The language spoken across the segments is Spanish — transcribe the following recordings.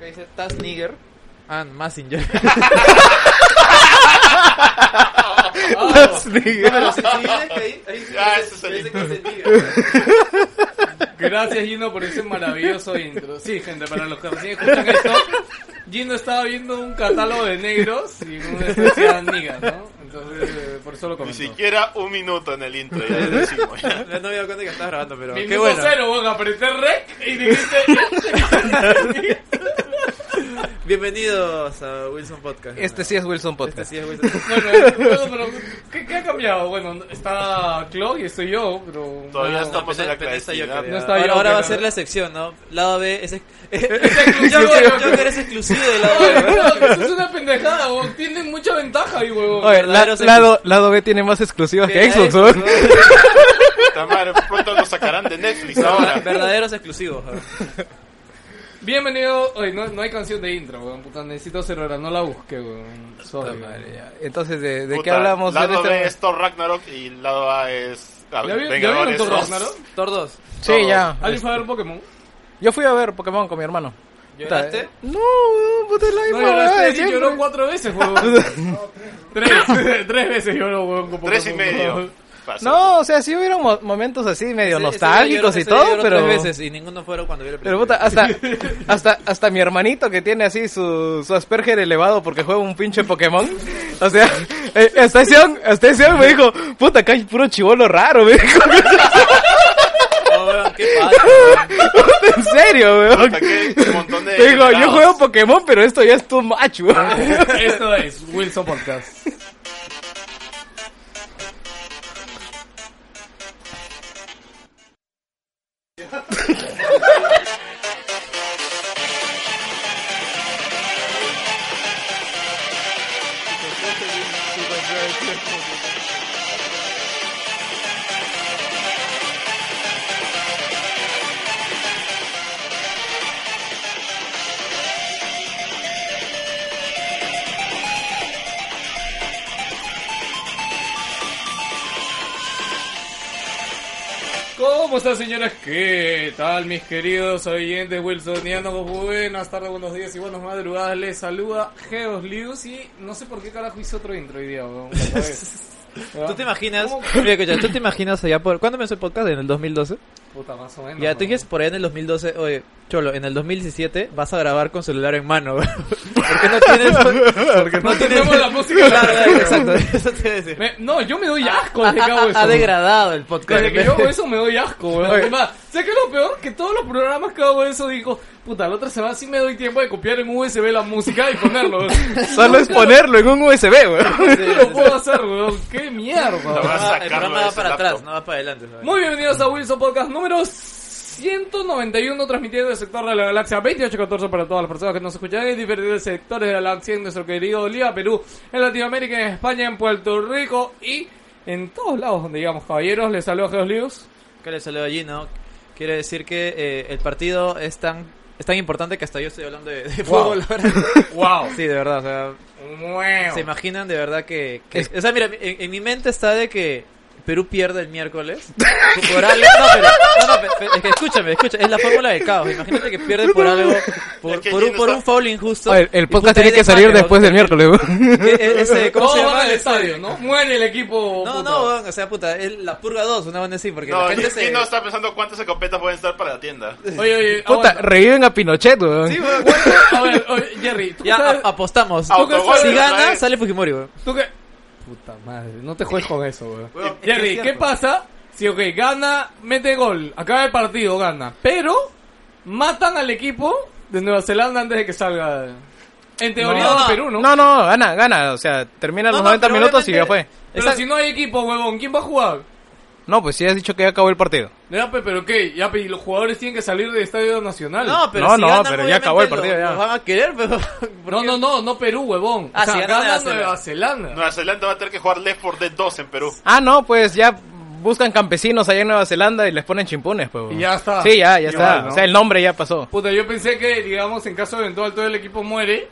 Que dice Taz Nigger. And Massinger. Ah, Ah, Ah, Taz Nigger. Pero si sigues ahí, ahí sí Ah, dice- ese es dice el- que es el Nigger. Gracias Gino por ese maravilloso intro. Sí, gente, para los que recién escuchan esto, Gino estaba viendo un catálogo de negros y uno decía niggas, ¿no? Entonces, eh, por eso lo Ni comentó. siquiera un minuto en el intro, ya les decimos. ya. No me había dado cuenta que estabas grabando, pero qué Minuto bueno. cero, weón, apreté rec y dijiste... Bienvenidos a Wilson Podcast. Este sí es Wilson Este Podcast. sí es Wilson. Bueno, eh, bueno, pero ¿qué, qué ha cambiado? Bueno, está Chloe y estoy yo, pero... Todavía no. estamos en la Peneza yo clandestinidad. creo. No está ahora yo, ahora pero- va a ser la sección, ¿no? Lado B es, ex- exclusivo. Joker, Joker es exclusivo de lado Oye, B. no, eso es una pendejada, weón. Tienen mucha ventaja ahí, weón. Oye, la- Claro, lado, lado B tiene más exclusivas que Xbox, Verdaderos- ¿no? Puta madre, Pronto lo sacarán de Netflix ahora. Verdaderos exclusivos. ¿no? Bienvenido. Oye, no, no hay canción de intro, weón. Puta, necesito cero horas. No la busque, weón. Sorry, weón. Entonces, ¿de, de qué Puta, hablamos? en Lado este B momento? es Thor Ragnarok y lado A es ¿Ya ah, vi- ya vieron Vengadores Thor 2. Ragnarok? Thor 2. Thor. Sí, ya. ¿Alguien fue a ver Pokémon? Yo fui a ver Pokémon con mi hermano. Eh, ¿Lloraste? No, weón, puta la No misma huevada de lloraste, Eric siempre. lloró cuatro veces, weón. tres, tres veces lloró, weón. con Tres y Pokémon, medio. weón. Pasa. No, o sea, sí hubieron mo- momentos así medio Ese- ese nostálgicos lloró- y ese día todo, lloró pero... tres veces y ninguno fueron cuando vio la Pero película. puta, hasta, hasta, hasta mi hermanito que tiene así su, su Asperger elevado porque juega un pinche Pokémon. O sea, eh, hasta ese, on- hasta ese on me dijo, puta, acá hay puro chivolo raro, me dijo. Oh, weón, qué pasa. En serio, weón. Puta, qué montón de Me dijo, yo degenerados. juego Pokémon, pero esto ya es tu macho, weón. Esto es Wilson Podcast. ¿Cómo están, señoras? ¿Qué tal, mis queridos oyentes wilsonianos? Buenas tardes, buenos días y buenas madrugadas. Les saluda Geos Lius y no sé por qué carajo hice otro intro hoy día, weón. otra vez. ¿Tú te imaginas? ¿Cómo? Mira, escucha, ¿tú te imaginas allá por. ¿Cuándo empezó el podcast? ¿En el 2012? Puta, más o menos. Ya, tú weón. dijiste por allá en el 2012, oye, Cholo, en el 2017 vas a grabar con celular en mano, weón. ¿Por qué no tienes...? Porque No tenemos la música. Claro, claro, exacto, eso te iba a decir. Me- no, yo me doy asco Ha, desde que hago ha- eso. ha degradado el podcast. Desde que yo hago eso me doy asco, weón. Oye. Es más, sé que lo peor que todos los programas que hago eso digo, puta, la otra semana sí me doy tiempo de copiar en USB la música y ponerlo. Solo es ponerlo en un USB, weón. No lo puedo hacer, weón. Qué mierda. La weón. vas a Ah, el sacarlo programa de va ese para atrás, laptop. no va para adelante. ¿sabes? Muy bienvenidos a Wilson Podcast número 191, transmitido del sector de la galaxia 2814 para todas las personas que nos escuchan en diferentes sectores de la galaxia, en nuestro querido Oliva, Perú, en Latinoamérica, en España, en Puerto Rico y en todos lados donde digamos caballeros. Les saludo a Geos Lius. Que le salió allí, ¿no? Quiere decir que eh, el partido es tan, es tan importante que hasta yo estoy hablando de, de fútbol ahora. ¡Wow! Sí, de verdad, o sea, se imaginan de verdad que... que- o sea, mira, en, en mi mente está de que Perú pierde el miércoles por algo... No, pero, no, no, pe- pe- es que escúchame, escúchame, es la fórmula del caos. Imagínate que pierde por algo, por, Es que por un, Gino por está- un foul injusto. Oye, el Y podcast puta, tiene ahí que salir desmayo, después del miércoles, weón. que- e- ese- ¿Cómo Todos se van llama? al estadio, ¿no? Muere el equipo. No, puta. no, weón, o sea, puta, es la purga 2, una van así, porque No, la ¿quién gente no se... está pensando cuántas escopetas pueden estar para la tienda? Oye, oye, Puta, aguanta. reviven a Pinochet, weón. Sí, weón. A ver, oye, Jerry, ¿tú Ya sabes- a- apostamos. Autogol, Si otra gana, vez. sale Fujimori, weón. ¿Tú qué? Puta madre, no te juegues con eso, weón. Weón, es que Jerry, es ¿qué cierto. pasa si, ok, gana, mete gol, acaba el partido, gana, pero matan al equipo de Nueva Zelanda antes de que salga? En teoría, No. de Perú, ¿no? No, no, gana, gana. O sea, termina los No, no, 90 pero minutos y ya fue. obviamente- Pero Exacto. si no hay equipo, huevón, ¿quién va a jugar? No, pues sí has dicho que ya acabó el partido. Ya, pe, pero ¿qué? Ya, pe, y los jugadores tienen que salir del Estadio Nacional. No, pero No, si no, ganan, pero ya acabó el obviamente partido, lo- ya. Los van a querer, pero... no, no, no, no Perú, huevón. Ah, o sea, si gana gana Nueva Nueva Zelanda. Nueva Zelanda va a tener que jugar Left 4 Dead 2 en Perú. Ah, no, pues ya buscan campesinos allá en Nueva Zelanda y les ponen chimpunes, pues. Y ya está. Sí, ya, Igual, ya está. ¿no? O sea, el nombre ya pasó. Puta, yo pensé que, digamos, en caso eventual todo el equipo muere,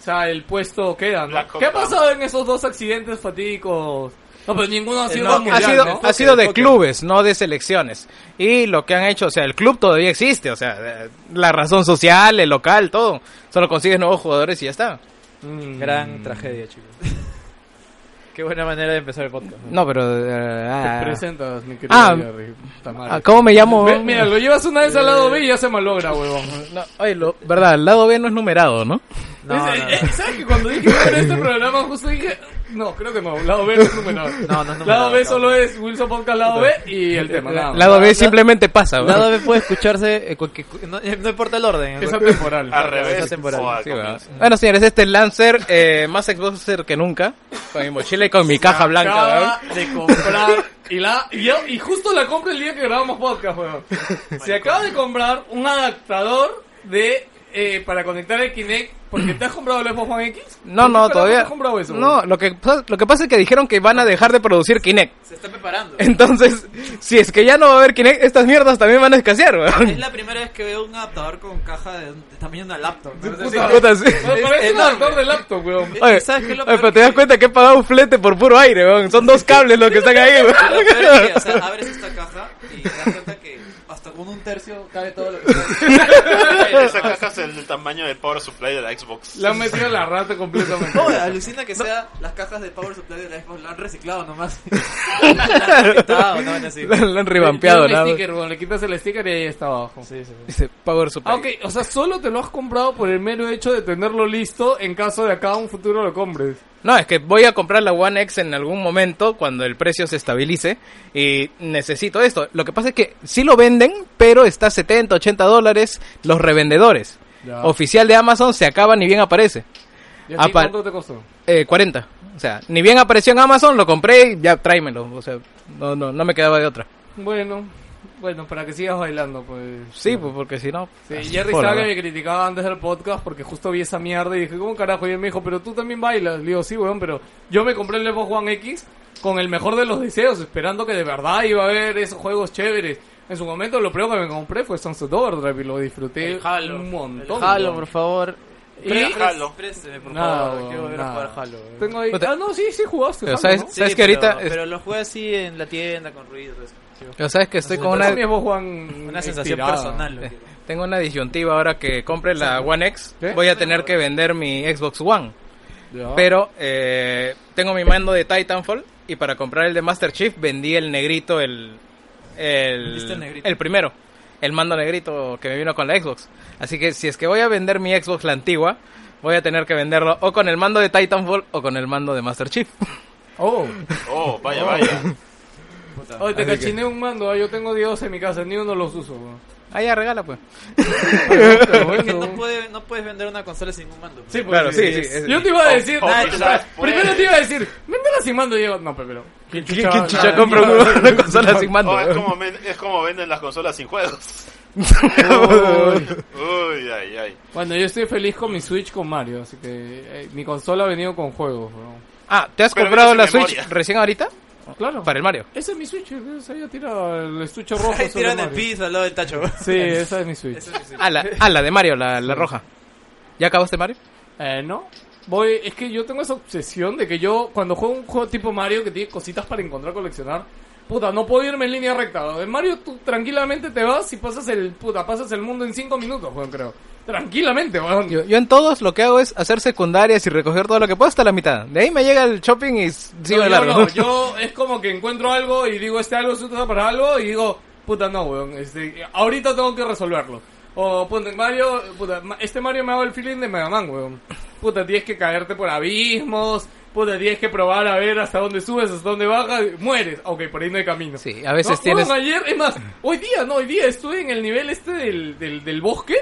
o sea, el puesto queda, ¿no? Black Hawk ¿Qué ha Down. pasado en esos dos accidentes fatídicos No, pero ninguno ha sido Eh, No, mundial, ha sido, ¿no? ha sido de clubes, no de selecciones. Y lo que han hecho, o sea, el club todavía existe, o sea, eh, la razón social, el local, todo. Solo consigues nuevos jugadores y ya está. mm, Gran tragedia, chicos. Qué buena manera de empezar el podcast. ¿no? No, pero... eh, ah, Te presentas, mi querido Ah. Jerry. Puta madre. ah, ¿Cómo me llamo? Ve, Mira, lo llevas una vez al lado B y ya se malogra, huevón. No, oye, lo- verdad, el lado B no es numerado, ¿no? No, no, no. Eh, ¿Sabes que cuando dije que era este programa justo dije... No, creo que no. Lado B no es numerado. No, no es numerado, Lado B no. solo es Wilson Podcast Lado B y el tema. nada más. lado B simplemente pasa, ¿verdad? Lado B puede escucharse, eh, cualquier- no, eh, no importa el orden. Es atemporal. Al revés. Esa temporada. o al Sí, ¿verdad? comienzo. Bueno, señores, este es Lancer, eh, más Xboxer que nunca, con mi mochila y con mi caja blanca, ¿verdad? Acaba de comprar y la y, yo- y justo la compré el día que grabamos podcast, weón. Se acaba de comprar un adaptador de eh, para conectar el Kinect porque te has comprado el Xbox One X. No, no, ¿Por qué carajo te todavía. has comprado eso, no, weón? lo que, pasa- lo que pasa es que dijeron que van a dejar de producir Kinect. Se está preparando. Entonces, si es que ya no va a haber Kinect, estas mierdas también van a escasear, Es weón. la primera vez que veo un adaptador con caja de, de tamaño de una laptop. ¿no? Es decir, puta. Puta, sí. Weón, parece un enorme. adaptador de laptop, weón. Eh, Oye, ¿sabes qué es lo oye, peor pero te que- das cuenta que he pagado un flete por puro aire, weón. Son dos cables los que están ahí, lo peor es que, o weón. sea, abres esta caja y te das cuenta que hasta con un tercio cabe todo lo que cabe. Esa caja es el tamaño del power supply de la Xbox. Le han metido la rata completamente. No, alucina que sea las cajas de Power Supply de la Xbox lo han reciclado nomás. Lo han quitado, no, no, sí. Lo han revampeado, Tiene un nada. sticker, weón, Le quitas el sticker y ahí está abajo. Sí, sí, sí. Dice Power Supply. Ah, ok, o sea, solo te lo has comprado por el mero hecho de tenerlo listo en caso de acá un futuro lo compres. No, es que voy a comprar la One X en algún momento cuando el precio se estabilice y necesito esto. Lo que pasa es que sí lo venden, pero está a 70, 80 dólares los revendedores. Ya. Oficial de Amazon se acaba ni bien aparece. ¿Y a ti Apar- cuánto te costó? Eh, 40. O sea, ni bien apareció en Amazon, lo compré y ya tráemelo. O sea, no, no, no me quedaba de otra. Bueno, bueno, para que sigas bailando, pues. Sí, pues porque si no... Sí, así Jerry fue, la estaba que verdad. me criticaba antes del podcast porque justo vi esa mierda y dije, ¿cómo carajo? Y él me dijo, pero tú también bailas. Le digo, sí, weón, pero yo me compré el Xbox One X con el mejor de los deseos, esperando que de verdad iba a haber esos juegos chéveres. En su momento lo primero que me compré fue Sunset Overdrive y lo disfruté un montón. Halo, weón. por favor. Y- Halo. Présteme, por Nada, favor. weón, Quiero volver nada. a jugar Halo. weón. Tengo ahí- Puta. Ah, no, sí, sí jugaste. Pero Halo, ¿sabes? ¿no? Sí, ¿Sabes que pero- ahorita es- Pero lo jugué así en la tienda con ruido. eso. Pero sabes que estoy con Por una... eh, eso mi Xbox One Una sensación estirada. personal. lo que- Tengo una disyuntiva ahora que compre la One X. ¿Qué? Voy a tener que vender mi Xbox One. Ya. Pero eh, tengo mi mando de Titanfall y para comprar el de Master Chief vendí el negrito, el ¿Vendiste el, el negrito? el primero, el mando negrito que me vino con la Xbox. Así que si es que voy a vender mi Xbox la antigua, voy a tener que venderlo o con el mando de Titanfall o con el mando de Master Chief. Oh. Oh, vaya, vaya. Oye, te Así que- cachiné un mando, ah, yo tengo Dios en mi casa, ni uno los uso. weón. Ah, ya regala pues. Pero bueno. Porque no, puede- no puedes vender una consola sin un mando. Sí, pues, Claro, sí, sí, es- oh, Yo te iba a decir, o Nah, quizás, pues. primero te iba a decir, véndela sin mando y yo, no, pero, pero ¿quién ¿Quién chucha compra una, una consola sin mando? eh? Oh, es, como ven- es como venden las consolas sin juegos. pues. Uy, ay, ay. Bueno, yo estoy feliz con mi Switch con Mario, así que eh, mi consola ha venido con juegos, bro. Ah, ¿te has Pero comprado la vendes en Switch memoria. recién ahorita? Claro. Para el Mario. Ese es mi Switch, eh, se había tirado el estuche rojo. Ahí sobre tiran el Mario. piso al lado del tacho. Sí, esa es mi Switch. Ah, la, ah, la de Mario, la, la roja. ¿Ya acabaste Mario? Eh, no. Voy, es que yo tengo esa obsesión de que yo, cuando juego un juego tipo Mario que tiene cositas para encontrar, coleccionar, puta, no puedo irme en línea recta. En Mario tú tranquilamente te vas y pasas el, puta, pasas el mundo en 5 minutos, weón, creo. Tranquilamente, weón. Yo, yo en todos lo que hago es hacer secundarias y recoger todo lo que puedo hasta la mitad. De ahí me llega el shopping y s- sigo No, de yo, largo. no, yo es como que encuentro algo y digo, este algo se usa para algo y digo, puta, no, weón, este, ahorita tengo que resolverlo. O, puta, Mario, puta, ma- este Mario me ha dado el feeling de Mega Man, weón. Puta, tienes que caerte por abismos, puta, tienes que probar a ver hasta dónde subes, hasta dónde bajas, mueres. Ok, por ahí no hay camino. Sí, a veces No, tienes- weón, ayer, es más, hoy día, no, hoy día estuve en el nivel este del, del, del bosque,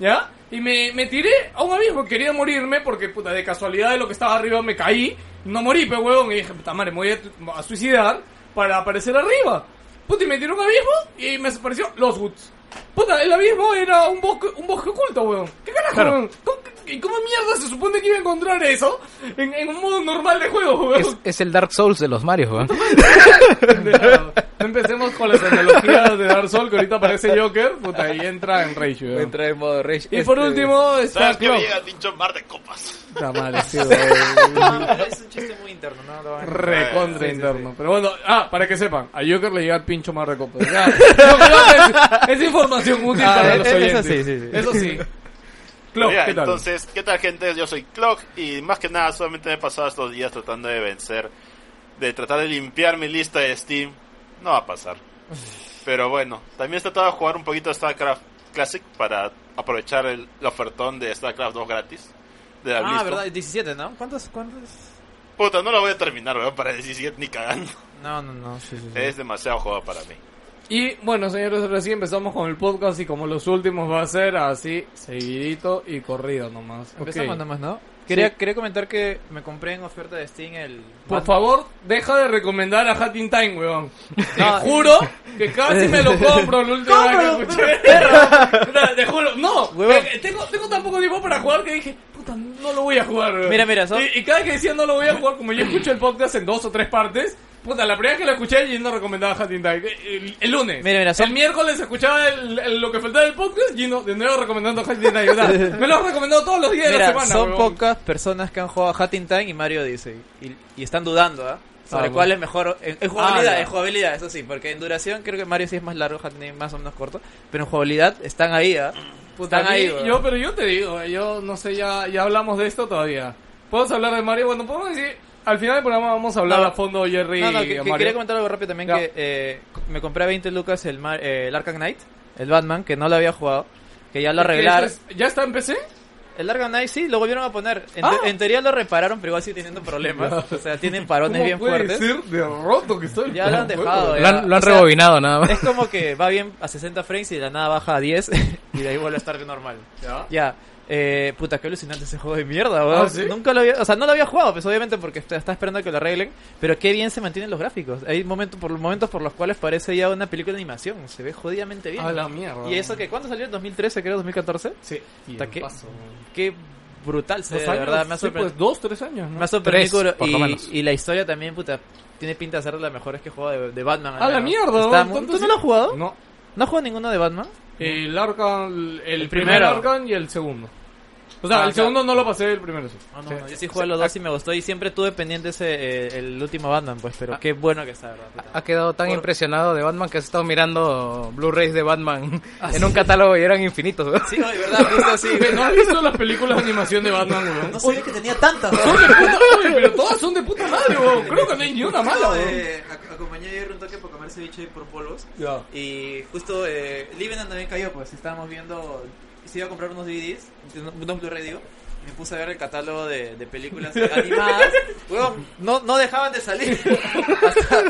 ¿ya? Y me, me tiré a un abismo, quería morirme porque, puta, de casualidad de lo que estaba arriba me caí, no morí, pero huevón, y dije, puta madre, me voy a, a suicidar para aparecer arriba. Puta, y me tiré a un abismo y me apareció Los Woods. Puta, el abismo era un bosque, un bosque oculto, huevón. ¿Qué carajo, huevón? ¿Cómo, y cómo mierda se supone que iba a encontrar eso en, en un modo normal de juego, huevón? Es, es el Dark Souls de los Marios, weón. Pendejado. No empecemos con las analogías de Dark Souls, que ahorita aparece Joker, puta, ahí entra en Rage, weón. Entra en modo rage. Y por Este, último está ¿Sabes qué? Clock. Me llega el pincho mar de copas. Puta madre, este sí, weón. Ah, Es un chiste muy interno, ¿no? Lo van a- Recontra interno. Pero bueno, ah, para que sepan, a Joker le llega el pincho más recopo. Ya, yo creo que es, es información útil Ah, para eh, los eso oyentes. sí, sí, sí. Eso sí. Clock, Mira, ¿qué tal? Entonces, ¿qué tal gente? Yo soy Clock y más que nada solamente me he pasado estos días tratando de vencer, de tratar de limpiar mi lista de Steam. No va a pasar. Pero bueno, también he tratado de jugar un poquito de StarCraft Classic para aprovechar el, el ofertón de StarCraft 2 gratis. De Ah, Blizzcon. ¿verdad? 17, ¿no? ¿Cuántos? ¿Cuántos? Puta, no lo voy a terminar, weón, para 17 ni cagando. No, no, no, sí, sí. sí. Es demasiado juego para mí. Y bueno, señores, recién empezamos con el podcast y como los últimos va a ser así, seguidito y corrido nomás. Empezamos Ok. nomás, ¿no? Quería, quería comentar que me compré en oferta de Steam el... Por favor, deja de recomendar a Hat in Time, weón. Te No. juro que casi me lo compro la última vez que escuché. No, te juro, no. Weón. Eh, Tengo, tengo tan poco tiempo para jugar que dije, puta, no lo voy a jugar, weón. Mira, mira, so- y, y cada vez que decía no lo voy a jugar, como yo escucho el podcast en dos o tres partes, puta, la primera vez que lo escuché Gino recomendaba Hat in Time. Eh, El, el lunes. Mira, mira, so- El miércoles escuchaba el- el- lo que faltaba del podcast, Gino de nuevo recomendando Hat in Time. O sea, me lo has recomendado todos los días de la Mira, semana, son weón. pocas personas que han jugado a Hat in Time y Mario Odyssey. Y, y están dudando, ¿ah? Sobre bueno. cuál es mejor. En, en jugabilidad, Ah, ya. en jugabilidad, eso sí. Porque en duración creo que Mario sí es más largo, Hat in Time más o menos corto. Pero en jugabilidad están ahí, ¿ah? Puta, están a mí- ahí, weón. yo, pero yo te digo, eh, yo no sé, ya, ya hablamos de esto todavía. ¿Podemos hablar de Mario? Bueno, podemos decir, al final del programa vamos a hablar No. a fondo Jerry No, no, y que, a que Mario. quería comentar algo rápido también Ya. que eh, me compré a 20 lucas el, Mar- eh, el Arkham Knight, el Batman, que no lo había jugado, que ya lo Es que arreglaron. eso es- ¿Ya está en PC? El Arkham Knight sí, lo volvieron a poner. En, Ah. te- en teoría lo repararon, pero igual sigue teniendo problemas. O sea, tienen parones ¿Cómo bien puede fuertes. ser de roto que estoy? Ya lo han dejado, Lo han, lo han O sea, rebobinado nada más. Es como que va bien a 60 frames y de la nada baja a 10 y de ahí vuelve a estar bien normal. Ya. Ya. Eh, puta, qué alucinante ese juego de mierda, weón. ¿Ah, sí? Nunca lo había, o sea, no lo había jugado, pues obviamente porque está, está esperando a que lo arreglen, pero qué bien se mantienen los gráficos. Hay momentos por momentos por los cuales parece ya una película de animación, se ve jodidamente bien. A la mierda. Y eso que cuándo salió en 2013, creo 2014? Sí. Y Hasta el que- paso. Qué brutal se ve, Dos de años, verdad, me ha sí, sorprendido. pues, dos, tres años, ¿no? Me ha sorprendido Tres, y- por lo menos. y, la historia también, puta, tiene pinta de ser de las mejores que he jugado de, de Batman. al A la menos. mierda, Está weón, muy- tanto ¿Tú sí. no lo has jugado? No. ¿No has jugado ninguno de Batman? El Arkham, el, El primer primero. Arkham y el segundo. O sea, Ah, el claro. segundo no lo pasé, el primero sí. Ah, no, Sí. no, yo sí jugué a los dos y me gustó y siempre tuve pendiente ese eh, el último Batman, pues, Ah. pero qué bueno que está, de ¿verdad? puta. Ha quedado tan impresionado de Batman que has estado mirando Blu-rays de Batman en un catálogo y eran infinitos. ¿no? Sí, de verdad, justo así. Güey, ¿No has visto las películas de animación de Batman, weón? No sabía que tenía tantas. Son de puta madre, pero todas son de puta madre, weón. Creo que no hay ni una mala, Eh, weón. acompañé ayer un toque por comer ceviche por polos Ya. y justo eh, Livenan también cayó, pues, estábamos viendo, se iba a comprar unos DVDs, unos Blu-ray, digo. Me puse a ver el catálogo de, de películas animadas. Weón, no, no dejaban de salir. Hasta-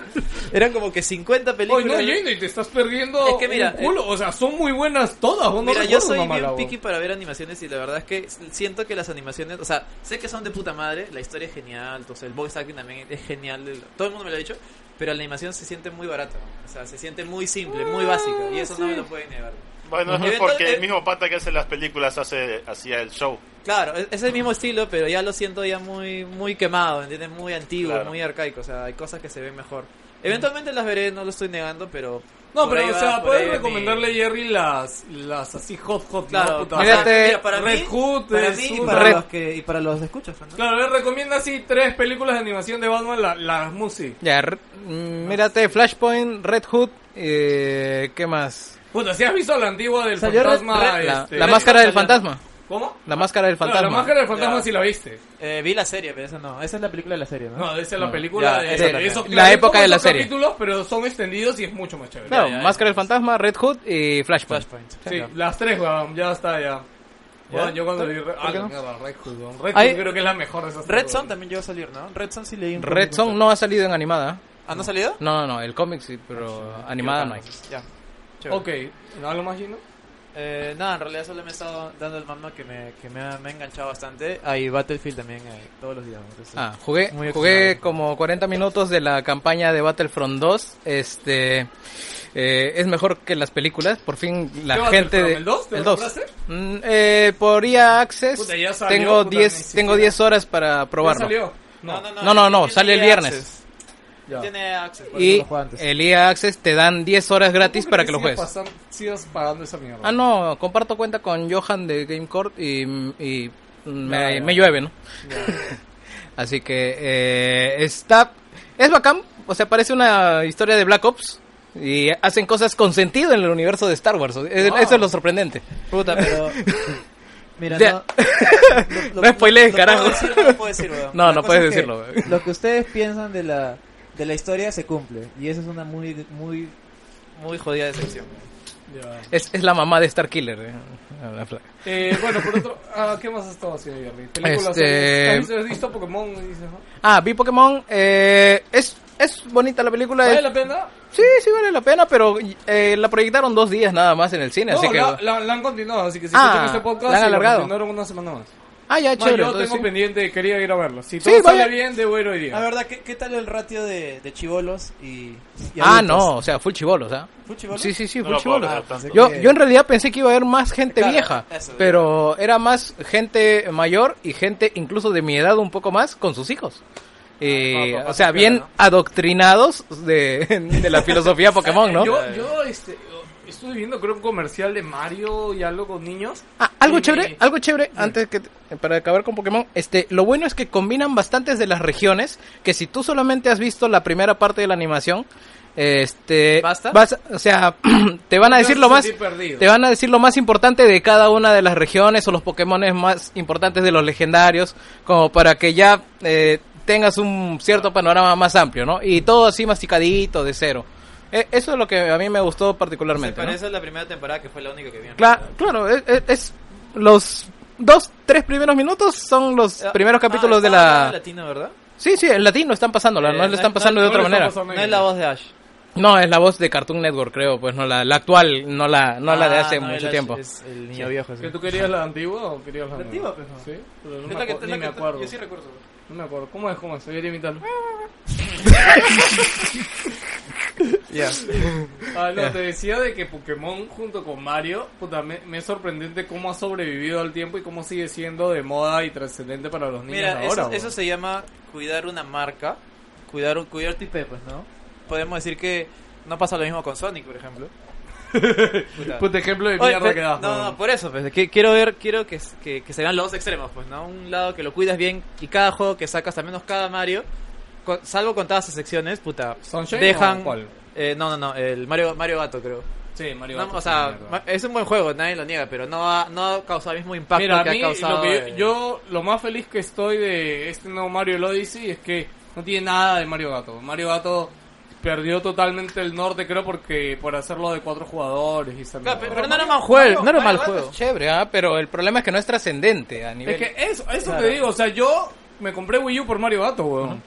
eran como que 50 Oye, películas. no, Jane, y te estás perdiendo Es que mira, un eh, culo. O sea, son muy buenas todas, weón. No Mira, yo recuerdo soy una bien mala, picky weón. para ver animaciones y la verdad es que siento que las animaciones, o sea, sé que son de puta madre, la historia es genial, entonces el voice acting también es genial, el- todo el mundo me lo ha dicho, pero la animación se siente muy barata, o sea, se siente muy simple, muy básica y eso no me lo pueden negar. Bueno, Ujú. es porque Entonces- el mismo pata que hace las películas hace hacía el show. Claro, e-, es, es el mismo estilo, pero ya lo siento ya muy muy quemado, ¿entiendes? Muy antiguo, Claro. muy arcaico, o sea, hay cosas que se ven mejor. Eventualmente las veré, no lo estoy negando, pero... No, por ahí pero, o va- sea, por ahí puedes va mi- recomendarle a Jerry las, las así hot, hot, Claro, ¿no? Puta. o sea, Mírate, mira, este para Red mí, Hood, para es mí y un- para Red- los que y para los escuchas, ¿no? Claro, le recomienda así tres películas de animación de Batman, la- las music. Ya, r- mm, mírate Flashpoint, Red Hood, eh, ¿qué más? Puta, si has visto la antigua del Salió Red- fantasma. Red- La, este- la máscara del Salió- fantasma. ¿Cómo? La máscara del Claro, fantasma. la máscara del fantasma Ya. sí la viste. Eh, vi la serie, pero esa no. Esa es la película de la serie, ¿no? No, esa es la película ya, de, esa es la de esos película. La época de la esos serie. capítulos, pero son extendidos y es mucho más chévere. Claro, Ya, ya, máscara del fantasma, Red Hood y Flashpoint. Flashpoint. Sí, las tres, weón, ya está, ya. ¿Ya? Weón, yo cuando vi ¿Por ah, qué no? mierda, Red Hood, weón. Red Ahí- Hood creo que es la mejor de esas Red tres, Son weón. también llegó a salir, ¿no? Red Son sí leí un Red cómic. Zone no ha salido en animada. ¿Ah, no ha salido? No, no, no, el cómic sí, Ah, pero animada no hay. Ya. Chévere. Ok, ¿no hablo más, Gino? Eh, nada, en realidad solo me he estado dando el mando que me, que me, ha, me ha enganchado bastante. Ahí Battlefield también, eh, todos los días. ¿no? Entonces, Ah, jugué, Muy jugué extraño. como 40 minutos de la campaña de Battlefront 2. Este eh, es mejor que las películas. Por fin la ¿Qué gente Battlefront, de el 2? ¿Te lo el 2. compraste? Mm, eh, por EA Access Puta, ya salió, tengo puta, ni 10 siquiera. tengo 10 horas para ¿Ya probarlo. salió? E No, no, No, no. no, no, en- en sale el EA viernes. Access. Ya. Tiene access. por Y eh, lo juega antes. el EA Access te dan 10 horas gratis para que lo sigas juegues. pasan- sigas pagando esa mierda. Ah, no, comparto cuenta con Johan de GameCourt y, y me, Ya, ya. me llueve, ¿no? Así que eh, está... Es bacán, o sea, parece una historia de Black Ops. Y hacen cosas con sentido en el universo de Star Wars. Es- Wow. Eso es lo sorprendente. Puta, pero. Mira, Ya. no. No spoilees, carajo. Puedo decir, no lo puedo decir, weón. No, La no cosa puedes es que decirlo, weón. Lo que ustedes piensan de la, de la historia se cumple. Y eso es una muy, muy, muy jodida decepción. Ya. Es, es la mamá de Star Killer. eh, la flaca. Eh, bueno, por otro, ah, ¿qué más has estado haciendo, Jerry? ¿Películas? Este- series? ¿Has visto- ¿Has visto Pokémon? Y dices, ¿no? Ah, vi Pokémon. eh, es, es bonita la película. ¿Vale es- la pena? Sí, sí vale la pena, pero eh, la proyectaron dos días nada más en el cine, No, así que... la, la- la han continuado, así que si Ah, escuchan este podcast, la han sí, lo alargado. continuaron una semana más. Ah, ya, Más, chévere. yo entonces tengo sí. pendiente, quería ir a verlo. Si Sí, todo sale vaya. bien, debo ir hoy día. La verdad, ¿qué, qué tal el ratio de, de chivolos y, y Ah, adultos? no, o sea, full chibolos, ¿ah? ¿Fue chibolos? Sí, sí, sí, No full lo puedo chibolos. creer tanto. Yo, Ok. yo en realidad pensé que iba a haber más gente Claro, vieja, eso, pero era más gente mayor y gente incluso de mi edad un poco más con sus hijos. Eh, Ah, papá, o sea, papá, bien ¿no? adoctrinados de, de la filosofía Pokémon, ¿no? eh, Yo, yo este, estuve viendo, creo, un comercial de Mario y algo con niños. Ah, algo Y- chévere, algo chévere, antes que para acabar con Pokémon, este, lo bueno es que combinan bastantes de las regiones, que si tú solamente has visto la primera parte de la animación, este, ¿Basta? vas- o sea, te van a Te decir vas lo a más, sentir perdido. te van a decir lo más importante de cada una de las regiones o los Pokémon más importantes de los legendarios, como para que ya eh, tengas un cierto panorama más amplio, ¿no? Y todo así masticadito de cero. Eh, eso es lo que a mí me gustó Se particularmente. ¿no? parece a la primera temporada que fue la única que vi. en Cla- realidad. claro, es, es- es- los dos, tres primeros minutos son los primeros Ah, capítulos de estaba hablando la... latino, ¿verdad? Sí, sí, en latino están pasándola, Eh, no no le están es- pasando no de es- otra no le manera. están No es la voz de Ash. No, es la voz de Cartoon Network, creo, pues no la, la actual, no la, no la de Ah, hace no, el mucho Ash tiempo. Es el niño viejo. sí. ¿Que tú querías la antigua o querías la, La nueva? antigua, pues, no. Sí, pero no Es me, la que- acu- es ni la me que- acuerdo. Yo sí recuerdo. No me acuerdo. ¿Cómo es? ¿Cómo es? Voy a imitarlo. Ya. Ah, no, te decía de que Pokémon junto con Mario, puta, me, me es sorprendente cómo ha sobrevivido al tiempo y cómo sigue siendo de moda y trascendente para los niños Mira, ahora. eso, bro. eso se llama cuidar una marca, cuidar un cuidar tu IP, pues, ¿no? Podemos decir que no pasa lo mismo con Sonic, por ejemplo. Puta. Puta ejemplo de Oye, mierda pero- que das. no, no, bro. por eso, pues, que quiero ver, quiero que, que, que se vean los dos extremos, pues, ¿no? Un lado que lo cuidas bien y cada juego que sacas, al menos cada Mario, con- salvo con todas sus secciones, puta, ¿Sunshine o dejan... cuál? Eh, no, no, no, el Mario, Mario Gato, creo. Sí, Mario. No, Gato o es sea, una mierda. ma- es un buen juego, nadie lo niega, pero no ha, no ha causado el mismo impacto Mira, a que mí, ha causado... lo que yo, eh, yo lo más feliz que estoy de este nuevo Mario el Odyssey es que no tiene nada de Mario Gato. Mario Gato perdió totalmente el norte, creo, porque por hacerlo de cuatro jugadores y esa Claro, mierda. pero, pero no era mal juego, no era mal Mario Bros. juego. Es chévere, ¿ah? pero el problema es que no es trascendente a nivel... Es que eso, eso Claro. te digo, o sea, yo me compré Wii U por Mario Gato, weón.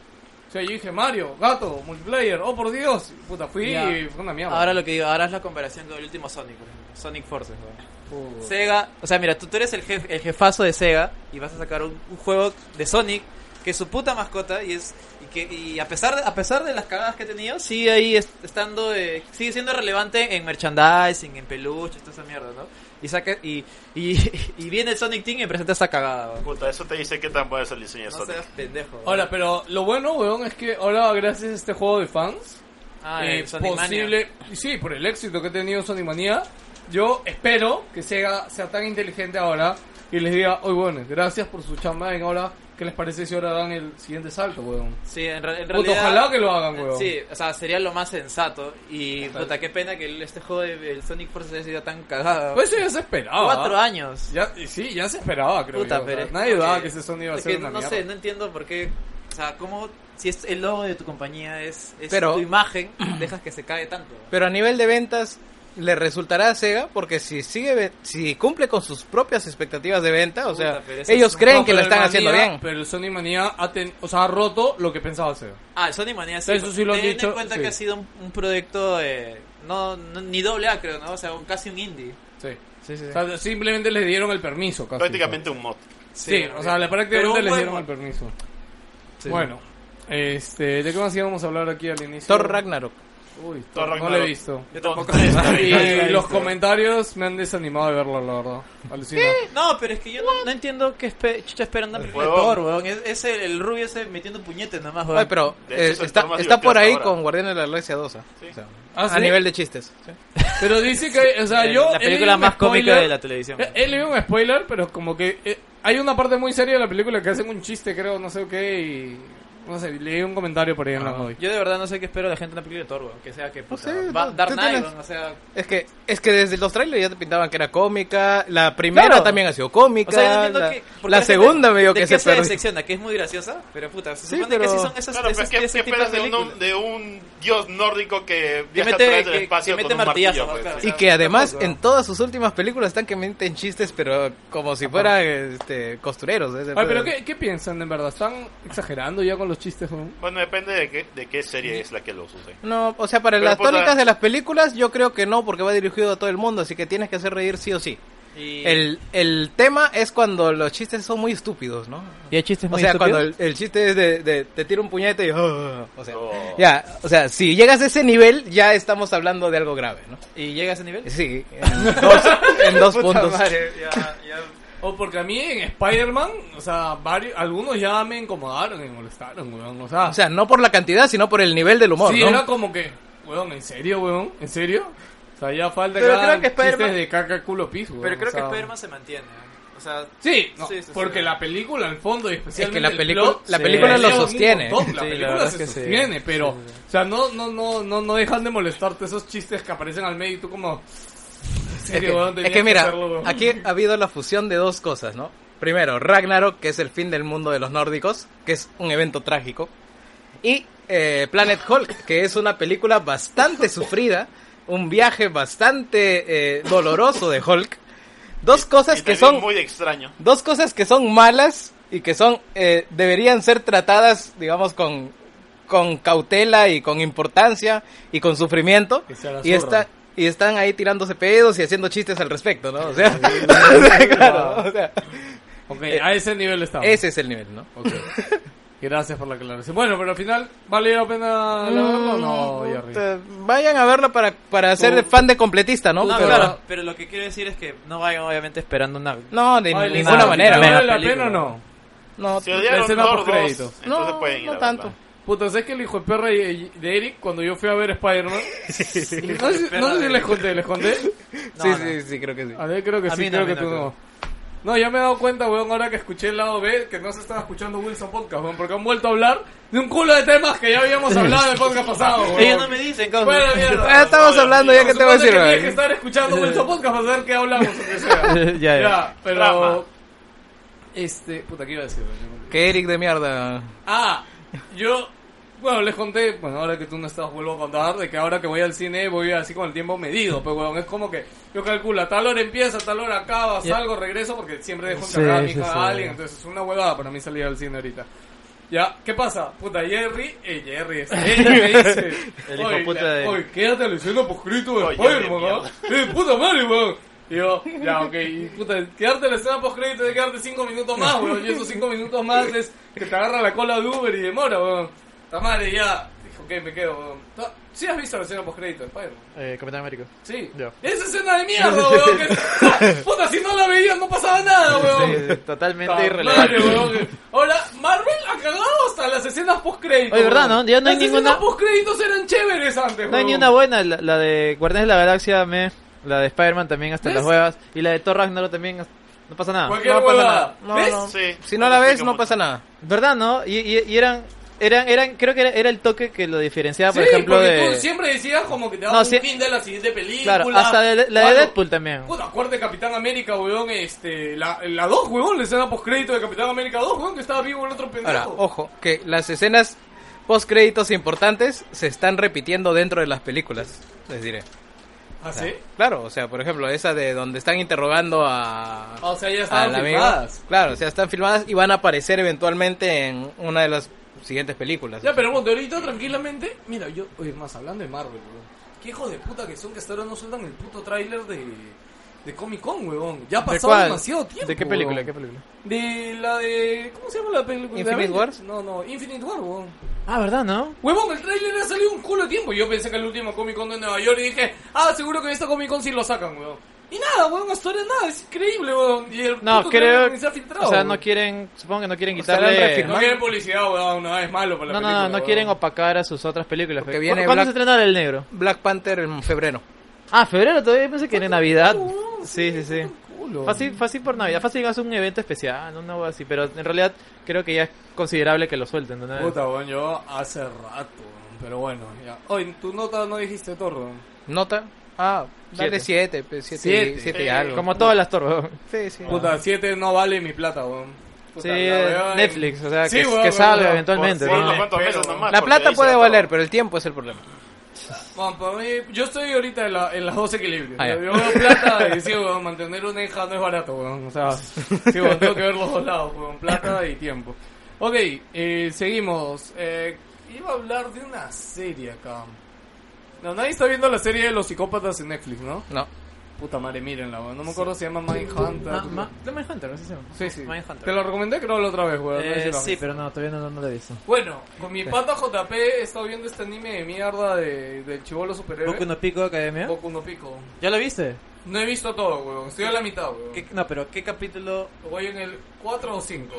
O sea, yo dije, Mario, gato, multiplayer, oh por Dios, puta, fui Ya. y fue una mierda. Ahora lo que digo, ahora es la comparación con el último Sonic, por ejemplo. Sonic Forces. ¿no? Puta. Sega, o sea, mira, tú, tú eres el, jef- el jefazo de Sega y vas a sacar un, un juego de Sonic que es su puta mascota y es y que y a pesar de, a pesar de las cagadas que ha tenido, sigue ahí est- estando eh, sigue siendo relevante en merchandising, en peluches, toda esa mierda, ¿no? Y saca y, y, y viene el Sonic Team y presenta esa cagada. ¿no? Puta, eso te dice qué tan bueno es el diseño de No Sonic. seas pendejo. ¿no? Ahora, pero lo bueno, weón, es que ahora gracias a este juego de fans, ah, eh, el Sonic Mania. posible, y sí, por el éxito que ha tenido Sonic Manía, yo espero que Sega sea tan inteligente ahora y les diga, oye, bueno, gracias por su chamba en ahora, ¿qué les parece si ahora dan el siguiente salto, weón? Sí, en, re- en Puta, realidad. ojalá que lo hagan, weón. Sí, o sea, sería lo más sensato. Y Total. puta, qué pena que el- este juego de el Sonic Forces haya sido tan cagado. Pues eso ya se esperaba. Cuatro años. Ya, y sí, ya se esperaba, Ah. creo. puta, yo, o sea, pero. es nadie como dudaba que ese sonido iba a es ser que una No mierda. sé, no entiendo por qué. O sea, cómo. Si es el logo de tu compañía es, es Pero- tu imagen, dejas que se cae tanto. Pero a nivel de ventas le resultará a Sega porque si sigue ve- si cumple con sus propias expectativas de venta, o Puta, sea, pero ese es ellos un- creen No, que pero lo el están haciendo Manía- bien. Pero el Sony Manía ha, ten- o sea, ha roto lo que pensaba hacer. Ah, el Sonic Mania sí. Eso sí lo han Teniendo dicho, en cuenta sí. que ha sido un, un proyecto. eh, no, no- ni doble A, creo, ¿no? O sea, un- casi un indie. Sí. Sí, sí, O sea, simplemente les dieron el permiso, casi. pues. Prácticamente un mod. Sí, o sea, le- Pero prácticamente un les buen dieron mod. el permiso. Bueno, este, ¿de qué más íbamos a hablar aquí al inicio? Thor Ragnarok. Uy, Thor no lo Ragnarok. he visto. Yo tampoco. Dos, Y tres, también. lo he los visto. comentarios me han desanimado de verlo, la verdad. Alucina. No, pero es que yo no, no entiendo qué espe chucha esperan de Huevón. Thor, weón. Es, es el, el rubio ese metiendo puñetes nada más, weón. Ay, pero De hecho, eh, es el está, Thor más está por ahí divertido hasta con ahora. Guardianes de la Galaxia 2. ah. O sea, Ah, A ¿sí? nivel de chistes. Pero dice que, o sea, yo. la he leído película un más cómica spoiler- de la televisión. Eh, He leído un spoiler, pero como que eh, hay una parte muy seria de la película que hacen un chiste, creo, no sé qué, y. No sé, leí un comentario por ahí en la hoy. Yo de verdad no sé qué espero de la gente en la película de Thor, weón. Que sea que puta, sé, va- no, Dark tú Knight, tienes- weón, o sea, Es que, es que desde los trailers ya te pintaban que era cómica. La primera Claro. también ha sido O cómica. sea, yo entiendo la que- porque la la gente segunda medio de que qué se perdió. decepciona, que es muy graciosa, pero puta, se Sí, supone pero- que sí son esas, Claro, pero esas, ¿qué, qué ese tipo esperas de de un, películas. de un dios nórdico que viaja mete- a través del que- espacio que mete con un martillo? martillazo, pues, claro. sí. Y que además en todas sus últimas películas están que meten chistes, pero como si fueran este, costureros. ¿eh? Ay, pero ¿qué, ¿qué piensan en verdad? ¿Están exagerando ya con los chistes? no? Bueno, depende de qué, de qué serie es la que los use. No, o sea, para Pero, las puta- tónicas de las películas yo creo que no, porque va dirigido a todo el mundo, así que tienes que hacer reír sí o sí. Y, El, el tema es cuando los chistes son muy estúpidos, ¿no? y hay chistes O muy sea, cuando estúpidos. el, el chiste es de, de- te tiro un puñete y... "Oh", o sea, Oh. ya, o sea, si llegas a ese nivel ya estamos hablando de algo grave, ¿no? ¿Y llega a ese nivel? Sí, en dos, en dos puntos. O porque a mí en Spider-Man, o sea, varios, algunos ya me incomodaron y me molestaron, weón. O sea, O sea, no por la cantidad, sino por el nivel del humor, sí, ¿no? era como que, weón, ¿en serio, weón? ¿En serio? O sea, ya falta Pero que creo hagan que Spider-Man- chistes de caca, culo, pis, weón. Pero creo o sea. que Spider-Man se mantiene. O sea, Sí, no, Sí, sí, sí. porque la película al fondo y especialmente la el película- plot, la se película lleva lo un sostiene. montón, la Sí, la película verdad se es que sí. sostiene, pero Sí, sí, o sea, no no no no no dejan de molestarte esos chistes que aparecen al medio y tú como "¿En Es serio, que, weón? es Tenías que mira, hacerlo, weón". aquí ha habido la fusión de dos cosas, ¿no? Primero, Ragnarok, que es el fin del mundo de los nórdicos, que es un evento trágico. Y eh, Planet Hulk, que es una película bastante sufrida, un viaje bastante eh, doloroso de Hulk. Dos cosas Y que son también muy extraño. dos cosas que son malas y que son eh, deberían ser tratadas digamos con con cautela y con importancia y con sufrimiento Que sea la y zorra. está y están ahí tirándose pedos y haciendo chistes al respecto no o sea, claro, o sea, Ok, eh, a ese nivel estamos. ese es el nivel no Ok. Gracias por la aclaración. Bueno, pero al final vale la pena la verlo o no, Jerry? Eh, vayan a verla para para ser Mm, Tú- fan de completista no no, Pero- claro, pero lo que quiero decir es que no vayan obviamente esperando una... no de Vale, ninguna ¿sabes? manera Mega ¿Vale la película. pena o no? no Si odiaron escena Thor 2, post-crédito. entonces No, pueden ir no a tanto. verla. Puta, ¿sabes que el hijo de perra y- de Eric, cuando yo fui a ver Spider-Man? No sé, si- no sé si les conté, ¿les conté? sí no. sí sí creo que sí A ver, creo que A sí, mí no, creo a mí que no tú creo. no. No, ya me he dado cuenta, weón, ahora que escuché el lado B, que no se estaba escuchando Wilson Podcast, weón, porque han vuelto a hablar de un culo de temas que ya habíamos hablado en el podcast pasado, weón. Ellos no me dicen cómo... Bueno, mierda. Ah, estamos Oye, hablando ya que te voy Supone a decir que tienes weón. que estar escuchando Wilson Podcast para saber qué hablamos, o que sea. Eh. Ya, ya. pero... Drama. Este, puta, ¿qué iba a decir, weón? que Eric de mierda Ah, yo, bueno, les conté, bueno, ahora que tú no estás, vuelvo a contar, de que ahora que voy al cine voy así con el tiempo medido, pues, weón, es como que yo calculo, a tal hora empieza, a tal hora acaba, salgo, regreso, porque siempre dejo Sí, encargada a mi sí, hija sí. a alguien, entonces es una huevada para mí salir al cine ahorita. Ya, ¿qué pasa? Puta, Jerry, eh, Jerry, este, Jerry me dice, El hijo "Oye, puta la- de- oye, quédate leyendo por escrito de Oye, Spider-Man, de ¿ah? eh, puta madre, weón. Y yo, ya, ok, y puta, quedarte en la escena post crédito de quedarte 5 minutos más, weón. Y esos 5 minutos más es que te agarra la cola de Uber y demora, weón. Puta madre, ya. Dije, ok, me quedo, weón. Ta- ¿Sí has visto la escena post crédito de Spider-Man? Eh, Capitán América. Sí. Ya. Esa escena de mierda, weón. que- puta, si no la veías no pasaba nada, weón. Sí, totalmente Puta madre, irrelevante. weón. Ahora, Marvel ha cagado hasta las escenas post crédito. Oye, ¿verdad, no? Ya no hay las ninguna- Las post créditos eran chéveres antes, No hay weón. ni una buena, la, la de Guardianes de la Galaxia, me, la de Spider-Man también hasta ¿Ves? las huevas, y la de Thor Ragnarok también, hasta- no pasa nada. Cualquier No pasa huevada. nada. No, ¿Ves? no. Sí. Si no la ves, explica no mucho. pasa nada. ¿Verdad, no? Y, y- y eran, eran, eran, creo que era, era el toque que lo diferenciaba, por ejemplo, porque de... tú siempre decías como que te No, daba sie- un fin de la siguiente película. Claro, hasta de- la de Bueno, Deadpool también. Puta, acuérdate de Capitán América, weón, este, la, la 2, weón, la escena postcrédito de Capitán América 2, weón, que estaba vivo el otro pendejo. Ahora, ojo, que las escenas post créditos importantes se están repitiendo dentro de las películas, les diré. ¿Ah, sí? Claro, o sea, por ejemplo, esa de donde están interrogando a Ah, O sea, Oh, ya Ah, a estaban la amiga. filmadas. Claro, o sea, están filmadas y van a aparecer eventualmente en una de las siguientes películas. Ya, pero bueno, de ahorita tranquilamente, mira, yo, oye, más hablando de Marvel, weón, qué hijos de puta que son que hasta ahora no sueltan el puto tráiler de... De Comic Con, huevón. Ya ha ¿De pasado cuál? demasiado tiempo. ¿De qué película? huevón. ¿Qué película? De la de. ¿Cómo se llama la película? ¿Infinite ¿De Avengers? Wars? No, no, Infinite War, huevón. Ah, ¿verdad, no? Huevón, el trailer ha salido un culo de tiempo. Yo pensé que el último Comic Con de Nueva York y dije, ah, seguro que esta Comic Con sí lo sacan, huevón. Y nada, huevón, hasta ahora nada, es increíble, huevón. Y el No, puto trailer creo. ni se ha filtrado. o sea, huevón. no quieren. Supongo que no quieren sea, lo han quitarle. reafirmado. No quieren publicidad, huevón, no, es malo para la No, no, película. no, no huevón. quieren opacar a sus otras películas. Porque ¿Cu- viene ¿Cuándo Black- se estrena El Negro? Black Panther en febrero. Ah, febrero todavía pensé que era Navidad. huevón, Sí, sí, Ah, sí. Culo. Fácil, fácil por Navidad, fácil hacer un evento especial, una cosa así, pero en realidad creo que ya es considerable que lo suelten. ¿no? Puta, weón, yo hace rato, weón, pero bueno, ya. Oye, en tu nota no dijiste Thor, weón. Nota. Ah, dale 7. 7 Siete. y Eh, algo. Como todas las torres. Sí, sí. Puta, 7 no vale mi plata, weón. Puta, Sí, la weón. Netflix, o sea, Sí, que, weón, que weón, salga weón. eventualmente. Por ¿no? unos cuantos meses nomás, La porque plata ahí se puede acaba. valer, pero el tiempo es el problema. Bueno, para mí, yo estoy ahorita en, la, en las dos equilibrios. Ah, ya. yo veo plata y sí, weón, mantener una hija no es barato, weón. O sea, sí, weón, tengo que ver los dos lados, weón, plata y tiempo. Ok, eh, seguimos. Eh, iba a hablar de una serie acá. No, nadie está viendo la serie de los psicópatas en Netflix, ¿no? No. Puta madre, mírenla, weón. No me acuerdo si se llama Mindhunter. Ma- ma- no, Mindhunter, no sé si se llama. Sí, sí. Mindhunter. Te lo recomendé creo la otra vez, weón. no sé si Eh, lo has sí, visto. pero no, todavía no, no lo he visto. Bueno, con mi pata JP he estado viendo este anime de mierda de, del chivolo superhéroe. ¿Boku no Pico Academia? Boku no Pico. ¿Ya lo viste? No he visto todo, weón. Estoy a la mitad, weón. ¿Qué- no, pero ¿qué capítulo? Voy en el 4 o 5.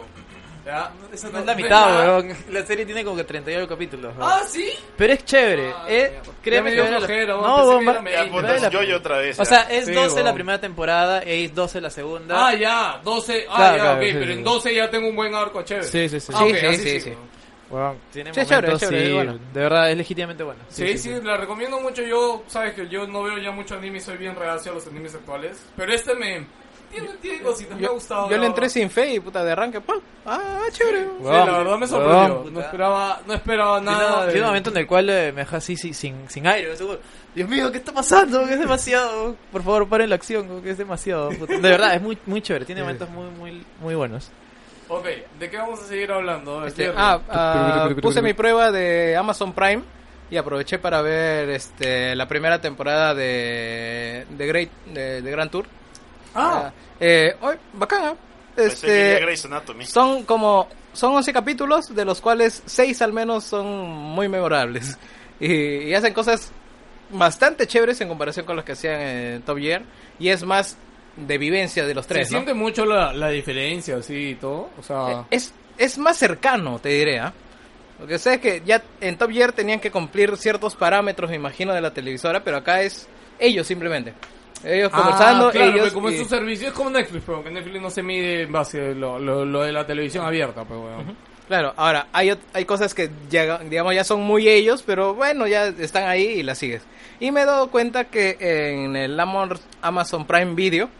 ¿Ya? Esa no es la mitad, weón. La serie tiene como que 38 capítulos. weón. Ah, ¿sí? Pero es chévere. Ah, mierda. eh, Ya me créeme que dio vale la- flojera, weón. No, Pensé weón, que va- era Ya, media. vale la puta, yo y otra vez. O ya. sea, es Sí, 12 la weón. primera temporada e es 12 la segunda. Ah, ya. 12. Ah, Claro, ya, claro, ok. sí, pero sí, en sí. 12 ya tengo un buen arco chévere. Sí, sí, sí. Ah, ok, Sí, sí, así sí, sí, sí. weón. Weón, tiene Sí, es momentos, chévere, es sí, chévere, es bueno. de verdad es legítimamente buena. Sí, sí, la recomiendo mucho. Yo, sabes que yo no veo ya mucho anime y soy bien reacio a los animes actuales. Pero este me. Tiene, tiene cositas, me ha Yo, gustado. yo la le entré verdad. sin fe y puta de arranque. ¡pum! Ah, chévere. Sí, Weón, la verdad me weón, sorprendió. no, puta. esperaba, no esperaba nada. Tiene de- un momento en el cual eh, me deja así sí, sin, sin aire. así, weón. Dios mío, ¿qué está pasando? Que es demasiado. Por favor, paren la acción, weón, que es demasiado. puta. De verdad, es muy, muy chévere. Tiene momentos muy, muy, muy buenos. Ok, ¿de qué vamos a seguir hablando? Este, Jerry. ah, ah, puse mi prueba de Amazon Prime y aproveché para ver este la primera temporada de de Great de, de Grand Tour. Ah, Pues eh, oye, bacana. Pensé que era Este, Grey's Anatomy. son como son 11 capítulos de los cuales 6 al menos son muy memorables y, y hacen cosas bastante chéveres en comparación con las que hacían en Top Gear y es más de vivencia de los tres, se ¿no? siente mucho la, la diferencia, así y todo. O sea, Eh, es, es más cercano, te diré, ¿ah? Lo que sé es que ya en Top Gear tenían que cumplir ciertos parámetros, me imagino, de la televisora, pero acá es ellos simplemente. Ellos Ah, conversando, claro, ellos... pero como y- es un servicio, es como Netflix, pero que Netflix no se mide en base a lo, lo, lo de la televisión abierta, pues, pero bueno. Claro, ahora, hay, ot- hay cosas que ya, digamos ya son muy ellos, pero bueno, ya están ahí y las sigues. Y me he dado cuenta que en el Amor- Amazon Prime Video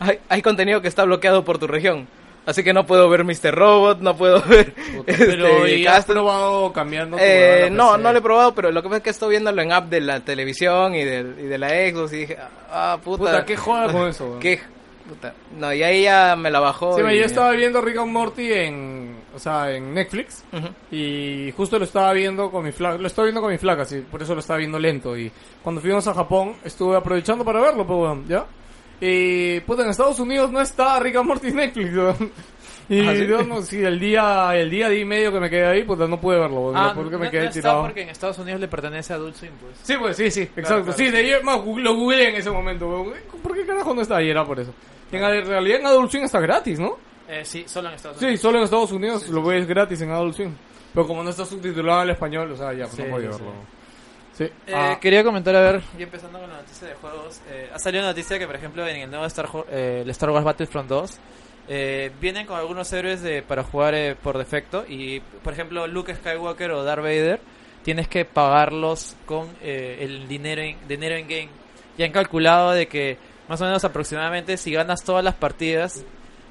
hay, hay contenido que está bloqueado por tu región. Así que no puedo ver Mr. Robot, no puedo ver... Pero este, ¿y has Castro. probado cambiando tu Eh, modelo de no, PC? no lo he probado, pero lo que pasa es que estoy viéndolo en app de la televisión y de, y de la Xbox y dije, ah, puta. Puta, qué joda con eso, weón. qué puta. No, y ahí ya me la bajó. Sí, y- me- yo estaba viendo Rick and Morty en, o sea, en Netflix Ujú. y justo lo estaba viendo con mi flaca, lo estaba viendo con mi flaca, sí, por eso lo estaba viendo lento y cuando fuimos a Japón estuve aprovechando para verlo, pues, weón, ¿ya? Y puta, en Estados Unidos no está Rick and Morty en Netflix, weón. Y ¿Ah, sí? Dios, no, sí, el día, el día y medio que me quedé ahí, puta, no pude verlo, weón, Ah, porque me quedé tirado. porque en Estados Unidos le pertenece a Dulce Impulse. Sí, pues sí, sí, exacto. claro. Sí, de ahí más gu- lo googleé en ese momento. weón. ¿Por qué carajo no está? Y era por eso. Y en realidad en Adult Swim está gratis, ¿no? Eh, sí, solo en Estados Sí, solo en Estados Unidos lo ves gratis en Adult Swim. Pero como no está subtitulado al español, o sea, ya, pues Sí, no podía sí, verlo. Sí. Eh, Ah, Quería comentar, a ver, y empezando con la noticia de juegos, eh, ha salido noticia que, por ejemplo, en el nuevo Star, Jo- eh, el Star Wars Battlefront 2, eh, vienen con algunos héroes de, para jugar eh, por defecto, y, por ejemplo, Luke Skywalker o Darth Vader, tienes que pagarlos con eh, el dinero en, dinero en game. Y han calculado de que, más o menos aproximadamente, si ganas todas las partidas,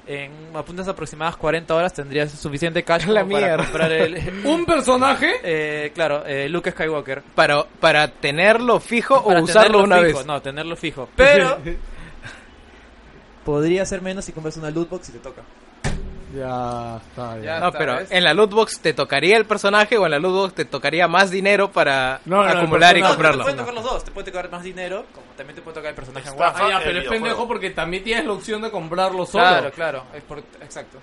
en apuntas aproximadas 40 horas tendrías suficiente cash La como para mierda. comprar el... un personaje. eh, claro, eh, Luke Skywalker Para, para tenerlo fijo para o usarlo tenerlo una fijo, vez. No, tenerlo fijo. Pero podría ser menos si compras una loot box y te toca. Ya está, ya. Ya. Ah, No, Hasta pero es- en la loot box te tocaría el personaje o en la loot box te tocaría más dinero para No, no, el acumular y personaje- comprarlo. Te pueden tocar los dos. Te puede tocar más dinero, como también te puede tocar el personaje en Está WhatsApp. Ah, ya, el pero es videojuego. pendejo porque también tienes la opción de comprarlo solo. Claro, claro. es por- exacto.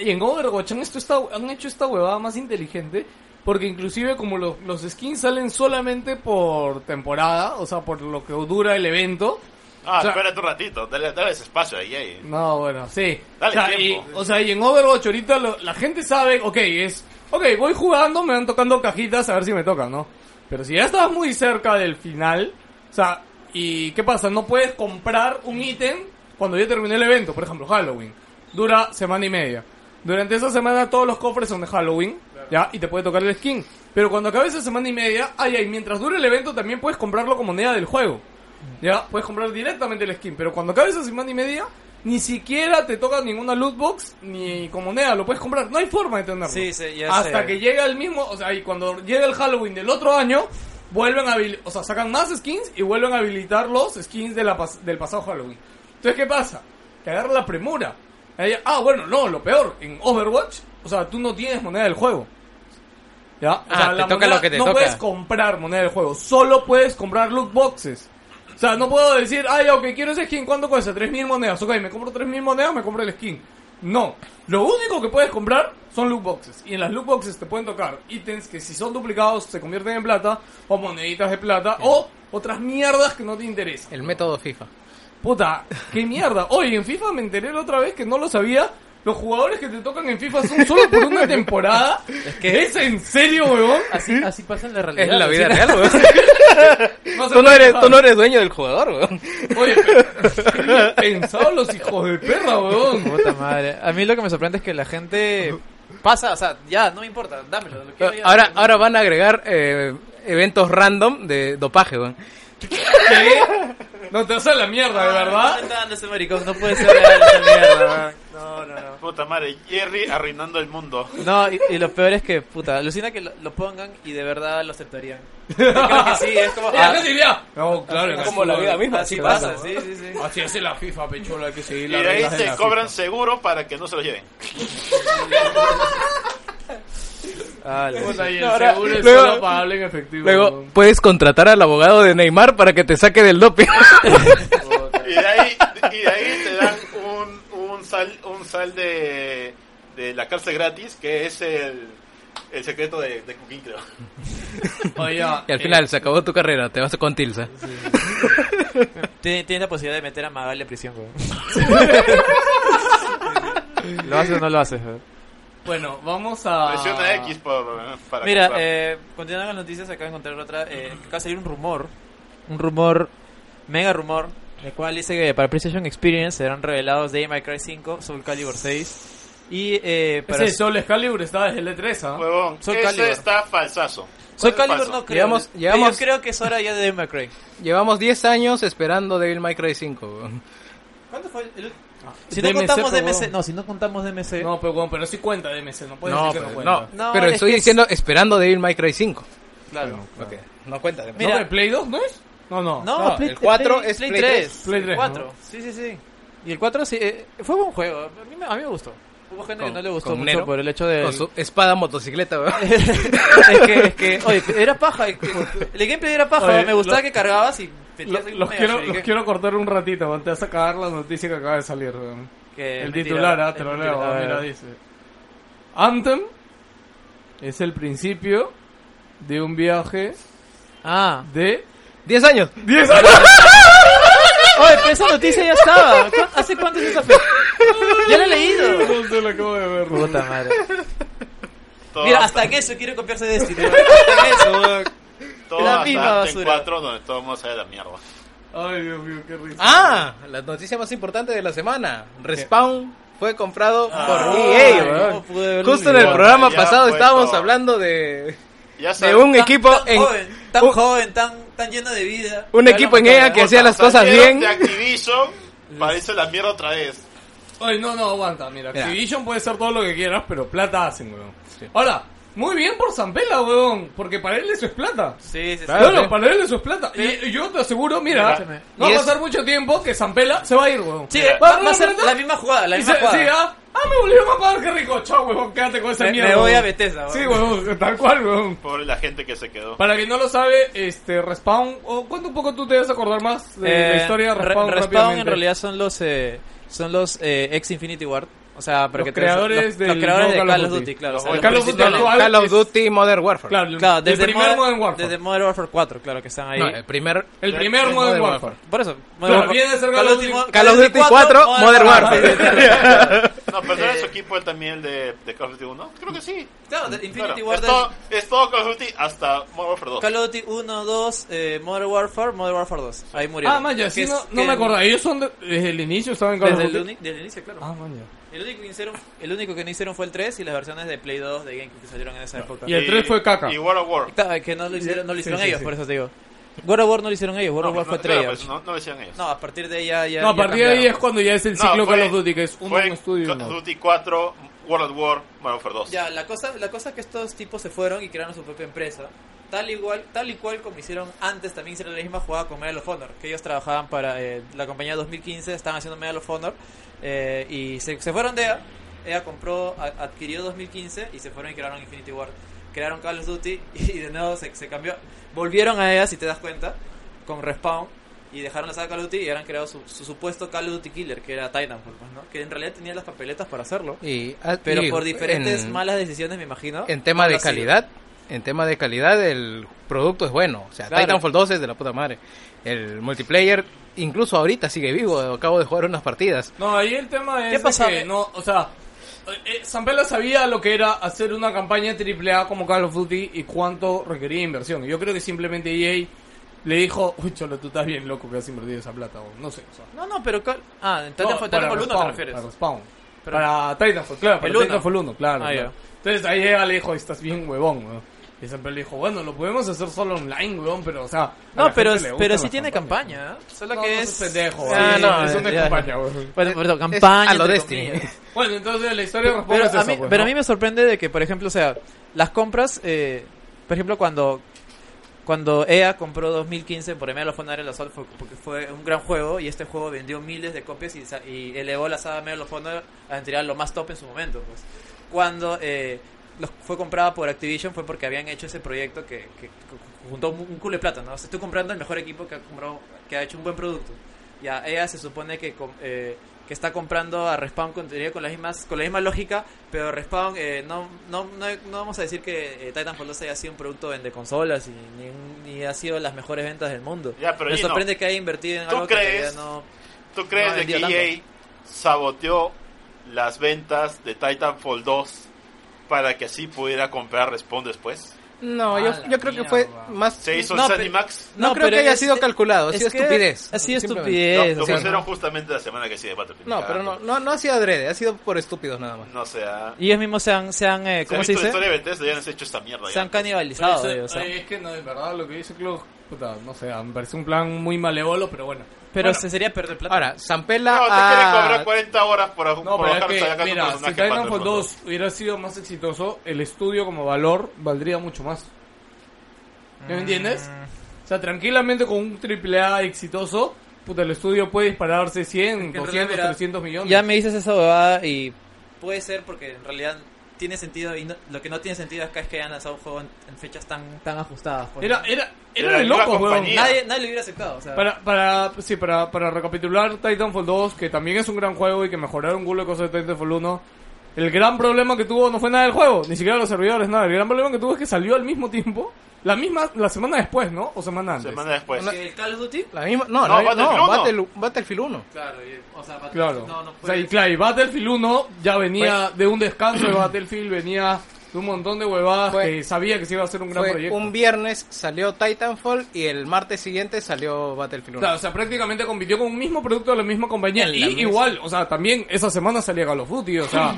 Y en Overwatch han, esto esta- han hecho esta huevada más inteligente. Porque inclusive como lo- los skins salen solamente por temporada, o sea, por lo que dura el evento. Ah, O sea- espérate un ratito, dale, dale ese espacio ahí, ahí. No, bueno, sí. Dale o, sea, y, tiempo. o sea, y en Overwatch ahorita lo- la gente sabe, ok, es, ok, voy jugando, me van tocando cajitas a ver si me tocan, ¿no? Pero si ya estás muy cerca del final, o sea, ¿y qué pasa? No puedes comprar un ítem cuando ya terminé el evento, por ejemplo, Halloween. Dura semana y media. Durante esa semana todos los cofres son de Halloween, ¿ya? Y te puede tocar el skin. Pero cuando acabe esa semana y media, ay, ay, mientras dure el evento también puedes comprarlo con moneda del juego. Mm. Ya, puedes comprar directamente el skin, pero cuando acabes esa semana y media, ni siquiera te toca ninguna loot box ni con moneda, lo puedes comprar, no hay forma de tenerlo. Sí, sí, ya Hasta sé. que llega el mismo, o sea, y cuando llega el Halloween del otro año, vuelven a habili- o sea, sacan más skins y vuelven a habilitar los skins de la pas- del pasado Halloween. Entonces, ¿qué pasa? Que agarra la premura. Ahí- Ah, bueno, no, lo peor, en Overwatch, o sea, tú no tienes moneda del juego. ¿Ya? O Ah, sea, te la toca moneda- lo que te no toca. puedes comprar moneda del juego, solo puedes comprar loot boxes. O sea, no puedo decir, ay, ok, quiero ese skin, ¿cuánto cuesta? 3.000 monedas. Ok, me compro 3.000 monedas, me compro el skin. No, lo único que puedes comprar son loot boxes. Y en las loot boxes te pueden tocar ítems que si son duplicados se convierten en plata, o moneditas de plata, o otras mierdas que no te interesan. El método FIFA. Puta, qué mierda. Oye, en FIFA me enteré la otra vez que no lo sabía. Los jugadores que te tocan en FIFA son solo por una temporada. ¿Es, que- en serio, weón? Así, así pasa en la realidad. Es la vida alucina. real, weón. No se tú, no puede eres, pasar. tú no eres dueño del jugador, weón. Oye, pero- ¿qué bien pensados los hijos de perra, weón? Puta madre. A mí lo que me sorprende es que la gente pasa, o sea, ya, no me importa, dámelo. Lo quiero ya. Ahora, ahora van a agregar eh, eventos random de dopaje, weón. No te haces la mierda, de No, verdad. no, no, ese maricón, no puede ser real esa mierda. No, no, no. Puta madre, Jerry arruinando el mundo. No, y, y lo peor es que, puta, alucina que lo, lo pongan y de verdad lo aceptarían. Yo creo que sí, es como. Y la ah, gente diría, no, claro, Es como la vida misma. así claro. pasa, Ah. sí, sí, sí. Así hace la FIFA, pechola, hay que Y seguir de las ahí reglas de se la cobran seguro para que no se lo lleven. Ah, la- FIFA. Y el Ahora, seguro es luego- solo pagable en efectivo. Luego weón. puedes contratar al abogado de Neymar para que te saque del doping. Y de ahí, y de ahí te dan un, un sal, un sal de, de la cárcel gratis, que es el, el secreto de, de Cooking, creo. Oye, y al eh, final se acabó tu carrera, te vas con Tilsa. Tiene- Tienes la posibilidad de meter a Magali en prisión, güey. ¿Lo haces o no lo haces? Bueno, vamos a... Presiona X por, para Mira, comprar. eh, continuando con las noticias, acabo de encontrar otra. Eh, acaba de salir un rumor, un rumor, mega rumor, el cual dice que para PlayStation Experience serán revelados Devil May Cry 5, Soul Calibur 6 y eh, para Ese Soul Excalibur está desde el E3, ¿ah? Huevón, Soul eso Calibur. está falsazo. Soul Eso es Calibur falso. no creo. Llevamos- pero llevamos- Yo creo que es hora ya de Devil May Cry. Llevamos 10 años esperando Devil May Cry 5, weón. ¿Cuánto fue el? Si no DMC, contamos pero DMC, bueno. no, si no contamos DMC. No, pero, bueno, pero sí cuenta DMC, no puedes No, decir que no pero, cuenta. no, No, pero es estoy que es- diciendo esperando Devil May Cry 5. claro. No cuenta. de- Mira. ¿No, Play 2 no es? No, no. No, No, el cuatro es Play tres. Play tres, 4. ¿no? Sí, sí, sí. Y el 4 sí, eh, fue buen juego. A mí, me- a mí me gustó. Hubo gente que Con- no le gustó con mucho Nero. por el hecho de... Con su espada motocicleta, weón. es, que, es que, oye, era paja. El el gameplay era paja. Oye, me gustaba lo- que cargabas y Lo- metías Los, ahí un mega quiero, los shuriken. quiero cortar un ratito, weón, te vas a cagar la noticia que acaba de salir. weón. Que el mentira, titular, ah, es te lo mentira. leo, A ver. mira, dice. Anthem es el principio de un viaje Ah. de... 10 años. Oye, pero esa noticia ya estaba. ¿Cu- ¿Hace cuánto es esa fe? Ya la he leído. No se lo acabo de ver. weón. Puta madre. Todo Mira, hasta que eso quiere copiarse de Destiny. Hasta en eso, weón. todo la hasta misma Anthem basura. 4 donde todo el mundo sale de la mierda. Ay, Dios mío, qué risa. Ah, la noticia más importante de la semana. Respawn fue comprado Ah. por Ay, EA, E no weón. pude verlo Justo en el ni- programa Ya pasado fue estábamos todo. hablando de, Ya de sabes, un Tan- equipo tan en joven, tan un- joven, tan, tan lleno de vida. un Ya equipo en hablamos EA que de- hacía las cosas bien. salieron De Activision para irse a la mierda otra vez. Oye, Ah, no, no, aguanta, mira, Mira. Activision puede ser todo lo que quieras, pero plata hacen, weón. Ahora, Muy bien por Zampela, weón. Porque para él eso es plata. Sí, sí, sí. Claro, claro, sí. para él eso es plata. Y, y yo te aseguro, mira, Mira. no va Y a es- pasar mucho tiempo que Zampela se va a ir, weón. Sí, Mira. va, ¿Va va a ser Ronaldo? la misma jugada, la Y misma se- jugada. sí, ah, ah, me volvieron a pagar, qué rico. Chao, weón, quédate con esa Me- mierda. me voy weón. a Bethesda, Sí, weón. weón, tal cual, weón. Pobre la gente que se quedó. Para quien no lo sabe, este, Respawn, o cuánto un poco tú te vas a acordar más de la Eh, historia de Re- Respawn rápidamente. en realidad son los eh, son los eh, ex Infinity Ward. O sea, para Los que te- creadores los, del los creadores nuevo de Call of Duty, Duty, claro. Los o sea, los Call of Duty principales. actual. Call of es- Duty Modern Warfare. Claro, el, Claro, desde el primer Modern Warfare. Desde Modern Warfare 4, claro, que están ahí. No, el primer... el primer el Modern, Modern Warfare. Warfare. Por eso. viene a ser Call of Duty- Mo- Call of Duty 4, Modern Warfare. No, pero no Eh, era su equipo él también el de, de Call of Duty 1. Creo que sí. Claro, de Infinity Claro, Ward es, es- todo, es todo Call of Duty hasta Modern Warfare 2. Call of Duty 1, 2, eh, Modern Warfare, Modern Warfare 2. Ahí murieron. Ah, man, ya, sí, Que es- no, no que- me acordaba. Ellos son de- desde el inicio estaban en Call of Desde el, Duty. uni- desde el inicio, claro. Ah, man, ya. El, único que hicieron, el único que no hicieron fue el 3 y las versiones de Play 2 de GameCube que salieron en esa época. Y el 3 fue caca. Y World of War. Claro, que no lo hicieron, no lo Sí, hicieron sí, ellos, sí. por eso te digo. World of War no lo hicieron ellos, World of no, War fue no, claro, Treyarch. pues, no, no decían ellos. No, a partir de ahí ya. ya No, a ya partir de ahí es cambiaron. cuando ya es el No, ciclo fue- Call of Duty, que es uno fue en un estudio. y Call of uno. Duty 4, World of War, Modern Warfare 2. Ya, la cosa, la cosa es que estos tipos se fueron y crearon su propia empresa. Tal, igual, tal y cual como hicieron antes, también hicieron la misma jugada con Medal of Honor. Que ellos trabajaban para eh, la compañía 2015, estaban haciendo Medal of Honor. eh, y se, se fueron de EA. EA compró, a- adquirió 2015 y se fueron y crearon Infinity Ward. Crearon Call of Duty y de nuevo se, se cambió. Volvieron a EA, si te das cuenta, con Respawn. Y dejaron la saga Call of Duty y eran creado su, su supuesto Call of Duty Killer, que era Titanfall, pues, ¿no? Que en realidad tenían las papeletas para hacerlo. Y, ah, Pero y por diferentes en- malas decisiones, me imagino. En tema no de lo ha sido. calidad, en tema de calidad, el producto es bueno. O sea, Claro. Titanfall 2 es de la puta madre. El multiplayer, incluso ahorita sigue vivo. Acabo de jugar unas partidas. No, ahí el tema es ¿Qué de pasa? que no, o sea, eh, Zampella sabía lo que era hacer una campaña AAA como Call of Duty y cuánto requería inversión. Y Yo creo que simplemente EA le dijo, uy, cholo, tú estás bien loco que has invertido esa plata, o no sé, o sea. No, no, pero. cal- Ah, en Titanfall No, para Titanfall 1 te Respawn, refieres. Para Respawn. Pero- para Titanfall, claro, El para uno. Titanfall 1, claro. Ah, claro. ya. Entonces ahí llega le dijo, estás bien huevón, weón. Y Zampella le dijo, bueno, lo podemos hacer solo online, weón, pero, o sea... a No, la pero, gente le pero gustan sí las tiene campañas". campaña. ¿eh? Solo No, que no es. seas pendejo, Ah, weón. no, es una ya, ya. campaña, weón. Bueno, perdón, Es campaña. a lo entre Destiny. comillas. Bueno, entonces la historia responde Pero, es a esa, mí, pues, pero a ¿no? mí me sorprende de que, por ejemplo, o sea, las compras. eh, por ejemplo, cuando. Cuando EA compró 2015 por Medal of Honor el Assault fue- porque fue un gran juego y este juego vendió miles de copias y, sa- y elevó la saga Medal of Honor a entrar lo más top en su momento. Pues. Cuando eh, los- fue comprada por Activision fue porque habían hecho ese proyecto que, que- que juntó un un culo de plata, ¿no? O sea, estoy comprando el mejor equipo que ha, comprado- que ha hecho un buen producto. Ya, EA se supone que, com- eh, que está comprando a Respawn con, teoría con, las mismas, con la misma lógica, pero Respawn, eh, no, no, no, no vamos a decir que eh, Titanfall 2 haya sido un producto de consolas y ni, ni ha sido las mejores ventas del mundo. Ya, pero Me ahí no. sorprende que haya invertido en ¿Tú algo que crees? todavía no... ¿Tú crees No, de que vendió EA saboteó las ventas de Titanfall 2 para que así pudiera comprar Respawn después? No, A yo, la yo creo que fue mierda. más... Se hizo No, el pe- Zenimax. No, creo pero que haya es- sido calculado, ha es sido que estupidez. Ha sido Simplemente. No, estupidez. lo o sea, pusieron justamente la semana que sigue Battlefield. No, pero no, no, no ha sido adrede, ha sido por estúpidos nada más. No sea. Y ellos mismos se han, se han eh, ¿Cómo ¿cómo se visto la se dice? historia de Bethesda ya han hecho esta mierda. Se han Ya. canibalizado. Oye, eh, o se- sea. oye, es que no, de verdad, lo que dice Club, puta, no sé, me parece un plan muy malevolo, pero bueno. Pero Bueno, se sería perder plata. Ahora, Zampella No, te quieren cobrar ha... 40 horas por, No, por pero bajar es que, sacar mira, si Titanfall 2 hubiera sido más exitoso, el estudio como valor valdría mucho más. Mm. ¿Me entiendes? O sea, tranquilamente con un AAA exitoso, puta, el estudio puede dispararse 100, que en 200, realidad, 300 millones. ya me dices esa huevada y puede ser porque en realidad tiene sentido y no- lo que no tiene sentido acá es que hayan lanzado un juego en, en fechas tan, tan ajustadas. pues, Era, ¿no? era, era Era de la misma loco, weón. compañía. nadie, nadie lo hubiera aceptado. O sea, Para, para, sí, para, para recapitular Titanfall 2, que también es un gran juego y que mejoraron un culo de cosas de Titanfall 1, el gran problema que tuvo no fue nada del juego, ni siquiera los servidores, nada. El gran problema que tuvo es que salió al mismo tiempo, la misma, la semana después, ¿no? O semana antes. Semana después. que el Call of Duty. La misma, no, No, la- Battlefield no, uno. Battle- Battlefield 1. Claro, y- o sea, Battle- Claro. No, no o sea, puede. y, claro, y Battlefield 1 ya venía de un descanso de Battlefield, venía de un montón de huevadas Fue- que sabía que se iba a hacer un gran Fue proyecto. un viernes salió Titanfall y el martes siguiente salió Battlefield 1. Claro, o sea, prácticamente compitió con un mismo producto de la misma compañía. En la y misma. igual, o sea, también esa semana salía Call of Duty, o sea,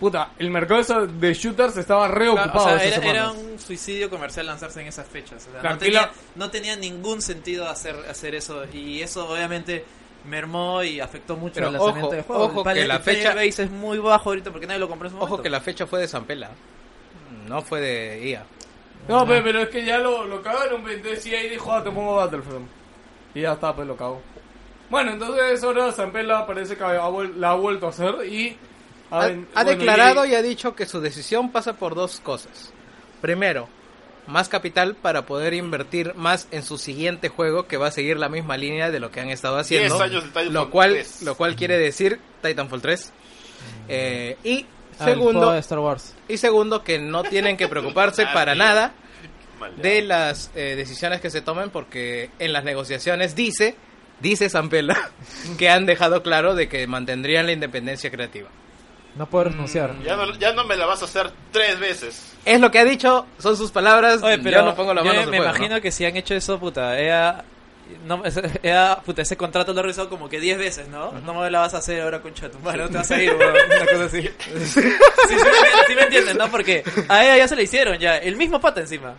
puta, el mercado esa- de shooters estaba Claro, reocupado o sea, esa era, semana. era un suicidio comercial lanzarse en esas fechas. O sea, no, Tranquila. tenía, no tenía ningún sentido hacer, hacer eso. Y eso obviamente mermó y afectó mucho Pero el lanzamiento ojo, del juego. ojo el, que la fecha fecha- base es muy bajo ahorita porque nadie lo compró en su momento. Ojo que la fecha fue de Zampella. No fue de E IA. No, pe, pero es que ya lo, lo cagaron, pe. Entonces sí ahí dijo, ah, te pongo Battlefront. Y ya está, pues lo cago. Bueno, entonces ahora Zampella parece que ha vuel- la ha vuelto a hacer y... Ha, ha ven- bueno, declarado y- y ha dicho que su decisión pasa por dos cosas. Primero, más capital para poder invertir más en su siguiente juego que va a seguir la misma línea de lo que han estado haciendo. Diez años de Titanfall lo cual, 3. lo cual quiere decir Titanfall 3. Eh, y Al juego de segundo, Star Wars. y segundo que no tienen que preocuparse Ah, para nada de las eh, decisiones que se tomen porque en las negociaciones dice, dice Zampella, que han dejado claro de que mantendrían la independencia creativa. No puedo renunciar. Ya no, ya no me la vas a hacer tres veces. Es lo que ha dicho, son sus palabras. Oye, pero yo no pongo la yo mano en me su fuego, imagino ¿no? que si han hecho eso, puta, ella... No, ese, ella, puta, ese contrato lo ha revisado como que 10 veces, ¿no? No me la vas a hacer ahora, concha de tu madre, no te vas a ir, weón. Una cosa así. Sí, sí, me- sí me entienden, ¿no? Porque a ella ya se la hicieron, ya. El mismo pata encima.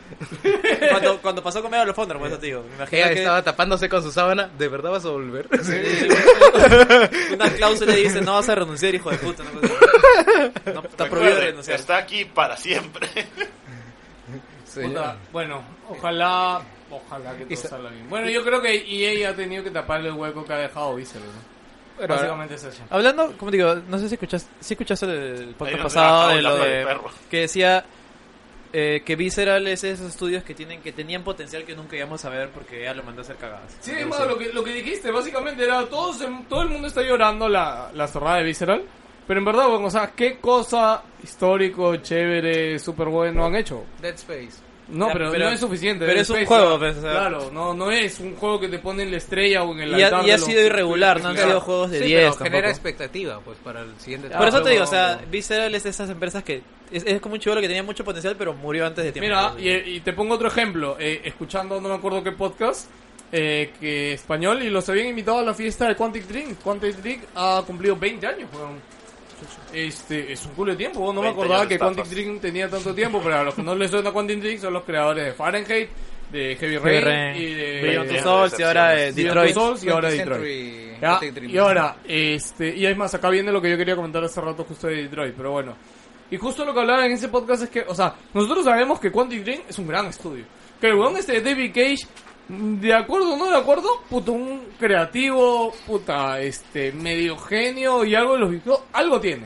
Cuando, cuando pasó con Mega los fondos, por eso te digo. Me imagino Ella que... estaba tapándose con su sábana. ¿De verdad vas a volver? Una cláusula dice, no vas a renunciar, hijo de puta. No, no, está prohibido Recuerden, renunciar. Está aquí para siempre. Sí. Puta, bueno, ojalá, ojalá que todo sa- salga bien. Bueno, yo creo que EA ha tenido que tapar el hueco que ha dejado Visceral. ¿no? Pero ahora- Básicamente es eso. Hablando, como digo, no sé si escuchaste, si escuchaste el podcast Ahí no pasado se la de lo acabó de, el perro. que decía eh, que Visceral es esos estudios que tienen que tenían potencial que nunca íbamos a ver porque ya lo mandó a hacer cagadas. Sí, es más, lo que, lo que dijiste básicamente era todo, todo el mundo está llorando la, la cerrada de Visceral. Pero en verdad, bueno, o sea, qué cosa histórico, chévere, súper bueno han hecho. Dead Space. No, Ya, pero, pero- no es suficiente. pero Dead es un Space, juego, claro, pues, o sea. Claro, no, no es un juego que te pone en la estrella o en el Y ha, altar y ha de los- sido irregular, no han Claro. sido juegos de Sí, 10 pero genera tampoco. expectativa pues para el siguiente Por eso trabajo. te digo, o sea, pero- Visceral es de esas empresas que es, es como un chivolo que tenía mucho potencial pero murió antes de tiempo. Mira, y, y te pongo otro ejemplo. Eh, escuchando, no me acuerdo qué podcast, eh, que español, y los habían invitado a la fiesta de Quantic Dream. Quantic Dream ha cumplido 20 años, weón. Este, es un culo de tiempo, weón. no me 20 acordaba años de que Quantic estafas. Dream tenía tanto tiempo, pero a los que no les suena Quantic Dream son los creadores de Fahrenheit, de Heavy Rain, y de Beyond Two de- Two Souls y ahora eh, Decepciones. Beyond Detroit. Two Souls y ahora 20th Detroit. Century Ya, Dead Dream. Ah, y ahora, este, y es más, acá viene lo que yo quería comentar hace rato justo de Detroit, pero bueno. Y justo lo que hablaba en ese podcast es que, o sea, nosotros sabemos que Quantic Dream es un gran estudio. Que el weón este de David Cage, mm, de acuerdo o no de acuerdo, puta, un creativo, puta, este, medio genio y algo de los videos, algo tiene.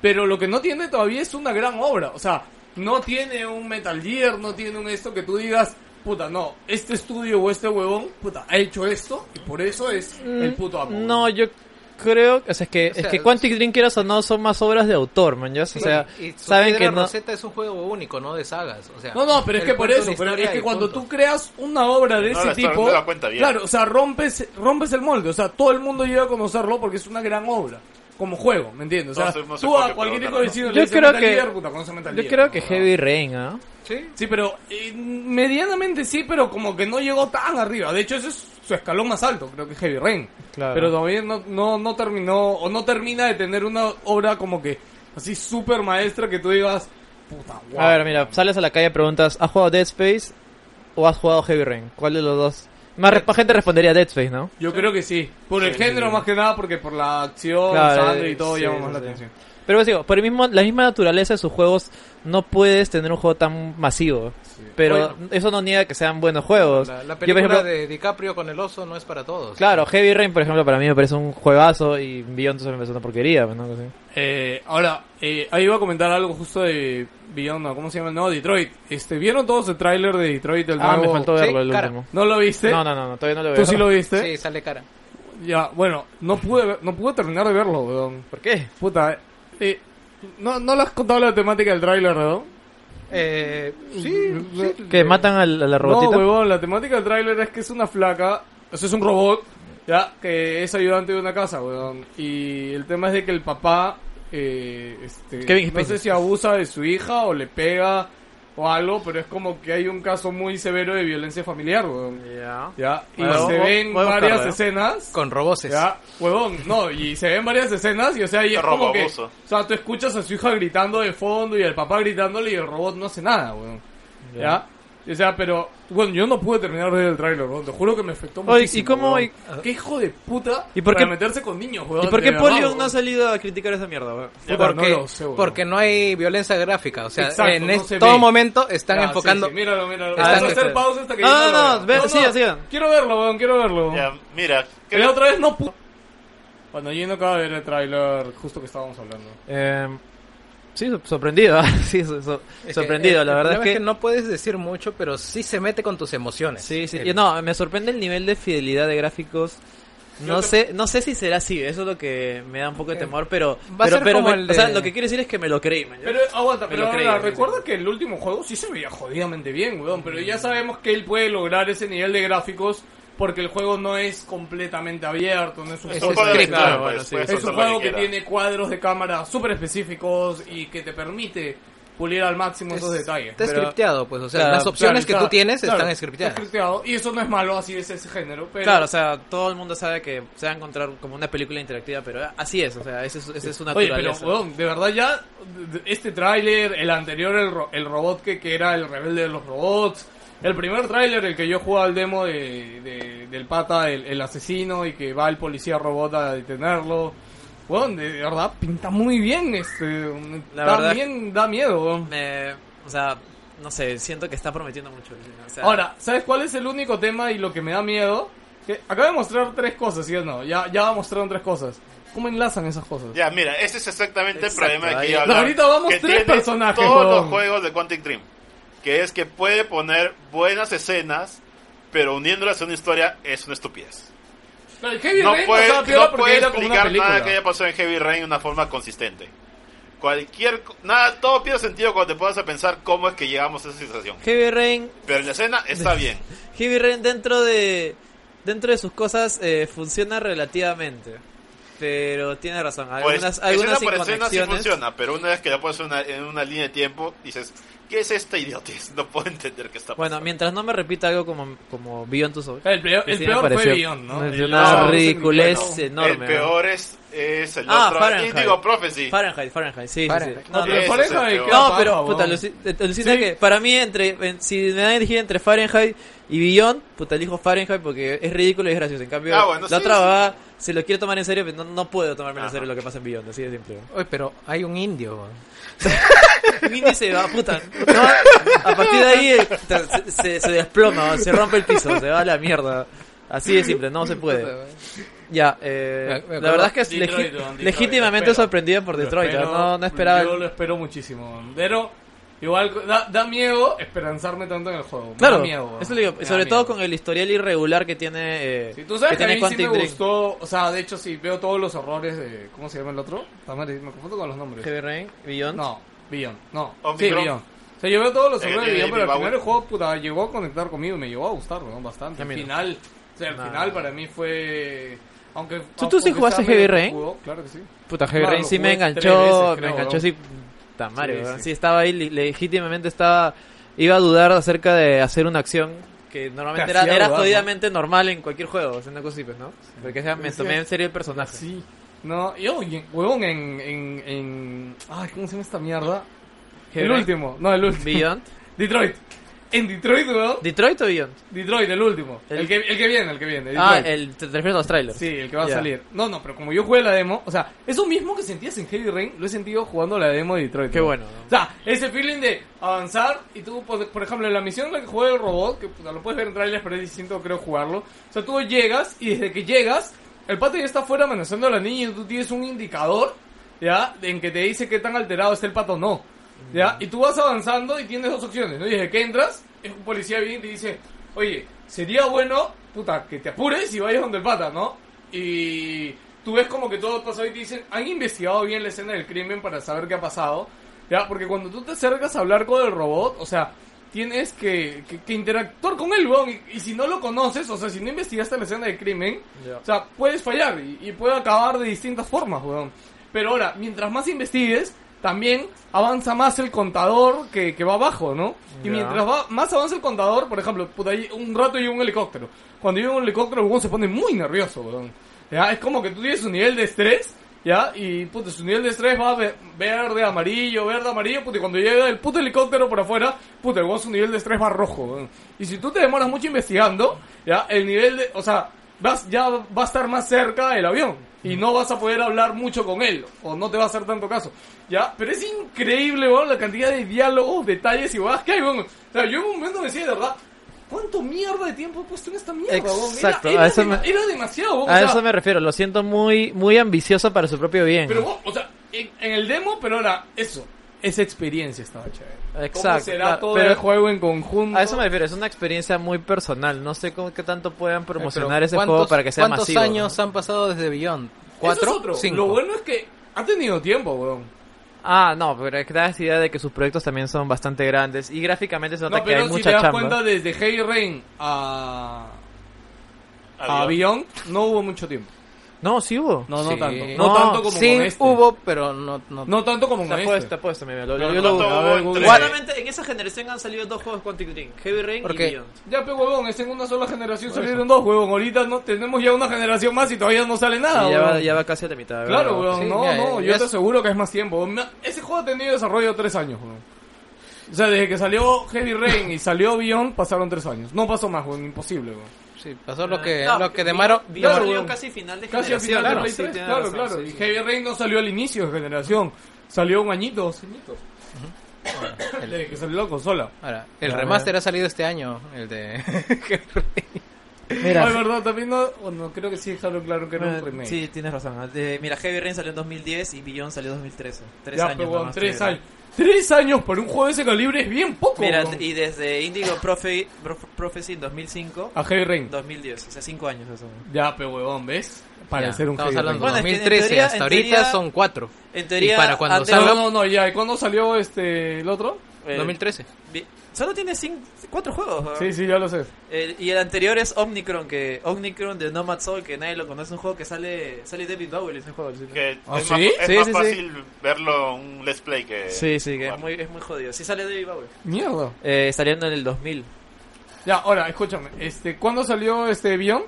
Pero lo que no tiene todavía es una gran obra, o sea, no tiene un Metal Gear, no tiene un esto que tú digas, puta, no, este estudio o este huevón, puta, ha hecho esto y por eso es el puto amo. Mm, No, yo creo, o sea, es que, O sea, es que Quantic Dream quieras o no son más obras de autor, man, ¿ya? Sí, o sea, y saben Piedra que no... Rosetta es un juego único, no de sagas. O sea, No, no, pero es él que por cuenta eso, una pero es historia que y cuando punto. tú creas una obra de No, ese la historia tipo, no la cuenta bien. claro, o sea, rompes rompes el molde, o sea, todo el mundo llega a conocerlo porque es una gran obra. Como juego, ¿me entiendes? O sea, No sé- no sé tú por a qué, cualquier pero hijo de no. vecino le Yo dices creo Metal que- Gear, puta, conoce Metal Yo Gear, creo ¿no? que ¿no? Heavy Rain, ¿ah? Sí. Sí, pero eh, medianamente sí, pero como que no llegó tan arriba. De hecho, ese es su escalón más alto, creo que es Heavy Rain. Claro. Pero todavía no, no, no terminó, o no termina de tener una obra como que así súper maestra que tú digas, puta, wow. A ver, mira, sales a la calle y preguntas, ¿has jugado Dead Space o has jugado Heavy Rain? ¿Cuál de los dos? Más re- más gente respondería Dead Space, ¿no? Yo creo que sí. Por el género más que nada, porque por la acción, Claro, eh, sangre y todo sí, llama sí, más la sí. atención. Pero pues digo, por el mismo, la misma naturaleza de sus juegos, no puedes tener un juego tan masivo. Pero eso no niega que sean buenos juegos. La, Pues, Yo, la por película ejemplo, de DiCaprio con el oso no es para todos. Claro, Heavy Rain, por ejemplo, para mí me parece un juegazo y Beyond Two me parece una porquería, pues, ¿no? Así. Eh, ahora, eh, ahí iba a comentar algo justo de Beyond, no, ¿cómo se llama? No, Detroit. Este, ¿Vieron todos el tráiler de Detroit? El Ah, me nuevo? faltó sí, verlo el cara. último. ¿No lo viste? No, no, no, no, todavía no lo veo. ¿Tú sí lo viste? Sí, sale cara. Ya, bueno, no pude, ver- no pude terminar de verlo, weón. ¿Por qué? Puta, eh, no, no le has contado la temática del tráiler, ¿no? Eh, sí, Mm, sí. ¿Que matan al- a No, la robotita? huevón, la temática del tráiler es que es una flaca, o sea, es un robot, ya, que es ayudante de una casa, huevón. Y el tema es de que el papá, eh, este, Kevin no Spacey. sé si abusa de su hija o le pega o algo, pero es como que hay un caso muy severo de violencia familiar, mm. huevón. Ya, y Bueno, se voy- ven voy a buscarlo, varias ¿eh? escenas. Con roboces. Ya, huevón, no, y se ven varias escenas y o sea, y es Robo como que, abuso. o sea, tú escuchas a su hija gritando de fondo y al papá gritándole y el robot no hace nada, huevón. Ya. O sea, pero, bueno, yo no pude terminar de ver el tráiler, weón. Te juro que me afectó Oye, ¿y muchísimo. cómo- weón. y- ¿Qué hijo de puta ¿Y por para qué- meterse con niños, weón? ¿Y por De qué verdad, Polion weón. no ha salido a criticar esa mierda, weón? Ya, Puta, porque, no lo sé, weón. porque no hay violencia gráfica. O sea, Exacto, en no es- se todo ve. momento están Ya, Ah, sí, enfocando. sí, míralo, míralo. Ah, Están- Vamos a hacer pausa hasta que este No, yo no, lo no, vea. ve- sigan, sigan. Quiero verlo, weón, quiero verlo. Ya, mira, Que la creo- otra vez no pude. Bueno, yo no acabo de ver el tráiler justo que estábamos hablando. Eh, sí, so- sorprendido. ¿ah? Sí, so- so- Es que sorprendido. el- La el verdad es problema que... no puedes decir mucho, pero sí se mete con tus emociones. Eh, Sí, sí. El- Y no, me sorprende el nivel de fidelidad de gráficos. No sé, no sé si será así, eso es lo que me da un poco de temor, pero Va a pero, ser pero como me- el de- o sea, lo que quiero decir es que me lo creí, man. Pero eh, aguanta, pero lo ahora, creí, me lo recuerda que el último juego sí se veía jodidamente bien, weón. Pero ya sabemos que él puede lograr ese nivel de gráficos porque el juego no es completamente abierto, no es un es Ese un juego es juego de script, aventura, claro, pues, bueno, sí, puedes Es hacer un lo juego que quieras. tiene cuadros de cámara súper específicos y que te permite pulir al máximo es- esos detalles. Está Pero- scripteado, pues. O sea, Claro, las Claro, opciones que está- tú tienes claro, están está scripteadas. scripteado, Y eso no es malo, así es ese género. Pero Claro, o sea, todo el mundo sabe que se va a encontrar como una película interactiva, pero ah, así es, o sea, esa es, esa es su Oye, naturaleza. pero weón, de verdad ya de- de- este tráiler, el anterior, el, ro- el robot que, que era el rebelde de los robots, el primer tráiler, el que yo jugaba al demo de, de- del pata, el, el asesino y que va el policía robot a detenerlo. Weón, de, de verdad pinta muy bien, este, La da, verdad- bien- da miedo. weón. Me- o sea, no sé, siento que está prometiendo mucho. o sea- Ahora, ¿sabes cuál es el único tema y lo que me da miedo? Que acaba de mostrar tres cosas, ¿sí o no? Ya, ya mostraron tres cosas. ¿Cómo enlazan esas cosas? Ya, mira, ese es exactamente Exacto, el problema de que ahí- yo No, hablaba, ahorita vamos que tres tiene personajes, Todos huevón. los juegos de Quantic Dream. Que es que puede poner buenas escenas, pero uniéndolas a una historia es una estupidez. Pero el Heavy no Rain puede, pasaba piola no porque puede era como una explicar nada película. que haya pasado en Heavy Rain de una forma consistente. Cualquier. co- Nada, todo pierde sentido cuando te pones a pensar cómo es que llegamos a esa situación. Heavy Rain, Pero la escena está bien. Heavy Rain dentro de dentro de sus cosas eh, funciona relativamente, pero tiene razón, Pues, algunas algunas escena por escena sí inconexiones. funciona, pero una vez que la pones en una- en una línea de tiempo, dices, ¿qué es esta idiotez? No puedo entender qué está pasando. Bueno, mientras no me repita algo como, como Beyond Two Souls. El peor, que el sí me peor fue pareció- Beyond, ¿no? me pareció El- una no, ridiculez no. enorme. El ¿no? peor es, es el Ah, otro. Fahrenheit. Indigo Prophecy. Fahrenheit, Fahrenheit, sí, sí, sí. Fahrenheit. No, No, pero, pero Eso por es eso el hay peor. que- no, paja, pero, weón. puta, aluci- eh, alucina Sí. que para mí, entre en- si me dan a elegir entre Fahrenheit y Beyond, puta, elijo Fahrenheit porque es ridículo y es gracioso. En cambio, Ah, bueno, la sí, otra sí. va, si lo quiero tomar en serio, pues no, no puedo tomarme en Ajá. serio lo que pasa en Beyond, así de simple. Oye, pero hay un indio. weón. Un índice va, puta. no va- a partir de ahí eh, puta, se, se- se desploma, se rompe el piso, se va a la mierda. Así de simple, no se puede. Ya, eh, Me- me la acuerdo- verdad es que es Detroit, legi- don, Detroit, legítimamente espero. sorprendida por Lo Detroit. ¿ah? espero, No, no esperaba. Yo lo espero muchísimo. Pero igual da, da miedo esperanzarme tanto en el juego. Me Claro, da miedo, weón. eso le digo, Me da sobre todo miedo. con el historial irregular que tiene. Eh, Sí, tú sabes que, tiene a mí sí Quantic me Dream. gustó, o sea, de hecho sí, veo todos los horrores de... ¿Cómo se llama el otro? Tamari, me confundo con los nombres. Heavy Rain, Beyond. No, Beyond, no. Sí, Omicron. Beyond. O sea, yo veo todos los Eh, errores de eh, Beyond, pero al Bilbao. final el juego puta, llegó a conectar conmigo y me llegó a gustar, ¿no? Bastante. A El mí no. final, o sea, el No. final para mí fue... Aunque, ¿Tú- tú sí aunque jugaste sea medio Heavy Rain? jugo, Claro que sí. Puta, Heavy Claro, Rain sí lo me jugué tres enganchó. veces, me creo, enganchó, ¿no? sí. Tan Mario, Sí, ¿verdad? sí. sí. estaba ahí, le- legítimamente estaba. Iba a dudar acerca de hacer una acción que normalmente Te era, hacía era dudar, jodidamente normal en cualquier juego, haciendo cosas así, pues, ¿no? Porque o sea, me Sí, sí. tomé en serio el personaje. Sí. No, yo, huevón, en, en, en... Ay, ¿cómo se llama esta mierda? Heavy El Rain. último, no, el último. Beyond. Detroit. En Detroit, weón. ¿Detroit o Beyond? Detroit, el último. El, El- que, el que viene, el que viene. Ah, Detroit. el, te, te refieres a los trailers. Sí, el que va a Ya. salir. No, no, pero como yo jugué la demo, o sea, eso mismo que sentías en Heavy Rain, lo he sentido jugando la demo de Detroit. Qué ¿no? bueno, ¿no? O sea, ese feeling de avanzar y tú, pues, por por ejemplo, en la misión en la que jugué el robot, que puta, lo puedes ver en trailers, pero es distinto, creo, jugarlo. O sea, tú llegas y desde que llegas, el pato ya está afuera amenazando a la niña y tú tienes un indicador, ¿ya? En que te dice qué tan alterado está el pato o no. ¿Ya? Y tú vas avanzando y tienes dos opciones, ¿no? Y desde que entras, es un policía viene y te dice, oye, sería bueno, puta, que te apures y vayas donde el pata, ¿no? Y tú ves como que todo pasó y te dicen, han investigado bien la escena del crimen para saber qué ha pasado. Ya, porque cuando tú te acercas a hablar con el robot, o sea, tienes que, que- que interactuar con él, weón. Y, y si no lo conoces, o sea, si no investigaste la escena del crimen, Ya. o sea, puedes fallar y, y puede acabar de distintas formas, weón. Pero ahora, mientras más investigues, también avanza más el contador que, que va abajo, ¿no? Y Ya. mientras va, más avanza el contador, por ejemplo, puta, ahí un rato llega un helicóptero. Cuando llega un helicóptero, el weón se pone muy nervioso, weón. Ya, Es como que tú tienes un nivel de estrés ¿Ya? Y puta, su nivel de estrés va de verde, amarillo, verde, amarillo. Puta, y cuando llega el puto helicóptero por afuera, puta, igual su nivel de estrés va rojo. weón. Y si tú te demoras mucho investigando, ¿ya? El nivel de. O sea, vas, ya va a estar más cerca el avión. Y no vas a poder hablar mucho con él. O no te va a hacer tanto caso. ¿Ya? Pero es increíble, weón, la cantidad de diálogos, detalles y weón, que hay, weón. O sea, yo en un momento decía de verdad. ¿Cuánto mierda de tiempo he puesto en esta mierda, weón? Era- Exacto, Era, a eso dema- me- era demasiado, weón. o A sea, eso me refiero, lo siento muy, muy ambicioso para su propio bien. pero vos, o sea, en, en el demo, pero ahora, eso, esa experiencia estaba chévere. ¿Cómo Exacto, será claro, todo pero- el juego en conjunto? A eso me refiero, es una experiencia muy personal. No sé cómo, qué tanto puedan Eh, promocionar Pero ese ¿cuántos- juego para que sea ¿Cuántos masivo. años han pasado desde Beyond? Eso es ¿Cuatro? otro. Cinco. Lo bueno es que ha tenido tiempo, weón. Ah, no, pero es que da esa idea de que sus proyectos también son bastante grandes y gráficamente se nota No, que hay pero si te mucha das chamba. cuenta, desde Hey Rain a, a Ah, Adiós. Beyond, no hubo mucho tiempo. No, sí hubo. No, no Sí. tanto. No, No, tanto como sí con este. hubo, pero no... no- No tanto como Está con puesto, este. está puesto, mira, lo- No, yo no, lo no, A busco. ver, Hubo Google. tres. Igual- Solamente en esa generación han salido dos juegos Quantic Dream, Heavy Rain Porque- y Beyond. Ya, pero huevón, es en una sola generación salieron dos, huevón. Ahorita no tenemos ya una generación más y todavía no sale nada, Sí, ya, huevón. va, ya va casi a la mitad. ¿verdad? Ah, Claro, weón, Sí, no, ya, no, ya yo es- te aseguro que es más tiempo. Me- Ese juego ha tenido desarrollo tres años, weón. O sea, desde que salió Heavy Rain y salió Beyond, pasaron tres años. No pasó más, weón, imposible, weón. Sí, pasó lo que, No, lo que Beyond- de Maro... Beyond Claro, salió weón. casi final de Casi al generación. final de ¿no? Play Sí, 3, tiene claro, razón, claro. sí, y sí. Heavy Rain no salió al inicio de generación, salió un añito, dos añitos. Desde que salió la consola. Ahora, el Ya, remaster ha salido este año, el de... Ay, verdad, también no, o no, creo que sí dejaron claro que era un Bueno, remake. Sí, tienes razón. Eh, mira, Heavy Rain salió en 2010 y Beyond salió en 2013. Tres ya, años. pero, weón, nomás tres tuvieron. años. Tres años por un juego de ese calibre es bien poco, Mira, weón. y desde Indigo Profe- Prof- Prophecy en 2005, A Heavy Rain. 2010, o sea, cinco años eso. Ya, pero huevón, ¿ves? Para Ya, ser un Estamos Heavy Rain. hablando de Bueno, es que en 2013, teoría- hasta en ahorita teoría- son cuatro. En teoría, Y para cuando antes- salga- No, no, no, ya. ¿Y cuándo salió este, el otro? eh, 2013. vi- Solo tiene cinco, cuatro juegos. ¿no? Sí, sí, ya lo sé. El- y el anterior es Omnicron, que Omnicron de Nomad Soul, que nadie lo conoce, es un juego que sale sale David Bowie en ese juego. Sí, Que ¿Ah, es sí? más, es Sí, más sí, sí. fácil verlo un let's play que sí, sí, que es jugar. muy, es muy jodido. Sí sale David Bowie. Mierda. Eh, saliendo en el 2000, Ya, ahora, escúchame. Este, ¿Cuándo salió este Beyond?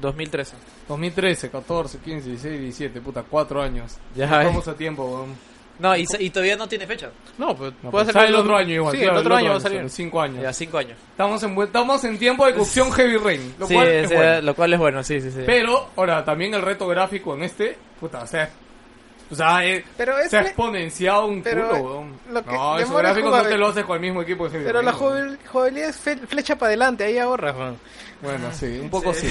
2013. 2013, 14, 15, 16, 17. Puta, cuatro años. Ya, Estamos a tiempo, weón. No, y, sa- y todavía no tiene fecha. No, pues No, puede pues, salir sale el otro año igual. Sí, claro, el otro año va a sale, salir. Cinco años. Ya, cinco años. Estamos en, buen- estamos en tiempo de cocción Heavy Rain. Lo cual es o sea, bueno. lo cual es bueno, sí, sí, sí. Pero, ahora, también el reto gráfico en este, puta, o sea... O sea, eh, Pero es este, se ha que- exponenciado un pero culo, weón. lo que no, esos demora es gráficos no jugar- te lo haces con el mismo equipo de Heavy Pero la Rain, weón. joven- jugabilidad es fe- flecha para adelante, ahí ahorras, man. Bueno, sí, un poco sí.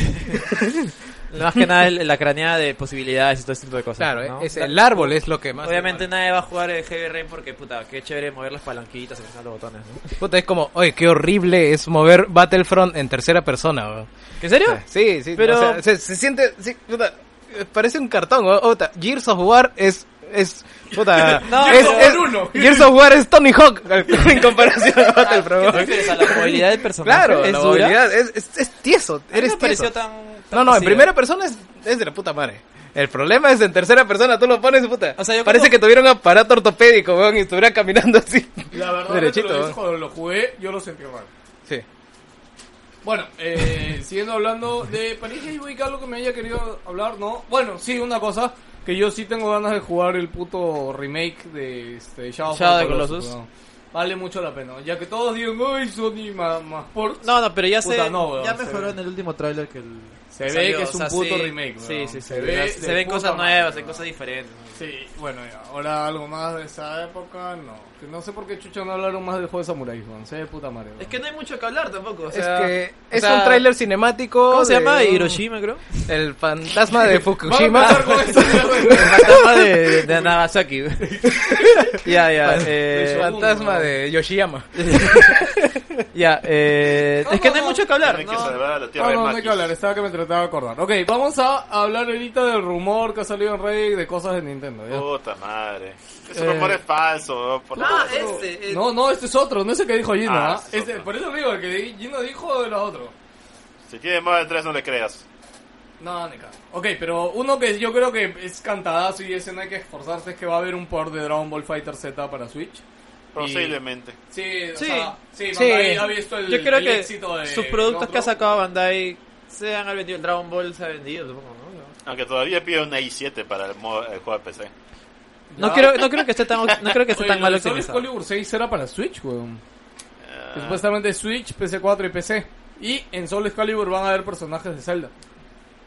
Más que nada el- la craneada de posibilidades y todo ese tipo de cosas. Claro, eh, ¿no? es el árbol es lo que más... Obviamente nadie va a jugar el Heavy Rain porque, puta, qué chévere mover las palanquitas, presionar los botones, ¿no? Puta, es como, oye, qué horrible es mover Battlefront en tercera persona, weón. ¿En serio? Sí, sí, Pero- o sea, se, se siente, sí, puta, eh, parece un cartón, weón. Puta, Gears of War es, es, puta, No, es, Gears of es- War uno. Gears of War es Tony Hawk en comparación a Battlefront. Ah, weón. ¿Qué te refieres? ¿A la movilidad del personaje? Claro, ¿Es la dura? movilidad es, es, es tieso, A mí eres me pareció tieso. tan, tan No, no, en vacía. primera persona es, es de la puta madre. El problema es en tercera persona, tú lo pones, puta. O sea, yo Parece como- que tuviera un aparato ortopédico, weón, y estuviera caminando así. La verdad, Derechito, te lo digo, ¿eh? cuando lo jugué, yo lo sentí mal. Sí. Bueno, eh, siguiendo hablando de París Game Week, algo que me haya querido hablar, ¿no? Bueno, sí, una cosa, que yo sí tengo ganas de jugar el puto remake de este, Shadow, of Shadow the of the Colossus. weón. Vale mucho la pena, ya que todos digan, ¡ay, Sony más, más por! No, no, pero ya Puta, se... no, weón, ya se mejoró ve. en el último tráiler que el... Se ve salió, que es un o sea, puto sí, remake, weón. Sí, sí, sí. Se ve se de ven puta cosas madre, nuevas, weón. se ven cosas diferentes. Sí, bueno, ya, ahora algo más de esa época, no. Que no sé por qué chucha no hablaron más del juego de Samurai, Juan, se ve de puta madre. weón. Es que no hay mucho que hablar tampoco, o Es sea... que o es sea, un tráiler cinemático. ¿Cómo se de llama? un- Hiroshima, creo. El fantasma de Vamos a Fukushima. empezar con esa mierda. El fantasma de, de Nagasaki. ya, ya. El eh, fantasma de Yoshiyama. ya, eh, es que no hay mucho que hablar. Hay que ¿no? salvar a la tierra No, de no, no hay Maquis. que hablar, estaba que me trataba de acordar. Ok, vamos a hablar ahorita del rumor que ha salido en Reddit de cosas de Nintendo. ¿ya? Puta madre. Ese Eh. rumor es falso. ¿no? Por Ah, favor. este. eh, No, no, este es otro, no es el que dijo Gino. Ah, ¿ah? este es Este- otro. por eso digo, el que di- Gino dijo era otro. Si tiene más de tres, no le creas. No, Nica. Ok, pero uno que yo creo que es cantadazo y ese no hay que esforzarse es que va a haber un port de Dragon Ball Fighter Z para Switch. Posiblemente. Sí, o Sí. sea, sí, sí. Bandai ha visto el, Yo creo el que éxito de sus productos otro. que ha sacado Bandai se han vendido. El Dragon Ball se ha vendido, supongo, ¿no? Aunque todavía pide una i7 para el, mo- el juego de PC. No creo, no creo que esté tan, no creo que esté Oye, tan lo mal Ah. de Soul optimizado. Calibur 6 era para Switch, weón. Eh, Que Supuestamente Switch, PC4 y PC. Y en Soul Calibur van a haber personajes de Zelda.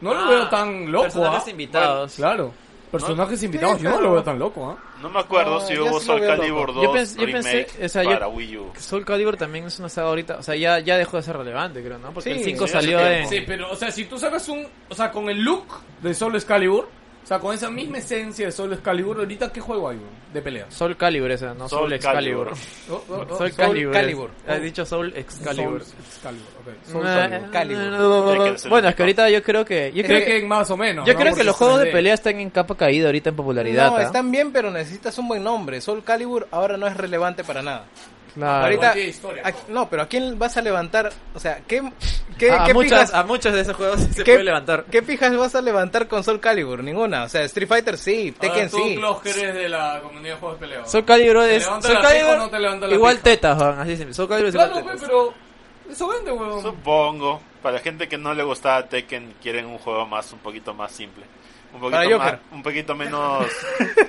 No lo Ah, veo tan loco, Personajes ¿ah? invitados. Claro. Personajes invitados, Sí, yo no pero- lo veo tan loco, ¿ah? no me acuerdo No, si yo hubo sí lo Soul veo Calibur loco. 2 Yo pensé- yo remake pensé- o sea, yo- para Wii U. Soul Calibur también es una saga ahorita, o sea, ya, ya dejó de ser relevante, creo, ¿no? Porque Sí, el 5 sí, hace salió en... tiempo. Sí, pero, o sea, si tú sacas un. O sea, con el look de Soul Calibur, o sea, con esa misma esencia de Soul Calibur, ahorita, ¿qué juego hay, weón? De peleas. Soul Calibur esa, no Soul, Soul Excalibur. Calibur. Oh, oh, oh, Soul Soul Calibur. Calibur. es- Has dicho Soul Excalibur. Soul Excalibur, Ah, ok. Soul Calibur. Calibur. Hay que Nah, Calibur. hacer Bueno, un es que ahorita yo creo que... Yo creo Creo que, que más o menos. yo ¿no? creo que Porque los juegos de 3D. pelea están en capa caída ahorita en popularidad. No, ¿ah? están bien, pero necesitas un buen nombre. Soul Calibur ahora no es relevante para nada. Claro. Ah, Ahorita, cualquier historia, a- no, pero ¿a quién vas a levantar? O sea, ¿qué, qué, a, a qué muchas- pijas, a muchos de esos juegos se qué- puede levantar. qué pijas vas a levantar con Soul Calibur? Ninguna. O sea, Street Fighter sí, A ver, Tekken tú, sí. Klaus, que eres de la comunidad de juegos de pelea. Soul Calibur ¿Te es... levanta Soul la pija o Calibur no te levanta la igual pija? tetas, Juan, así simple. Soul Calibur es igual Claro, pe, tetas. pero eso vende, weón. Supongo. Para la gente que no le gustaba Tekken, quieren un juego más, un poquito más simple. Un Para poquito, Joker. más, un poquito menos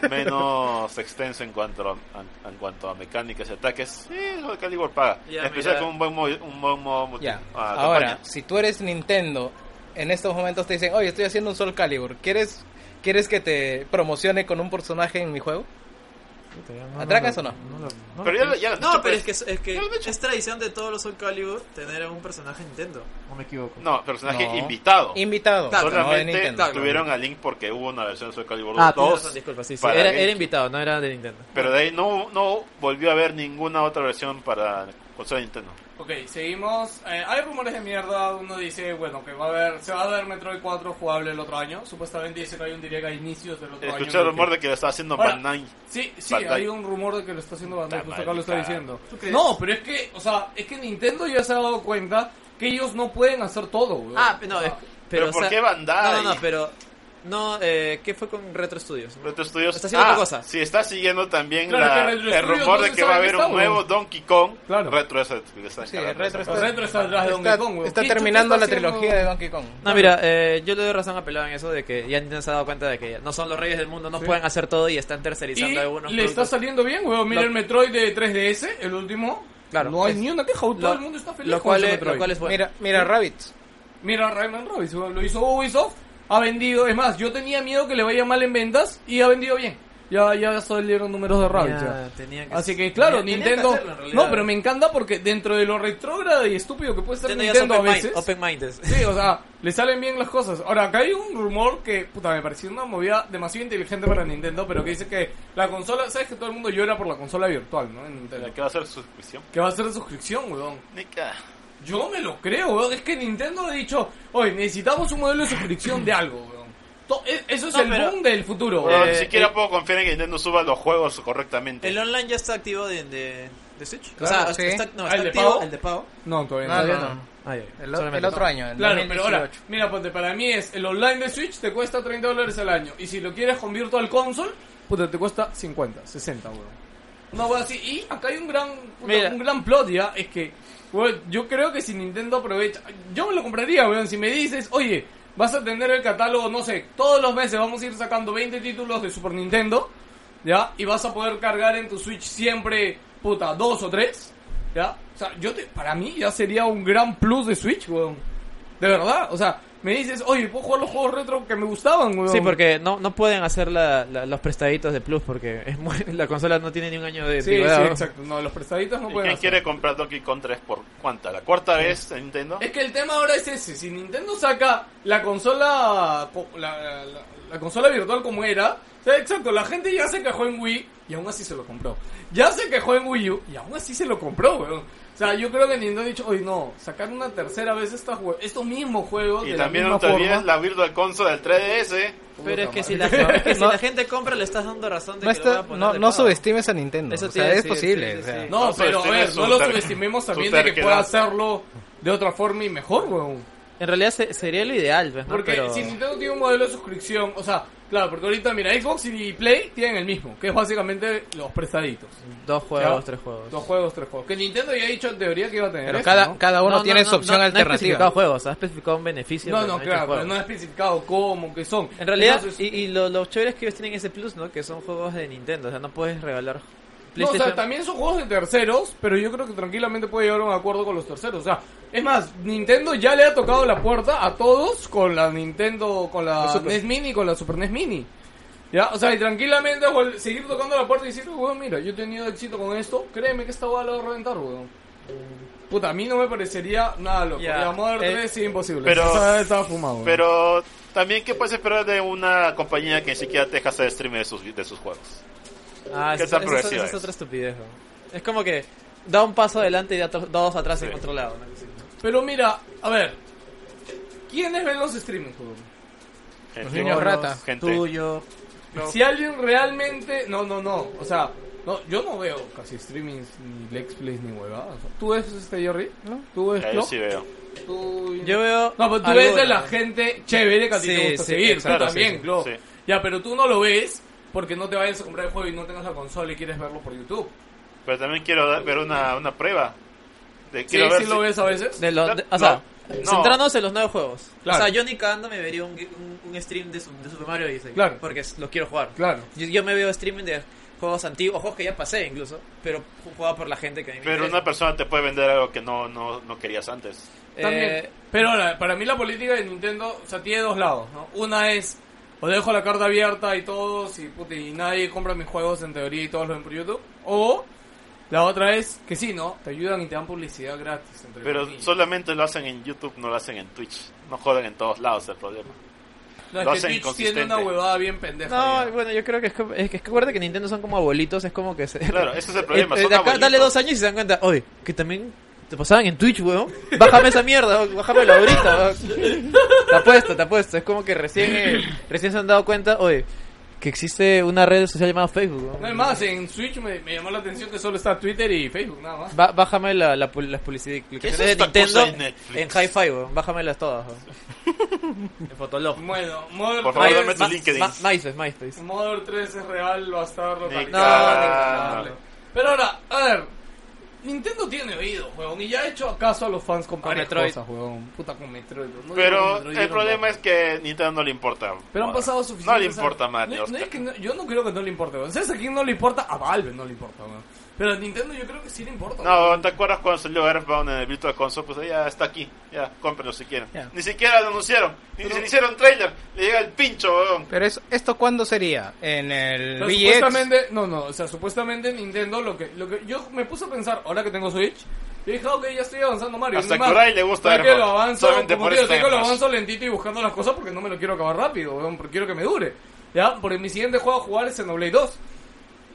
menos extenso en cuanto a, en cuanto a mecánicas y ataques. Sí, Soul Calibur paga. Ya, en especial mira. con un buen, modo- un buen modo multi- Ya. ah, Ahora, campaña. si tú eres Nintendo, en estos momentos te dicen, oye, estoy haciendo un Soul Calibur. ¿Quieres, ¿quieres que te promocione con un personaje en mi juego? ¿Atracas o no? Pero ya, lo- ya lo has No, dicho, pero pues. es que, es que Ya lo he hecho. es tradición de todos los Soul Calibur tener a un personaje Nintendo. ¿O me equivoco? No, personaje No. invitado. Invitado. Taco, no de Solamente Nintendo. tuvieron a Link porque hubo una versión de Soul Calibur Ah, tienes 2. razón, disculpa, sí, sí. para Era, Game era Boy. invitado, no era de Nintendo. Pero de ahí no, no volvió a haber ninguna otra versión para consola de Nintendo. Ok, seguimos. Eh, hay rumores de mierda. Uno dice, bueno, que va a haber, se va a ver Metroid 4 jugable el otro año. Supuestamente dice que hay un direct a inicios del otro año. Escuché el rumor de que lo estaba haciendo Ahora, Bandai. Sí, sí, Bandai. hay un rumor de que lo está haciendo Bandai, Puta justo acá lo está madre, diciendo. ¿Tú crees? No, pero es que, o sea, es que Nintendo ya se ha dado cuenta que ellos no pueden hacer todo, weón. Ah, no, es- pero, ¿Pero o por sea, qué Bandai? No, no, no, pero. No, eh, ¿qué fue con Retro Studios? Retro Studios. Está haciendo Ah, otra cosa. Sí, está siguiendo también Claro, la- que Retro el Studios rumor no de se que va a sabe haber qué un está, nuevo weón. Donkey Kong. Claro. Retro es el que le está Sí, encargando Retro esa es cosa. Retro está atrás de Donkey Está, Kong, weón. está ¿Qué chucha terminando la está haciendo? trilogía de Donkey Kong. No, mira, eh, yo le doy razón a Pelado en eso de que ya Nintendo se ha dado cuenta de que no son los reyes del mundo, no pueden hacer todo y están tercerizando algunos. Y le está productos. saliendo bien, weón. Mira Lo- el Metroid de 3DS, el último. Claro, No hay es- ni una queja, todo lo- el mundo está feliz lo con cual ese es- Metroid. lo cual es bueno. Mira, mira Rabbids. Mira Rayman Rabbids, weón, lo hizo Ubisoft, ha vendido, es más, yo tenía miedo que le vaya mal en ventas y ha vendido bien. Ya, ya salieron números de Rabbids. Ya, ya. tenía que- Así que claro, tenía- tenía que Nintendo... hacerlo, en realidad. no, pero me encanta porque dentro de lo retrógrado y estúpido que puede ser Nintendo ya es Nintendo a open, veces... mind, open minded. Sí, o sea, le salen bien las cosas. Ahora, acá hay un rumor que, puta, me pareció una movida demasiado inteligente para Nintendo, pero que dice que la consola, sabes que todo el mundo llora por la consola virtual, ¿no? En Nintendo. ¿Qué va a ser su suscripción? Que va a ser suscripción, weón. Nica. Eh, Yo me lo creo, weón. Es que Nintendo ha dicho, oye, necesitamos un modelo de suscripción de algo, weón. To- e- Eso es No, el pero- boom del futuro, Bueno, weón. Eh, ni siquiera eh. puedo confiar en que Nintendo suba los juegos correctamente. El online ya está activo de, de, de Switch. Claro, o sea, sí. está, no, Ah, está ¿el de activo pago? el de pago. No, todavía No, no. no, no. Ay, ay, El, o- solamente el otro no. año, el Claro, pero ahora, 2018. mira, ponte, para mí es el online de Switch te cuesta 30 dólares al año. Y si lo quieres con Virtual Console, puta, te cuesta 50, 60, weón. No, weón, así. Y acá hay un gran, puta, Mira. un gran plot ya, es que, weón, yo creo que si Nintendo aprovecha, yo me lo compraría, weón, si me dices, oye, vas a tener el catálogo, no sé, todos los meses vamos a ir sacando 20 títulos de Super Nintendo, ya, y vas a poder cargar en tu Switch siempre, puta, dos o tres, ya. O sea, yo te, para mí ya sería un gran plus de Switch, weón. De verdad, o sea, me dices, oye, puedo jugar los juegos retro que me gustaban, weón. Sí, porque no, no pueden hacer la- la- los prestaditos de Plus porque es muy- la consola no tiene ni un año de Sí, antigüedad, sí, ¿no? exacto. No, los prestaditos no ¿Y pueden. quién hacer. quiere comprar Donkey Kong 3 por cuánta? ¿La cuarta vez en Nintendo? Es que el tema ahora es ese. Si Nintendo saca la consola, co- la, la- la consola virtual como era, o sea, exacto, la gente ya se quejó en Wii y aún así se lo compró. Ya se quejó en Wii U y aún así se lo compró, weón. O sea, yo creo que Nintendo ha dicho, oye, no, sacar una tercera vez esta jue- estos mismos juegos Y de también la misma todavía forma. es la Virtual Console del 3DS. Pero es que, si la, Puta es que si No. la gente compra, le estás dando razón de No, que lo está- van a poner no, de no pago. subestimes a Nintendo. Eso o te sea, iba a es decir, posible. sí, o sea. sí, sí. No, pero No a subestimes ver, su no lo ter- subestimemos su también de que terquedad. pueda hacerlo de otra forma y mejor, weón. en realidad se- sería lo ideal, pues, ¿no? Porque Pero- si Nintendo tiene un modelo de suscripción, o sea, claro, porque ahorita, mira, Xbox y Play tienen el mismo, que es básicamente los prestaditos. Dos juegos, Ya. tres juegos. Dos juegos, tres juegos. Que Nintendo ya ha dicho en teoría que iba a tener. Pero eso, cada, ¿no? cada uno No, tiene no, su no, opción no, No ha alternativa. especificado juegos, ha especificado un beneficio. No, pero no, ha dicho claro, pero juegos. no he especificado cómo, qué son. En realidad, Entonces, y, y lo, lo chévere es que ellos tienen ese plus, ¿no? Que son juegos de Nintendo, o sea, no puedes regalar no, o PlayStation. sea, también son juegos de terceros, pero yo creo que tranquilamente puede llegar a un acuerdo con los terceros. O sea, es más, Nintendo ya le ha tocado la puerta a todos con la Nintendo, con la NES Mini, y con la Super NES Mini. Ya, o sea, y tranquilamente güey, seguir tocando la puerta y decir, weón, mira, yo he tenido éxito con esto, créeme que esta hueá la va a reventar, weón. Puta, a mí no me parecería nada loco. Ya, La muerte eh, es imposible. pero- O sea, estaba fumado. weón. Pero también, ¿qué puedes esperar de una compañía que ni siquiera te deja hacer streaming de sus, de sus juegos? Ah, ¿Qué esa, tan esa- progresiva esa es es? otra estupidez. ¿no? Es como que da un paso adelante y da to- dos atrás en otro lado. ¿no? Pero mira, a ver. ¿Quiénes ven los streamings, weón? Gente, Los niños rata. gente. Tuyo. Si alguien realmente. No, no, no. O sea, no, yo no veo casi streamings, ni Let's Plays, ni huevadas. ¿Tú ves este Jerry? ¿No? ¿Tú ves Ya, yo Clock? sí veo. ¿Tú... Yo veo. No, pero tú alguna. ves de la gente chévere que a ti Sí, te gusta sí, seguir. exacto, tú también, sí, sí, Clock. sí. Ya, pero tú no lo ves porque no te vayas a comprar el juego y no tengas la consola y quieres verlo por YouTube. Pero también quiero dar- ver una, una prueba. De, Sí, quiero ver sí si- lo ves a veces. De los, de- o No, sea, no. centrándonos en los nueve juegos. Claro. O sea, yo ni cagando me vería un, un, un stream de, su- de Super Mario Odyssey. Claro. Porque es- lo quiero jugar. Claro. Yo, yo me veo streaming de juegos antiguos, juegos que ya pasé incluso, pero jugado por la gente que a mí me Pero interesa. una persona te puede vender algo que no, no, no querías antes. Eh, También. Pero ahora, para mí la política de Nintendo, o sea, tiene dos lados, ¿no? Una es, o dejo la carta abierta y todos, y, puta, y nadie compra mis juegos en teoría y todos los ven por YouTube. O la otra es que sí, ¿no? Te ayudan y te dan publicidad gratis. Entre Pero comillas. solamente lo hacen en YouTube, no lo hacen en Twitch. No joden en todos lados el problema. no, lo es que hacen Twitch tiene una consistente. huevada bien pendeja. No, ya. bueno, yo creo que es que, es que, es que acuérdate que Nintendo son como abuelitos, es como que se... Claro, ese es el problema, Eh, eh, son de acá, abuelitos. dale dos años y se dan cuenta, oye, que también te pasaban en Twitch, weón. Bájame esa mierda, weón, bájamela ahorita. weón. Te apuesto, te apuesto. Es como que recién, eh, recién se han dado cuenta, oye, que existe una red social llamada Facebook. weón. No es más, en Switch me, me llamó la atención que solo está Twitter y Facebook, nada más. Ba- bájame la, la, pul- las publicidades es de esta Nintendo cosa de Netflix? en Hi-Fi, weón. Bájamelas todas, weón. En Fotolog. Bueno, Modern Por favor, My- 3, dame tu Ma- LinkedIn. Ma- MySpace, MySpace. Modern 3 es real, va a estar Ni localizado. cagando. No, Pero ahora, a ver. Nintendo tiene oído, weón, y ya ha hecho caso a los fans con, varias Metroid. cosas, weón. Puta con Metroid. no digo con Pero Metroid, el no. problema es que Nintendo no le importa. Pero han Bueno, pasado suficiente. No le importa más. No, no es que no- yo no creo que no le importe, weón. ¿Sabes a quién no le importa? A Valve no le importa, weón. Pero a Nintendo yo creo que sí le importa. No, weón. ¿te acuerdas cuando salió Earthbound en el Virtual Console? Pues ya está aquí, ya, cómprenlo si quieren. Ya. Ni siquiera lo anunciaron, ni se le hicieron trailer, le llega el pincho, weón. Pero es, ¿esto cuándo sería? ¿En el Pero VX? supuestamente, no, no, o sea, supuestamente Nintendo lo que, lo que yo me puse a pensar, ahora que tengo Switch, yo dije, "Ah, ok, ya estoy avanzando Mario. Hasta ni más. Kurai le gusta Sé que Airbox, lo avanzo, solamente como por digo, este sé que lo más. avanzo lentito y buscando las cosas porque no me lo quiero acabar rápido, weón, porque quiero que me dure. Ya, porque mi siguiente juego a jugar es Xenoblade 2.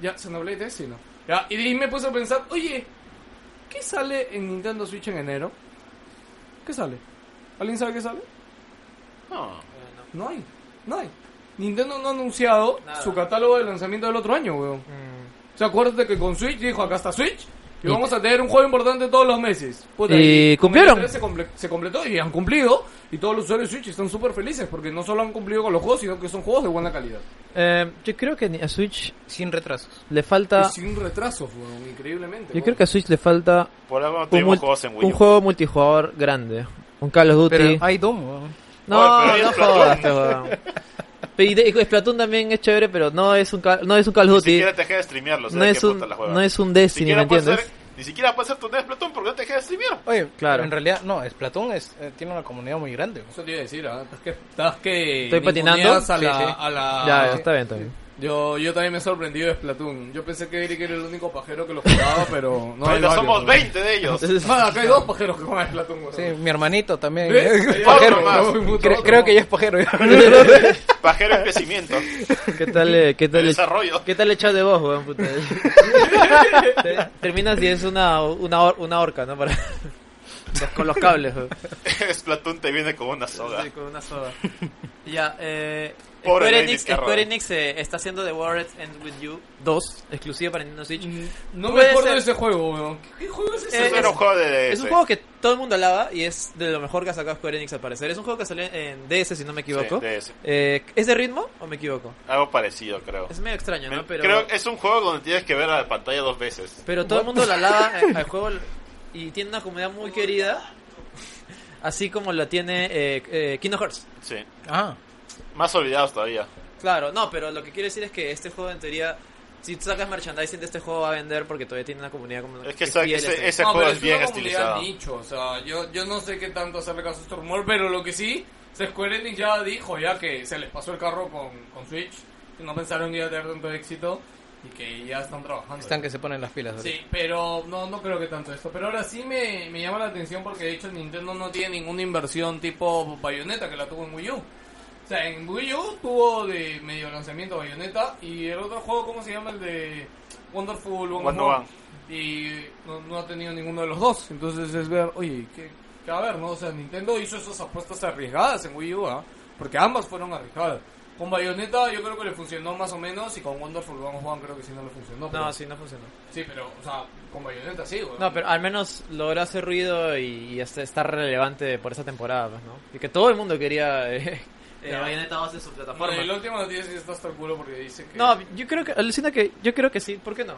Ya, Xenoblade es, sí, no. Ya, y de ahí me puse a pensar, oye, ¿qué sale en Nintendo Switch en enero? ¿Qué sale? ¿Alguien sabe qué sale? No. No hay, no hay. Nintendo no ha anunciado Nada. su catálogo de lanzamiento del otro año, weón. Mm. O sea, acuérdate que con Switch dijo, acá está Switch. Y Y- vamos a tener un juego importante todos los meses. Puta, Y con cumplieron. el E3 Se, comple- se completó y han cumplido. Y todos los usuarios de Switch están súper felices porque no solo han cumplido con los juegos, sino que son juegos de buena calidad. Eh, yo creo que ni- a Switch Sin retrasos. le falta... Y sin retrasos, weón, increíblemente. Yo weón. creo que a Switch le falta Por algo no un, tuvimos multi- juegos en Wii un U. juego multijugador grande. Un Call of Duty. Pero hay Doom. weón. No, Oye, pero no es Splatoon. jodas, pe, weón. Pero y de- y Splatoon también es chévere, pero no es un Call, no es un Call Ni of Duty. siquiera te deja de streamearlo, o sea, No ¿de es qué un puta la juega? no es un Ni Destiny, ¿me siquiera puede entiendes? ser, ni siquiera puede ser tu NES Platón porque no te deja de streamear. Oye, Claro. en realidad, no, Splatoon es, eh, tiene una comunidad muy grande. weón. Eso te iba a decir, ¿ah? Estás que... estás que Estoy patinando. ninguneas A Sí, la, sí. A la... Ya, está bien, está bien. Yo, yo también me he sorprendido de Splatoon. Yo pensé que Eric era el único pajero que lo jugaba, pero... No, hay Ahorita varios, somos weón. 20 de ellos. Entonces, Mano, acá hay dos pajeros que juegan Splatoon, weón. Sí, mi hermanito también. ¿Ves? es Hay pajero. otro más. Puto Cre- otro creo más. que ya es pajero. ya. Pajero en crecimiento, ¿qué tal, eh, qué de tal, el- desarrollo. qué tal el chat de voz, weón, puta? Te- Terminas y es una una or- una orca, ¿no? Para Con los cables, weón. Splatoon te viene como una soga. Sí, con una soda. ya, eh. Pobre Square Lady Enix, Scarra. Square Enix, eh, está haciendo The War That Ends With You 2, exclusiva para Nintendo Switch. Mm, No me Puede acuerdo ser. de ese juego, weón. ¿Qué- ¿Qué juego es ese? Eh, Eso era un juego de Es un DS. juego que todo el mundo alaba y es de lo mejor que ha sacado Square Enix al parecer. Es un juego que salió en DS, si no me equivoco. Sí, DS. Eh, ¿Es de ritmo o me equivoco? Algo parecido, creo. Es medio extraño, ¿no? Pero, Creo que es un juego donde tienes que ver a la pantalla dos veces. pero todo el mundo la alaba eh, al juego y tiene una comunidad muy querida. Así como la tiene eh, eh, Kingdom Hearts. Sí. Ah, Más olvidados todavía. Claro, no, pero lo que quiero decir es que este juego en teoría... Si tú sacas merchandising de este juego va a vender porque todavía tiene una comunidad como... Es que es esa- fiel, ese- así. ese No, juego Ah, pero es bien una comunidad estilizado. nicho, o sea, yo, yo no sé qué tanto hacerle caso a este rumor, pero lo que sí, Square Enix ya dijo ya que se les pasó el carro con, con Switch, que no pensaron que iba a tener tanto éxito y que ya están trabajando. están que se ponen las pilas. ahorita. Sí, pero no, no creo que tanto esto. Pero ahora sí me, me llama la atención porque de hecho Nintendo no tiene ninguna inversión tipo Bayonetta que la tuvo en Wii U. O sea, en Wii U tuvo de medio lanzamiento Bayonetta y el otro juego, ¿cómo se llama? El de Wonderful 101. One. Y no, no ha tenido ninguno de los dos. Entonces es ver, oye, ¿qué, qué va a ver, ¿no? O sea, Nintendo hizo esas apuestas arriesgadas en Wii U, ¿ah? Porque ambas fueron arriesgadas. Con Bayonetta yo creo que le funcionó más o menos y con Wonderful 101 creo que sí no le funcionó. pero- No, sí, no funcionó. Sí, pero, o sea, con Bayonetta sí, güey. No, pero ah, al menos logró hacer ruido y, y hasta está relevante por esa temporada, pues, ¿no? Y que todo el mundo quería eh, Claro. Bayonetta 2 en su plataforma. Bueno, y la última noticia sí está hasta el culo porque dice que... No, yo creo que, alucina que, yo creo que sí, ¿por qué no?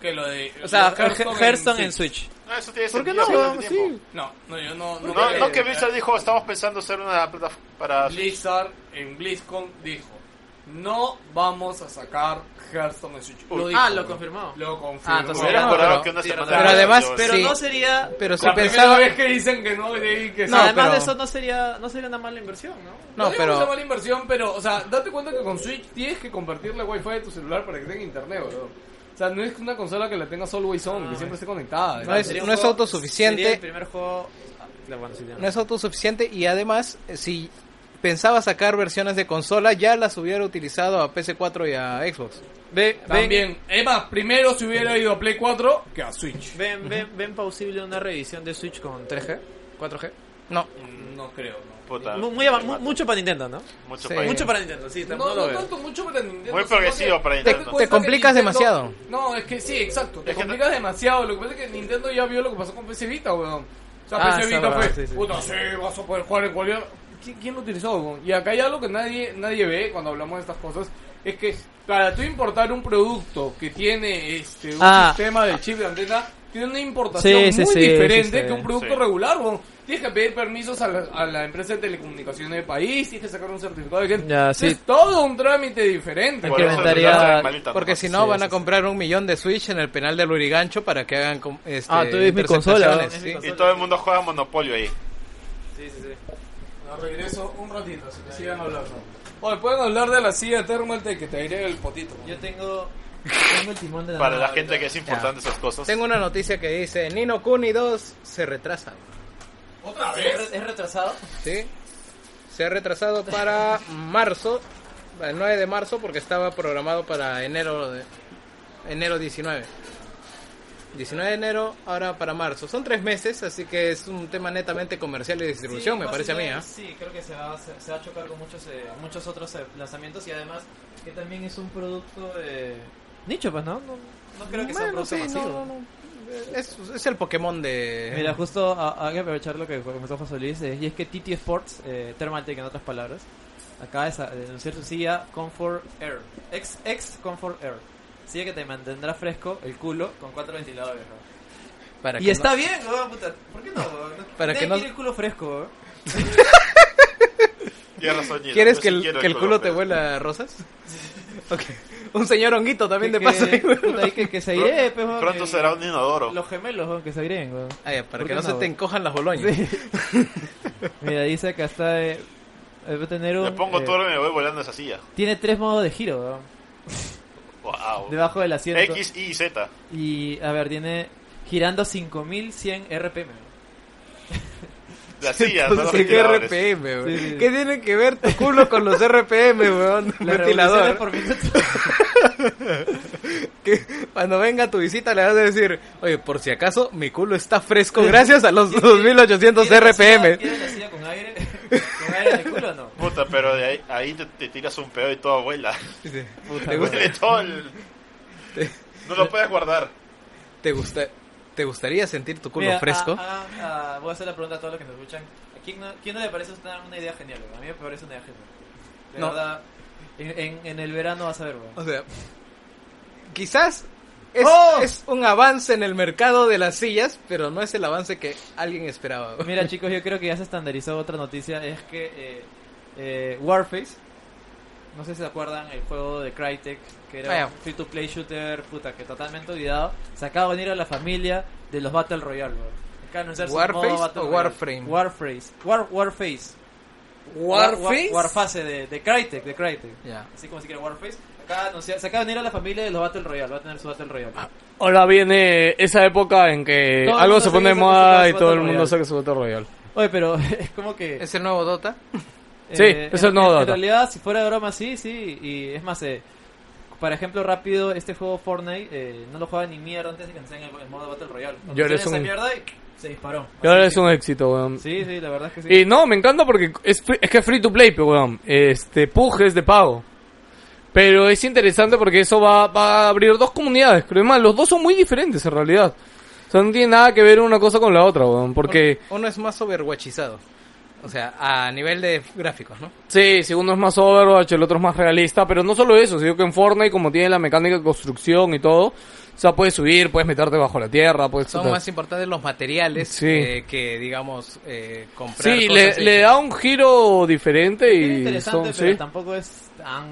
que lo de... O sea, lo de Hearthstone Hearthstone, en, Switch. No, eso tiene ¿Por qué sentido, no, hace weón? mucho tiempo. Sí. No, no, yo no... no, No, creo no que Blizzard dijo, estamos pensando hacer una plataforma para... Blizzard en BlizzCon dijo, no vamos a sacar Hearthstone en Switch. Uy, dijo, ah, lo güey. confirmó. Lo confirmó. Ah, entonces Me hubiera No, jurado pero- que una sí, semana... verdad. Pero además- Pero Sí. no sería... Pero si La pensaba... primera vez que dicen que no, y que no, sí. además pero- de eso no sería, no sería una mala inversión, ¿no? No, digo que sea pero... mala inversión, pero, o sea, date cuenta que con Switch tienes que compartirle Wi-Fi de tu celular para que tenga internet, bro. O sea, no es una consola que la tenga solo Wi-Fi, No, que siempre esté conectada. No es- Sería un no es juego- autosuficiente. Sería el primer juego... ah, bueno, sí, ya. no es autosuficiente y además eh, si pensaba sacar versiones de consola ya las hubiera utilizado a PC4 y a Xbox. Ve- ven- También, es más, primero se hubiera ido a Play 4 que a Switch. Ven, ven, ven posible una revisión de Switch con 3G, 4G. No, Mm, No creo, no. Puta, Mu- muy me ama- mu- mata. mucho para Nintendo, ¿no? Mucho Sí. país. Mucho para Nintendo, sí, No, tampoco no, lo veo. tanto mucho para Nintendo. Muy sino progresivo que para te- Nintendo. cuenta Te que complicas Nintendo- demasiado. No, es que sí, exacto. Te Es que no- complicas demasiado. Lo que pasa es que Nintendo ya vio lo que pasó con PC Vita, weón. O sea, Ah, PC está Vita verdad, fue, sí, sí. puta, sí, vas a poder jugar en cualquier... ¿Qui- ¿Quién lo utilizó, weón? Y acá hay algo que nadie, nadie ve cuando hablamos de estas cosas. Es que para tú importar un producto que tiene este, un Ah. sistema del chip de antena, tiene una importación Sí, sí, muy sí, diferente sí, sí. que un producto Sí. regular, weón. Tienes que pedir permisos a la, a la empresa de telecomunicaciones del país, tienes que sacar un certificado de que Ya, sí. es todo un trámite diferente. Por eso Implementaría- no se desmalitan, porque ¿no? si no Sí, van sí, a comprar un millón de Switch en el penal del Urigancho para que hagan com- este, Ah, tú eres mi consola, interceptaciones, ¿no? Es mi sí. consola. Y todo el mundo juega Monopolio ahí. No, regreso un ratito, así que sigan hablando. Oye, pueden hablar de la silla thermal de que te diré el potito. Yo tengo, tengo el timón de la Para nave la gente que es importante esas cosas. Tengo una noticia que dice Nino Kuni 2 se retrasa. ¿Otra ahorita. ¿Es, re- es retrasado? ¿sí? Se ha retrasado para marzo, el 9 de marzo, porque estaba programado para enero de, enero 19. 19 de enero, ahora para marzo. Son tres meses, así que es un tema netamente comercial y distribución, me parece a mí. ¿ah? Sí, creo que se va, se, se va a chocar con muchos, eh, muchos otros eh, lanzamientos y además que también es un producto de... Nicho, pues, ¿no? No, no creo que sea un Bueno, producto sí, no, masivo. no, no. Es, es el Pokémon de... Mira, justo a- hay que aprovechar lo que comentó José Luis, eh, y es que TT Sports, eh, Thermaltake en otras palabras, acaba de sa- de anunciar su silla Comfort Air, ex, ex Comfort Air, silla que te mantendrá fresco el culo con cuatro ventiladores. ¿no? para Y que está no- bien, weón, puta, ¿por qué no? weón? No- Para nadie que no- quiere el culo fresco, ¿eh? weón. Tienes razón, Gino, ¿Quieres yo que sí el, quiero que el culo te pero- vuela a rosas? Ok. Un señor honguito también de Que- paso. que- ahí, weón. puta, ahí que, que se airee, pues, weón, Pronto que- será un inodoro. Los gemelos, weón, que se aireen, weón. Ah, ya, para ¿Por que qué no se no? te encojan las boloñas. Mira, dice que hasta eh, eh, va a tener un... Le pongo eh, todo y me voy volando esa silla. Tiene tres modos de giro, weón, Wow. debajo del asiento. Oh. X, Y, Z. Y a ver, tiene girando 5100 RPM. La silla, no los Entonces, ¿qué ventiladores. RPM, weón? Sí, sí. ¿Qué tiene que ver tu culo con los RPM, weón? Las Ventilador. revoluciones por minuto. que cuando venga tu visita le vas a decir, oye, por si acaso mi culo está fresco gracias a los 2800 RPM. ¿Quieres la con aire? ¿Con aire en el culo o no? Puta, pero de ahí, ahí te, te tiras un pedo y todo abuela. Dice, Puta, ¿Te, gu- Huele todo el- te- No lo puedes guardar. te gusta, ¿Te gustaría sentir tu culo Mira, fresco? ah, ah, ah, voy a hacer la pregunta a todos los que nos escuchan. ¿A quién no, quién no le parece una, una idea genial? weón? A mí me parece una idea genial. De No. verdad, en, en, en el verano vas a ver, weón. O sea, quizás es, ¡Oh! es un avance en el mercado de las sillas, pero no es el avance que alguien esperaba. Mira, chicos, yo creo que ya se estandarizó otra noticia. Es que eh, eh, Warface, no sé si se acuerdan, el juego de Crytek, que era Ah, ya. un free to play shooter, puta, que totalmente olvidado, se acaba de venir a la familia de los Battle Royale, weón. Acaba de anunciar su ¿Warface modo Battle o Royale. Warframe? Warface. War, Warface. War- War- Warface de, de Crytek, de Crytek. Ya. Así como si quiera Warface. Acaba de anunciar, se acaba de venir a la familia de los Battle Royale, va a tener su Battle Royale. Ah. Ahora viene esa época en que Todo el algo mundo se pone saca de su- saca moda su y todo el Battle mundo Royale. saca su Battle Royale. Oye, pero es como que... ¿Es el nuevo Dota? Sí, eso Eh, en- es nuevo en- En Dota. realidad, si fuera de broma, sí, sí. Y es más, eh, para ejemplo rápido, este juego Fortnite eh, no lo jugaba ni mierda antes de que anunciaran el, el modo Battle Royale. Cuando Yo eres hicieron un- esa mierda y se disparó. Y ahora es un éxito, weón. Sí, sí, la verdad es que sí. Y no, me encanta porque es, free- es que es free to play, pero weón. Este, Pug es de pago. Pero es interesante porque eso va, va a abrir dos comunidades, creo. Además, los dos son muy diferentes en realidad. O sea, no tiene nada que ver una cosa con la otra, weón. Porque, Uno es más overwatchizado. O sea, a nivel de gráficos, ¿no? sí, si uno es más Overwatch, el otro es más realista. Pero no solo eso, sino que en Fortnite, como tiene la mecánica de construcción y todo, o sea, puedes subir, puedes meterte bajo la tierra, puedes. Son más importantes los materiales Sí. eh, que, digamos, eh, comprar. Sí, cosas le, hechas. le da un giro diferente Es y interesante, son, pero sí. tampoco es tan,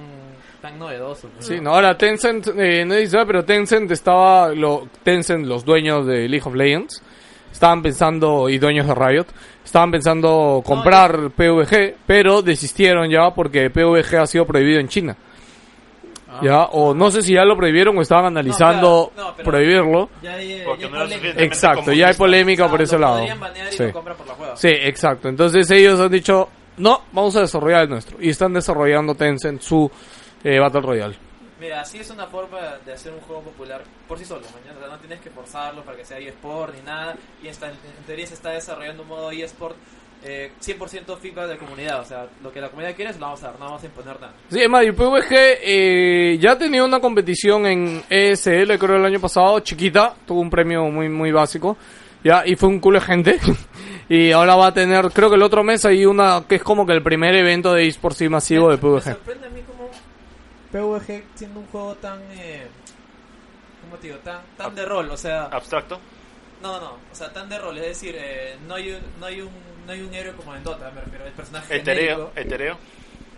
tan novedoso. pues. Sí, no, ahora Tencent, eh, no dice, pero Tencent estaba, lo, Tencent, los dueños de League of Legends, estaban pensando, y dueños de Riot, estaban pensando comprar PvG, pero desistieron ya porque PvG ha sido prohibido en China. Ya, o no sé si ya lo prohibieron o estaban analizando claro, Ah. no, pero- prohibirlo. Ya hay, eh, Porque ya hay no era polémica. suficiente. Exacto, ya hay comunista. polémica por Ah, ese lo lado. podrían banear y Sí. lo compran por la juega. Sí, exacto. Entonces ellos han dicho, no, vamos a desarrollar el nuestro. Y están desarrollando Tencent su eh, Battle Royale. Mira, así es una forma de hacer un juego popular por sí solo, mañana. O sea, no tienes que forzarlo para que sea eSport ni nada. Y está, en teoría se está desarrollando un modo eSport eh, 100% feedback de la comunidad. O sea, lo que la comunidad quiere se lo vamos a dar, no vamos a imponer nada. Sí, además, el PvG eh, ya tenía una competición en ESL, creo, el año pasado, chiquita, tuvo un premio muy, muy básico, ya, y fue un culo de gente. y ahora va a tener, creo que el otro mes hay una, que es como que el primer evento de esports sí, masivo de Me PvG. sorprende a mí como PvG siendo un juego tan... Eh, ¿Cómo te digo? Tan, tan de rol, o sea... Abstracto. No, no, o sea, tan de rol. Es decir, eh, no, hay un, no, hay un, no hay un héroe como en Dota, me refiero. El personaje Etereo. genérico. Etereo.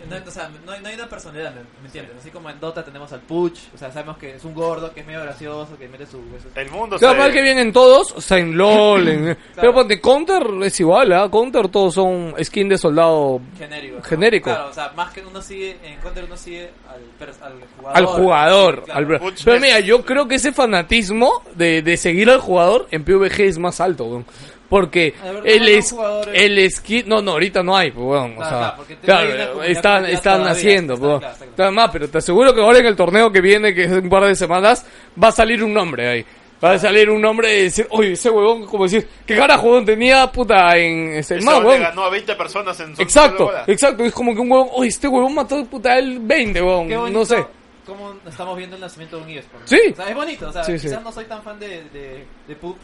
No, o sea, no, hay- no hay una personalidad, ¿me, me entiendes? Así como en Dota tenemos al Puch, o sea, sabemos que es un gordo, que es medio gracioso, que mete su... su- El mundo Claro, se- mal que vienen todos, o sea, en LOL, en- pero ponte, Counter es igual, ¿ah? Counter todos son skin de soldado Genérico. ¿no? Genérico. Claro, o sea, más que uno sigue, en Counter uno sigue al, pers- al jugador. al jugador. Sí, claro. al bra- Mucho Pero es- mira, yo creo que ese fanatismo de, de seguir al jugador en PvG es más alto, weón. Porque A ver, el, no hay es, jugadores. el skin... No, no, ahorita no hay, pues, weón. O Claro, sea, claro, porque te- hay una claro, comunidad están, todavía están todavía, haciendo, está pues, claro, está claro. Nada más, pero te aseguro que ahora en el torneo que viene, que es en un par de semanas, va a salir un nombre ahí. Va a salir un nombre y decir, oye, ese huevón, como decir, ¿qué cara huevón tenía, puta, en ese Ese más, hombre huevón? ganó a 20 personas en su Exacto, sola bola. exacto, es como que un huevón, oye, este huevón mató, puta, el 20, Qué huevón, bonito no sé. Cómo estamos viendo el nacimiento de un eSport. ¿no? Sí. O sea, es bonito, o sea, Sí, sí. quizás no soy tan fan de, de, de PUB,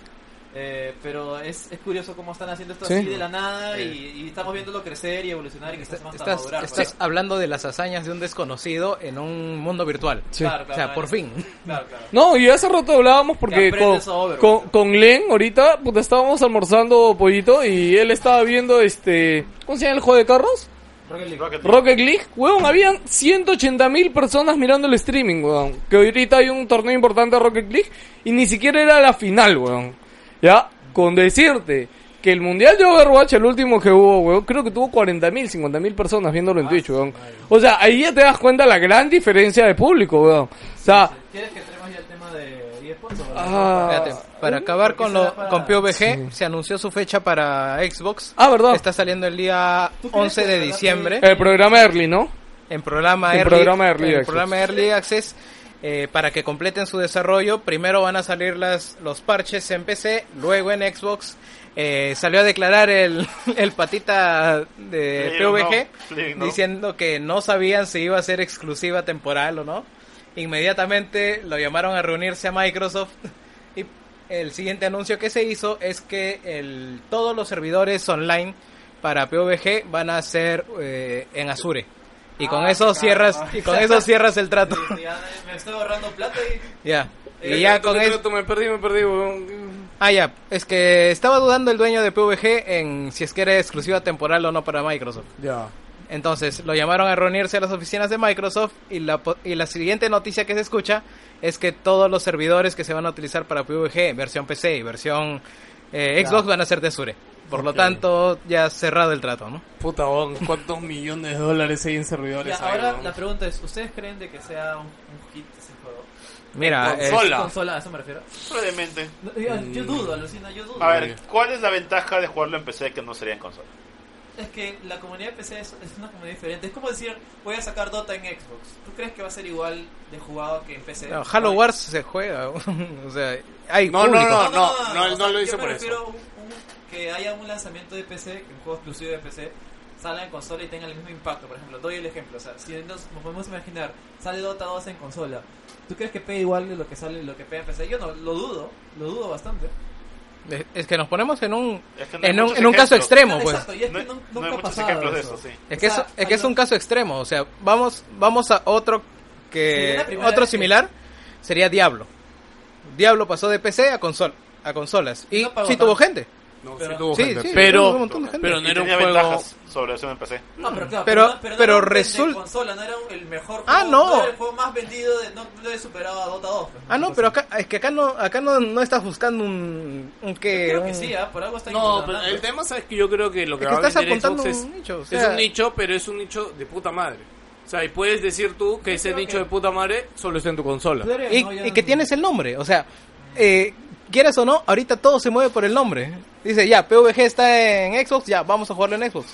eh, pero es, es curioso cómo están haciendo esto Sí. así de la nada y, y estamos viéndolo crecer y evolucionar y que estás más Estás, madurar. pues. estás hablando de las hazañas de un desconocido en un mundo virtual. Sí. Claro, claro, O sea, por claro. fin. Claro, claro. No, y hace rato hablábamos Que porque con, aprendes a Overwatch. con, con Len ahorita, puta, estábamos almorzando pollito y él estaba viendo este... ¿Cómo se llama el juego de carros? Rocket League. Rocket League. Rocket League. Weón, habían 180 mil personas mirando el streaming, weón. Que ahorita hay un torneo importante de Rocket League y ni siquiera era la final, weón. Ya, con decirte que el mundial de Overwatch, el último que hubo, weón, creo que tuvo 40 mil, 50 mil personas viéndolo en Twitch, weón. O sea, ahí ya te das cuenta la gran diferencia de público, weón. O sea... ¿Quieres que entremos ya al tema de eSports? o- ah, Espérate, para acabar porque con, será lo, para- con PUBG, se anunció su fecha para Xbox. Ah, ¿verdad? Está saliendo el día ¿Tú crees 11 que de de verdad diciembre El programa Early, ¿no? en programa en Early, programa Early en Access. programa Early Access. eh, para que completen su desarrollo. Primero van a salir las, los parches en PC, luego en Xbox. Eh, salió a declarar el, el patita de Sí, PVG no, sí, no. diciendo que no sabían si iba a ser exclusiva temporal o no. Inmediatamente lo llamaron a reunirse a Microsoft y el siguiente anuncio que se hizo es que el, todos los servidores online para PUBG van a ser eh, en Azure. Y Ah, con eso cierras y con eso cierras el trato. Ya, me estoy ahorrando plata y... ya. Eh, Y ya con eso Me perdí, me perdí, weón. Ah, ya, es que estaba dudando el dueño de PVG en si es que era exclusiva temporal o no para Microsoft. Ya. Entonces, lo llamaron a reunirse a las oficinas de Microsoft y la, po- y la siguiente noticia que se escucha es que todos los servidores que se van a utilizar para PVG, versión PC y versión eh, Xbox, van a ser de Azure. Por lo tanto, ya cerrado el trato, ¿no? Puta, weón, ¿cuántos millones de dólares hay en servidores? ahí, ahora weón? la pregunta es, ¿ustedes creen de que sea un, un hit ese juego? Ah, Mira, es- Consola. Consola, a eso me refiero. Probablemente. No, yo, yo dudo, alucina, yo dudo. Mm. A ver, ¿cuál es la ventaja de jugarlo en PC que no sería en consola? Es que la comunidad de PC es, es una comunidad diferente. Es como decir, voy a sacar Dota en Xbox. ¿Tú crees que va a ser igual de jugado que en PC? no, Halo Wars se juega, o sea, hay No, no, público. no. no, Ah, o no lo yo hice me por refiero a un- un- que haya un lanzamiento de PC, que un juego exclusivo de PC, salga en consola y tenga el mismo impacto. Por ejemplo, doy el ejemplo. O sea, si nos, nos podemos imaginar, sale Dota 2 en consola. ¿Tú crees que pega igual de lo que sale lo que pega en PC? Yo no, lo dudo, lo dudo bastante. Es- Es que nos ponemos en un, Es que no hay en un, muchos en un caso ejemplos. extremo, pues. Exacto, y es No, que no nun- hay nunca ha muchos pasado ejemplos de eso. eso, sí. Es que, O sea, eso- es que es hablando- un caso extremo, o sea, vamos, vamos a otro Sí, es que la primera otro vez que- similar sería Diablo. Diablo pasó de PC a console, a consolas y No pagó sí tanto. tuvo gente. No, Pero- sí tuvo Sí, gente. sí, hubo un pero, montón de gente. pero Y no era un tenía juego. ventajas sobre versión en PC. No, pero claro, Pero- no- no pero era un trend de resulta- consola, no era un- el mejor Ah, juego, no. era el juego más vendido, de, no no lo he superado a Dota 2. pues, Ah no, Entonces, pero acá es que acá no acá no, no estás buscando un, un que, Creo que un- sí, ¿ah? por algo está No, incluso pero hablando. el tema sabes que yo creo que lo que, Ah, Es que va a estás vender apuntando Xbox a es, un nicho, o es sea- un nicho, pero es un nicho de puta madre. O sea, y puedes decir tú que ese creo nicho que- de puta madre solo está en tu consola. Claro, y, no, yo y no- que tienes el nombre, o sea, eh, quieras o no, ahorita todo se mueve por el nombre. Dice, ya, PvG está en Xbox, ya, vamos a jugarlo en Xbox.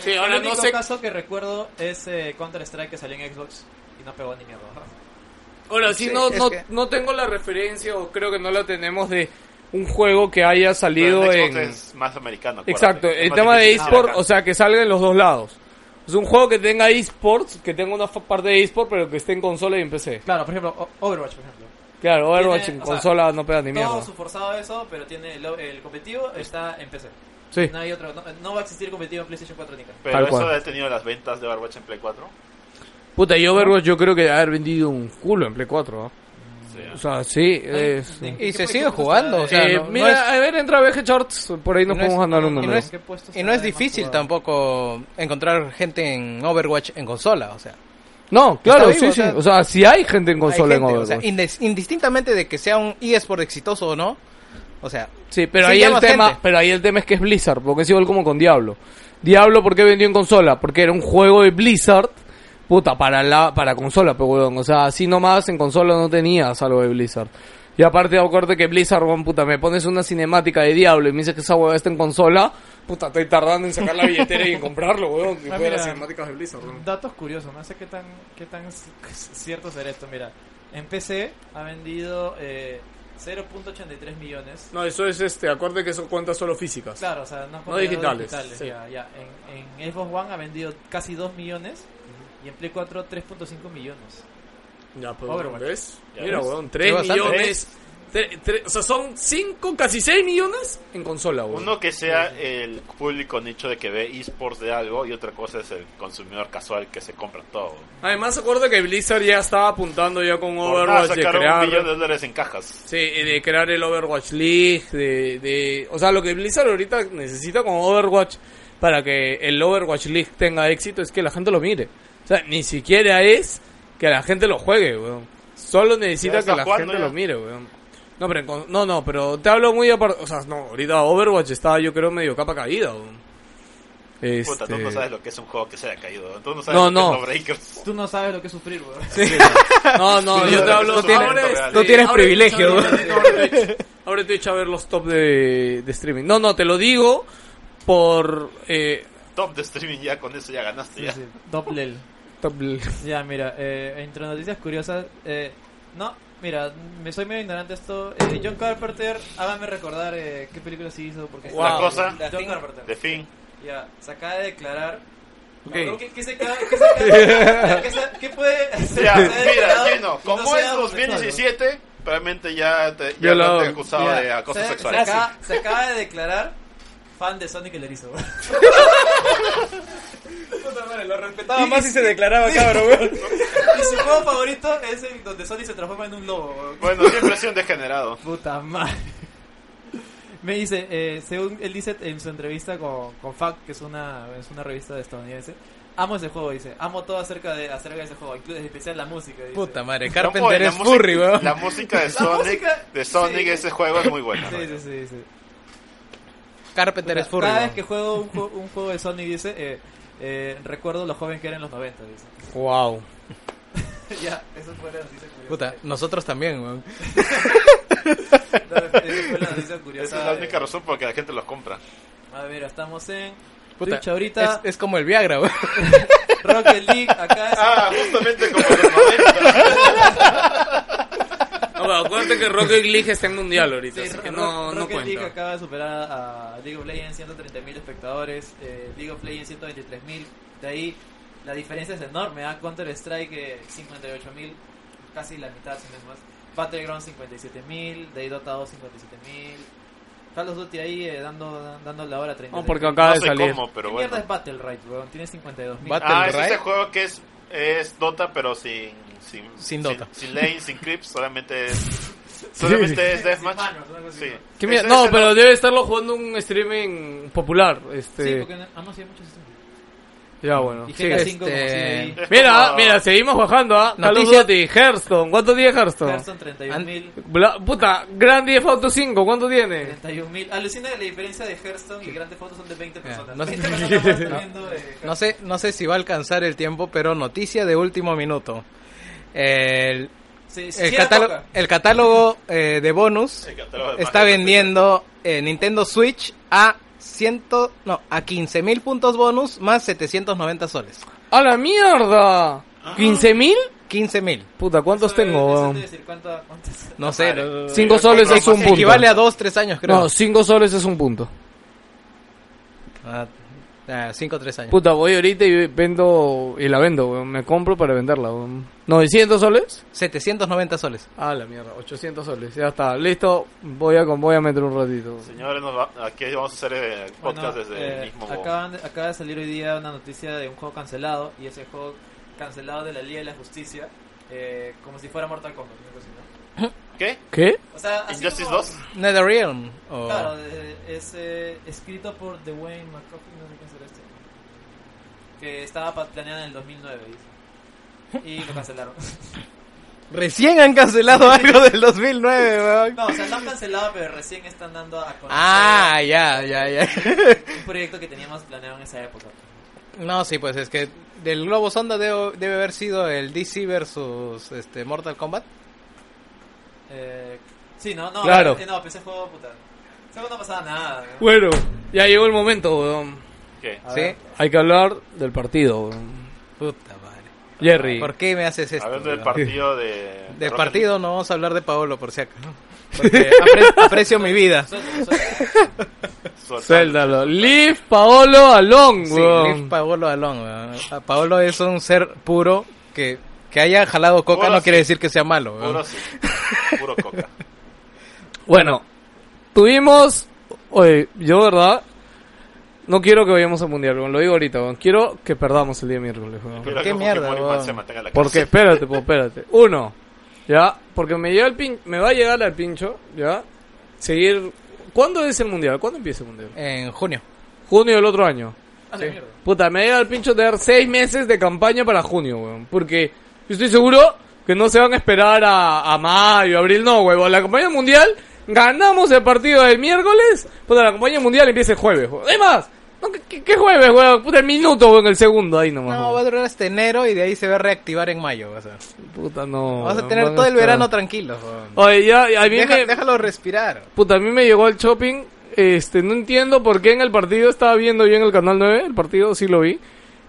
Sí, el ahora no único sé- caso que recuerdo es Counter Strike que salió en Xbox y no pegó ni mierda. Ahora, sí, Sí, no, es no, que- no tengo la referencia o creo que no la tenemos de un juego que haya Pero salido en Xbox en... es más americano. acuérdate. Exacto, Es el más tema de difícil eSport, acá. o sea, que salga en los dos lados. Es un juego que tenga eSports, que tenga una fa- parte de eSport, pero que esté en consola y en PC. Claro, por ejemplo, O- Overwatch, por ejemplo. Claro, Overwatch en o sea, consola no pega ni mierda. Todo su forzado eso, pero tiene el, el competitivo está en PC. Sí. No hay otro, no, no va a existir competitivo en PlayStation 4 ni nada. Pero Tal eso cual. ha tenido las ventas de Overwatch en Play 4. Puta, yo Overwatch yo creo que debe haber vendido un culo en Play 4, ¿no? Sí. O sea, sí, es... ¿En Eh, qué- Y qué se puesto sigue está jugando, de- o sea, no- no mira, es- a ver, entra BG Shorts, por ahí nos Y no es- podemos ganar y un no número. es- ¿En qué puesto Y no es está de más difícil jugado? tampoco encontrar gente en Overwatch en consola, o sea. No, claro, Está sí, vivo, sí. o sea- O sea, si hay gente en Hay consola en gente, Overwatch. o sea, indes- indistintamente de que sea un eSport exitoso o no. O sea, Sí, pero Sí ahí el llama tema, gente. pero ahí el tema es que es Blizzard, porque es igual como con Diablo. Diablo ¿por qué vendió en consola? Porque era un juego de Blizzard, puta, para la para consola, pero weón, o sea, así nomás en consola no tenías algo de Blizzard. Y aparte acuérdate que Blizzard, weón, puta, me pones una cinemática de Diablo y me dices que esa huevada está en consola, puta, estoy tardando en sacar la billetera y en comprarlo, weón, que Ah, fue mira. las cinemáticas de Blizzard. weón. Datos curiosos, no sé qué tan, qué tan c- cierto será esto. Mira, en PC ha vendido eh, 0.83 millones. No, eso es este, acuérdate que eso cuenta solo físicas. Claro, o sea, no, No digitales, digitales, sí. ya, ya. En, en Xbox One ha vendido casi 2 millones y en Play 4 3.5 millones. Ya, pues, Overwatch. ¿ves? Ya Mira, ves. weón, Sí, 3 bastante. millones. tre- tre- o sea, son 5, casi 6 millones en consola, weón. Uno que sea el público nicho de que ve esports de algo y otra cosa es el consumidor casual que se compra todo. Además, acuerdo que Blizzard ya estaba apuntando ya Por con nada Overwatch de sacaron Ah, un crear, millón de dólares en cajas. sí, eh, de crear el Overwatch League, de, de- o sea, lo que Blizzard ahorita necesita con Overwatch para que el Overwatch League tenga éxito es que la gente lo mire. O sea, ni siquiera es que la gente lo juegue, weón. Solo Ya necesita está que la jugando gente ya. lo mire, weón. No, pero en con- no, no, pero te hablo muy aparte, o sea, no, ahorita Overwatch está yo creo medio capa caída, weón. Puta, tú Este- no sabes lo que es un juego que se haya caído. Tú no sabes No, lo que no. es los breakers. Tú no sabes lo que es sufrir, weón. No, no, Sí, yo te no, hablo. no tienes- ahora, no este, tienes abre Twitch, privilegio. abre Twitch, abre Twitch. Abre Twitch a ver los top de, de streaming. No, no, te lo digo por. Eh, Top de streaming ya, con eso ya ganaste. Ya. Top LEL. Top L- Ya, mira, eh, entre noticias curiosas, eh, no, mira, me soy medio ignorante de esto. Eh, John Carpenter, hágame recordar eh, qué película se hizo, porque Wow. La cosa. John Carpenter. De fin. Ya, se acaba de declarar. Ok. ¿Qué, qué se acaba- qué se acaba- qué se- qué puede hacer? Ya, Se ha mira, declarado Gino, y no como se es ha homosexual, ¿no? 2017, realmente ya te, ya Violado. no te acusaba Mira, de acoso se, sexual. Ah, Se acaba, se acaba de declarar fan de Sonic el Erizo. Puta madre, lo respetaba Nada más más. si se declaraba cabrón, weón. Y su juego favorito es el donde Sonic se transforma en un lobo. weón. Bueno, siempre ha sido un degenerado. Puta madre. Me dice, eh, según él dice en su entrevista con, con Fact, que es una, es una revista estadounidense, amo ese juego, dice, amo todo acerca de, acerca de ese juego, incluso en especial la música. Dice. Puta madre, No, Carpenter pues, la es música- furry, weón. La música de Sonic, música- de Sonic sí. ese juego es muy buena. Sí, sí, sí, sí. Carpenter es furry. Cada vez weón. que juego un, ju- un juego de Sonic dice, eh, eh, recuerdo lo joven que era en los 90, dice. Wow. ya, eso fue la noticia curiosa. Puta, nosotros también, weón. No, esa fue la noticia curiosa. Esa es la eh. única razón por la que la gente los compra. A ver, estamos en Puta, Twitch ahorita, Es, es como el Viagra, weón. Rocket League, acá es... Ah, justamente como los 90. No, pero acuérdate que Rocket League está en mundial ahorita, Sí, así Ro- que Ro- no, no Rocket League cuenta. acaba de superar a League of Legends 130.000 espectadores, eh, League of Legends 123.000. De ahí la diferencia es enorme. A Counter Strike eh, 58.000, casi la mitad, si no es más. Battleground 57.000, de ahí Dota 2 57.000. Call of Duty ahí eh, dando, dando la hora a 30. No, porque No acaba de sé salir. cómo, ¿Qué pero mierda bueno. es Battle Right, weón? Tiene 52.000. Bat- Ah, es Battle ese Rite? juego que es, es Dota, pero sin... Sin, Sin Dota. Sin, lane, sin creeps, solamente es... Solamente es Deathmatch. Sin manos, algo así, Ah, Sí. ¿no? ¿Qué mierda? Ese- No, ese pero debe estarlo jugando un streaming popular. Este... Sí, porque no- ah, no, sí, hay muchos. Ya, bueno. Y sigue. GTA 5 como este- si... Mira, como- mira, seguimos bajando, ¿ah? Call of Noticias. Duty, Hearthstone. ¿Cuánto tiene Hearthstone? Hearthstone 31.000. Bla- puta, Grand Theft Auto 5, ¿cuánto tiene? 31.000. Alucina que la diferencia de Hearthstone y Grande Fotos son de 20 personas. Este no sé- 20 personas más no. teniendo, eh, No sé, no sé si va a alcanzar el tiempo, pero noticia de último minuto. El, si- si el, era eh, catálogo- poca. el catálogo eh, de bonus El catálogo de está Magic. vendiendo eh, Nintendo Switch a ciento, no, a 15 mil puntos bonus más 790 soles. ¡A la mierda! Ah. ¿15 mil? 15 mil. Puta, ¿cuántos Eso es- eso tengo? es decir, ¿cuánta- cuántas- No sé. Madre. no- 5 soles es un punto. Equivale a 2, 3 años, creo. No, 5 soles es un punto. Ah, 5 o 3 años. Puta, voy ahorita y vendo. Y la vendo, weón. Me compro para venderla, weón. ¿900 soles? 790 soles. Ah, la mierda, 800 soles. Ya está, listo. Voy a, con- voy a meter un ratito. Señores, nos va- aquí vamos a hacer eh, Bueno, podcast desde eh, el mismo... acaban de- acaba de salir hoy día una noticia de un juego cancelado. Y ese juego cancelado de la Liga de la Justicia. eh, como si fuera Mortal Kombat. una cosa así, ¿Qué? ¿Qué? ¿no? O sea, así ¿Injustice como- 2? NetherRealm. o- Claro, eh, es eh, escrito por Dwayne McCoffin, no sé quién será este. Que estaba pa- planeada en el 2009, dice. Y lo cancelaron. Recién han cancelado algo del 2009, weón. No, o sea, lo han cancelado, pero recién están dando a conocer Ah, ya, ya, ya. un proyecto que teníamos planeado en esa época. No, sí, pues es que del Globo Sonda debo- debe, haber sido el DC versus este, Mortal Kombat. Eh, sí, no, no, Claro. eh, no, pensé juego puta. Ese juego no pasaba nada. ¿no? Bueno, ya llegó el momento, weón. ¿Qué? A ¿Sí? ver. Hay que hablar del partido, weón. Puta madre. Jerry. ¿Por qué me haces esto? Hablando del weón? partido Del de... Rocket Este, eh, partido no vamos a hablar de Paolo, por si acaso. Porque apre- aprecio mi vida. Suéltalo, suéltalo. League. Sol- Suéltalo. Live Paolo Along, Sí, weón. Leaf Paolo Alón. weón. A- Paolo es un ser puro que, que haya jalado coca Puro no sí. quiere decir que sea malo. weón. Puro sí. Puro coca. Bueno, tuvimos. Oye, yo, ¿verdad? No quiero que vayamos al mundial, weón. Lo digo ahorita, weón. Quiero que perdamos el día miércoles, weón. Espero qué que mierda, Fujimori weón? se mantenga en la Porque, cárcel. espérate, pues, espérate. Uno, ya, porque me llega el pin, me va a llegar al pincho, ya. Seguir. ¿Cuándo es el mundial? ¿Cuándo empieza el mundial? En junio. Junio del otro año. Ah, la mierda. Puta, me llega el pincho de dar seis meses de campaña para junio, weón. Porque yo estoy seguro que no se van a esperar a, a mayo, abril, no, weón. La campaña mundial, ganamos el partido del miércoles. Puta, la campaña mundial empieza el jueves, weón. Es más, no, ¿qué- ¿qué, qué jueves, weón? Puta, el minuto, weón, el segundo, ahí nomás. No, va a weón. durar hasta enero y de ahí se va a reactivar en mayo. O sea. Puta, no. Vas a weón, tener van todo el estar- verano tranquilo. weón. Oye, ya, ya, a mí Deja- me, Déjalo respirar. puta, a mí me llegó el shopping. Este, no entiendo por qué en el partido estaba viendo bien el canal 9, el partido sí lo vi.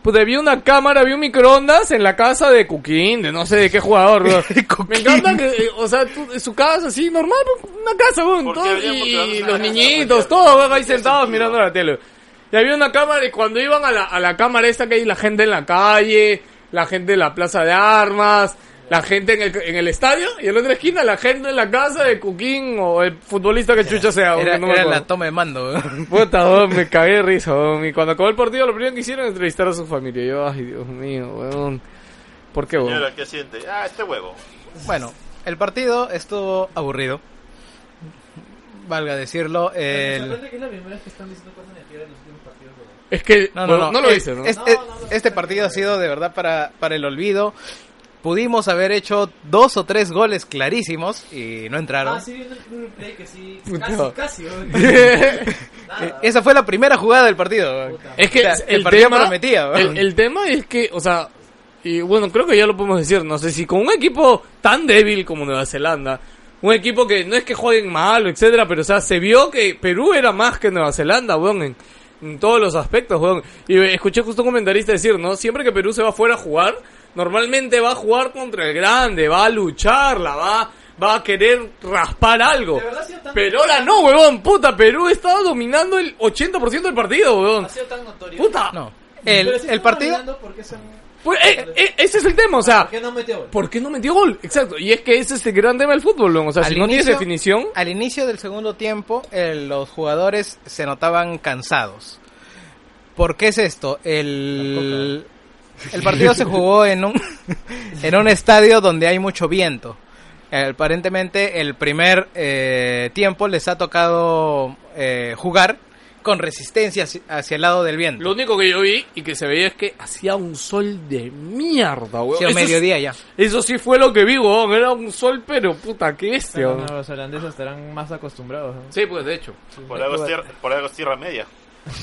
Puta, vi una cámara, vi un microondas en la casa de Cuquín, de no sé de qué jugador, weón. Me encanta que, eh, o sea, tú- su casa así, normal, weón, una casa, weón, ¿Por qué todo, habría y, microondas en los la casa? niñitos, Porque- todos, weón, ahí sentados sentido. mirando la tele. Y había una cámara, y cuando iban a la, a la cámara esta que hay la gente en la calle, la gente en la plaza de armas, la gente en el, en el estadio, y en la otra esquina la gente en la casa de Cuquín, o el futbolista que chucha sea, weón, Era, no me era acuerdo. la toma de mando. Puta, weón, me cagué de risa, weón. Y cuando acabó el partido, lo primero que hicieron es entrevistar a su familia. Yo, ay, Dios mío, weón. ¿Por qué, weón? Señora, ¿qué siente? Ah, este huevo. Bueno, el partido estuvo aburrido. Valga decirlo. El... que es la primera vez que están diciendo cosas negativas en los últimos partidos. Es que, no, no, lo es- hice, ¿no? es- No, es- no, no, no, este no, partido no, ha sido de verdad para, para el olvido. Pudimos haber hecho dos o tres goles clarísimos y no entraron. Ah, sí, viendo el replay que sí. Puta. Casi, casi. weón. Eh, Nada. Esa fue la primera jugada del partido. Puta. Es que O sea, el, el partido tema, prometía, weón. el, el tema es que, o sea, y bueno, creo que ya lo podemos decir, no sé si con un equipo tan débil como Nueva Zelanda, un equipo que no es que jueguen mal, etcétera, pero o sea, se vio que Perú era más que Nueva Zelanda, weón, en, en todos los aspectos, weón. Y eh, escuché justo un comentarista decir, ¿no? Siempre que Perú se va fuera a jugar, normalmente va a jugar contra el grande, va a lucharla, va va a querer raspar algo. De verdad ha sido tan- Pero ahora no, weón, puta, Perú estaba dominando el 80% del partido, weón. Ha sido tan notorio. Puta, No. Pero El, Pues sí el estamos partido. hablando porque son- Pues, eh, eh, ese es el tema, o sea, ¿Por qué no metió gol? ¿por qué no metió gol? Exacto, y es que ese es el gran tema del fútbol, weón. o sea, si no tienes definición, Al inicio del segundo tiempo, eh, los jugadores se notaban cansados. ¿Por qué es esto? El, el partido se jugó en un, en un estadio donde hay mucho viento. Eh, Aparentemente el primer eh, tiempo les ha tocado eh, jugar con resistencia hacia, hacia el lado del viento. lo único que yo vi y que se veía es que hacía un sol de mierda, weón. Hacia el Eso, es- mediodía ya. eso sí fue lo que vi, weón, era un sol, pero puta, qué bestia. Bueno, weón. los holandeses estarán más acostumbrados. ¿no? Sí, pues de hecho. este Por algo, es tierra, por algo es tierra media.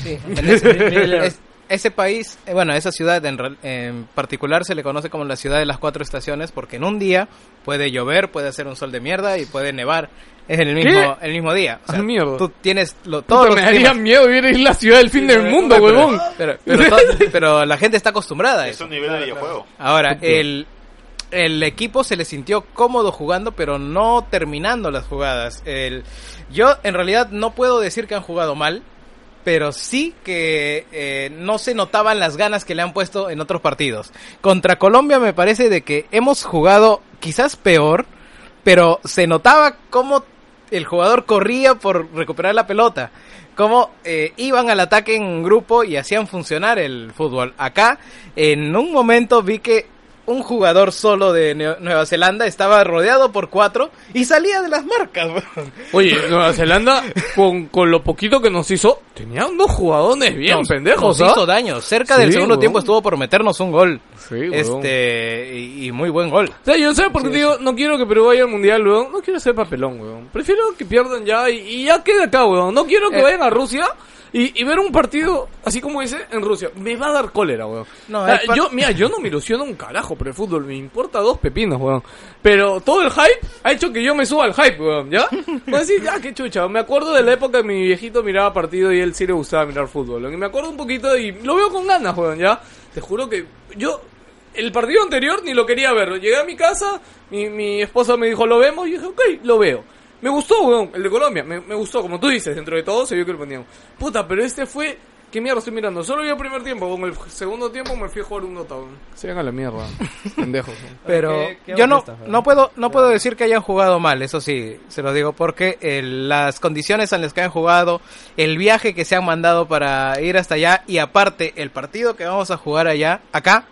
Sí, en ese, es- ese país, eh, bueno, esa ciudad en, real- en particular se le conoce como la ciudad de las cuatro estaciones porque en un día puede llover, puede hacer un sol de mierda y puede nevar en el mismo, el mismo día. O sea, Ah, mierda. tú tienes lo, todos Puta, los me daría climas. miedo vivir en la ciudad del fin del mundo, weón. Pero, pero to- pero la gente está acostumbrada a Es eso. un nivel de videojuego. Ahora, el, el equipo se le sintió cómodo jugando, pero no terminando las jugadas. El, yo en realidad no puedo decir que han jugado mal, pero sí que eh, no se notaban las ganas que le han puesto en otros partidos. Contra Colombia me parece de que hemos jugado quizás peor, pero se notaba cómo el jugador corría por recuperar la pelota. Cómo eh, iban al ataque en grupo y hacían funcionar el fútbol. Acá, en un momento vi que un jugador solo de Nue- Nueva Zelanda estaba rodeado por cuatro y salía de las marcas. weón. Oye, Nueva Zelanda, con, con lo poquito que nos hizo, tenía unos jugadores bien Nos- pendejos, nos ¿ah? hizo daño. Cerca Sí, del segundo weón. tiempo estuvo por meternos un gol. Sí, weón. este y, y muy buen gol. O sea, yo sé por qué digo, no quiero que Perú vaya al mundial, weón. No quiero ser papelón, weón. Prefiero que pierdan ya y, y ya quede acá, weón. No quiero que Eh. vayan a Rusia y, y ver un partido así como ese en Rusia. Me va a dar cólera, weón. No, O sea, el par- yo, mira, yo no me ilusiono un carajo por el fútbol. Me importa dos pepinos, weón. Pero todo el hype ha hecho que yo me suba al hype, weón. ¿Ya? Voy a decir, ya, qué chucha. Me acuerdo de la época que mi viejito miraba partido y él sí le gustaba mirar fútbol. weón. Y me acuerdo un poquito y lo veo con ganas, weón. ¿Ya? Te juro que yo el partido anterior ni lo quería ver. Llegué a mi casa, mi, mi esposa me dijo, lo vemos, y dije, ok, lo veo. Me gustó, weón, el de Colombia, me, me gustó, como tú dices, dentro de todo se vio que lo ponían. Puta, pero este fue, qué mierda estoy mirando, solo vi el primer tiempo, con el segundo tiempo me fui a jugar un Dota, weón. Se van a la mierda, pendejos. weón. Pero ¿Qué- qué yo no, honestas, verdad? no puedo, no puedo decir que hayan jugado mal, eso sí, se lo digo, porque eh, las condiciones en las que han jugado, el viaje que se han mandado para ir hasta allá, y aparte el partido que vamos a jugar allá, acá,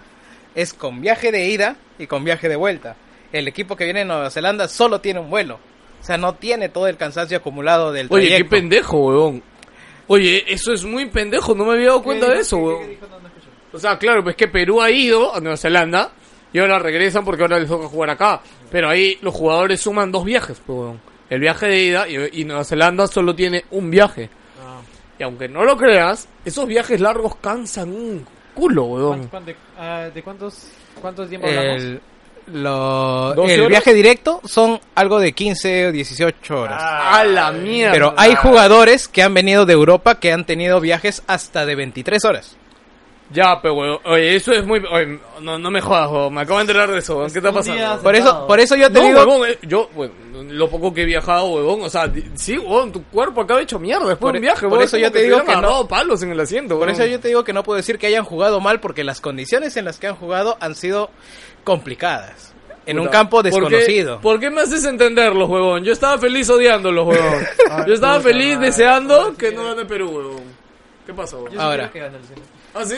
es con viaje de ida y con viaje de vuelta. El equipo que viene de Nueva Zelanda solo tiene un vuelo. O sea, no tiene todo el cansancio acumulado del Oye, qué trayecto. pendejo, weón. Oye, eso es muy pendejo, no me había dado cuenta de eso, weón. O sea, claro, pues que Perú ha ido a Nueva Zelanda y ahora regresan porque ahora les toca jugar acá. Pero ahí los jugadores suman dos viajes, pues, weón. El viaje de ida y, y Nueva Zelanda solo tiene un viaje. Y aunque no lo creas, esos viajes largos cansan un culo, ¿Cuán- Mm. weón. cuán- de, ah, de cuántos, cuántos Eh, tiempo hablamos? El, lo- 12 el horas. viaje directo son algo de 15 o 18 horas. A la mierda. Pero hay jugadores que han venido de Europa que han tenido viajes hasta de 23 horas. Ya, pero weón. Oye, eso es muy. Oye, no, no me jodas, weón. Me acabo de enterar de eso, weón. ¿Qué está un día pasando? hace- Por eso, por eso yo te No, digo. huevón, eh, yo, bueno, lo poco que he viajado, huevón, o sea, di- sí, huevón, tu cuerpo acaba hecho mierda después Por de e- un viaje, por huevón, eso es yo como te digo hubieran que no. agarrado palos en el asiento, Por huevón. eso yo te digo que no puedo decir que hayan jugado mal porque las condiciones en las que han jugado han sido complicadas. En un Puta, campo ¿por qué- desconocido. ¿Por qué me haces entenderlos, huevón? Yo estaba feliz odiándolos, huevón. Yo estaba puta feliz madre. deseando que no gane Perú, huevón. ¿Qué pasa, Yo sí huevón? Ahora. creo que gana el Senegal. ¿Ah, sí?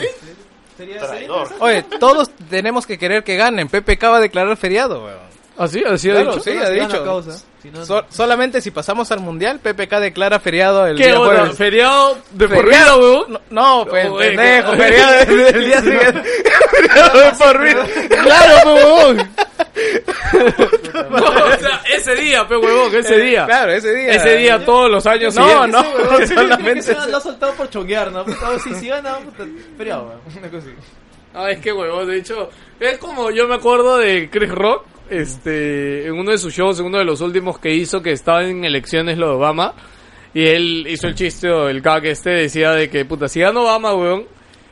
Sería sería Traidor. Oye, todos tenemos que querer que ganen. Pepe acaba de declarar feriado, weón. ¿Ah, sí? ¿Así ha Claro, dicho? sí, interesante. ha Si gana dicho. causa, si no- So- solamente si pasamos al mundial, PPK declara feriado el ¿Qué, día huevón? jueves. ¿Feriado de por vida, Feriado. huevón? No, no, pues, Oye, pendejo, que- feriado el, el día siguiente. feriado de por vida. ¡Claro, pe huevón! No, o sea, ese día, pe huevón, ese día. Eh, Claro, ese día. Ese día todos los años No, siguientes. no, Huevón, solamente. se lo ha soltado por chonguear, ¿no? Puta, sí, sí gana, puta, feriado, weón. Una cosa así. Ah, es que huevón, de hecho, es como yo me acuerdo de Chris Rock, este, en uno de sus shows, en uno de los últimos que hizo, que estaba en elecciones lo de Obama, y él hizo el chiste o el gag este, decía de que, puta, si gana Obama, huevón,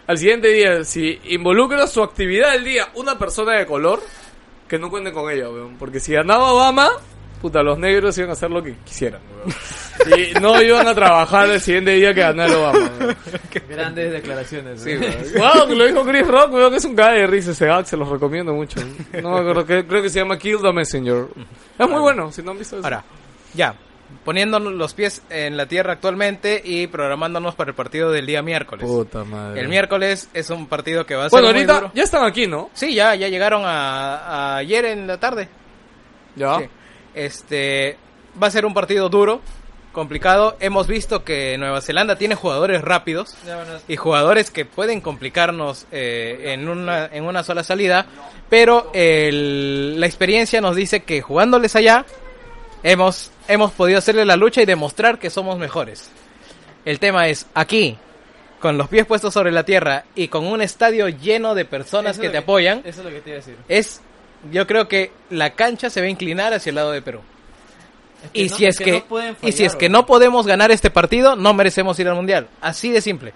al siguiente día, si involucra su actividad del día una persona de color, que no cuenten con ella, huevón, porque si ganaba Obama, puta, los negros iban a hacer lo que quisieran, huevón. Y no iban a trabajar el siguiente día que ganara Obama, huevón. Grandes declaraciones. Sí, weón. weón. Wow, que lo dijo Chris Rock, weón, que es un cae de risa ese gag, se los recomiendo mucho. No me acuerdo, que- creo que se llama Kill the Messenger. Es muy bueno, si no han visto eso. Ahora, ya, poniéndonos los pies en la tierra actualmente y programándonos para el partido del día miércoles. puta madre. El miércoles es un partido que va a ser bueno, muy ahorita duro. ya están aquí, ¿no? Sí, ya, ya llegaron a, a ayer en la tarde. Ya. Sí. Este, va a ser un partido duro, complicado. Hemos visto que Nueva Zelanda tiene jugadores rápidos Ya, bueno, y jugadores que pueden complicarnos eh, en, una, en una sola salida, pero el- la experiencia nos dice que jugándoles allá hemos, hemos podido hacerle la lucha y demostrar que somos mejores. El tema es aquí, con los pies puestos sobre la tierra y con un estadio lleno de personas eso que es te lo apoyan, Eso es lo que te iba a decir. es, yo creo que la cancha se va a inclinar hacia el lado de Perú. Y si es que, no pueden y si es fallar, que weón. no podemos ganar este partido, no merecemos ir al mundial. Así de simple.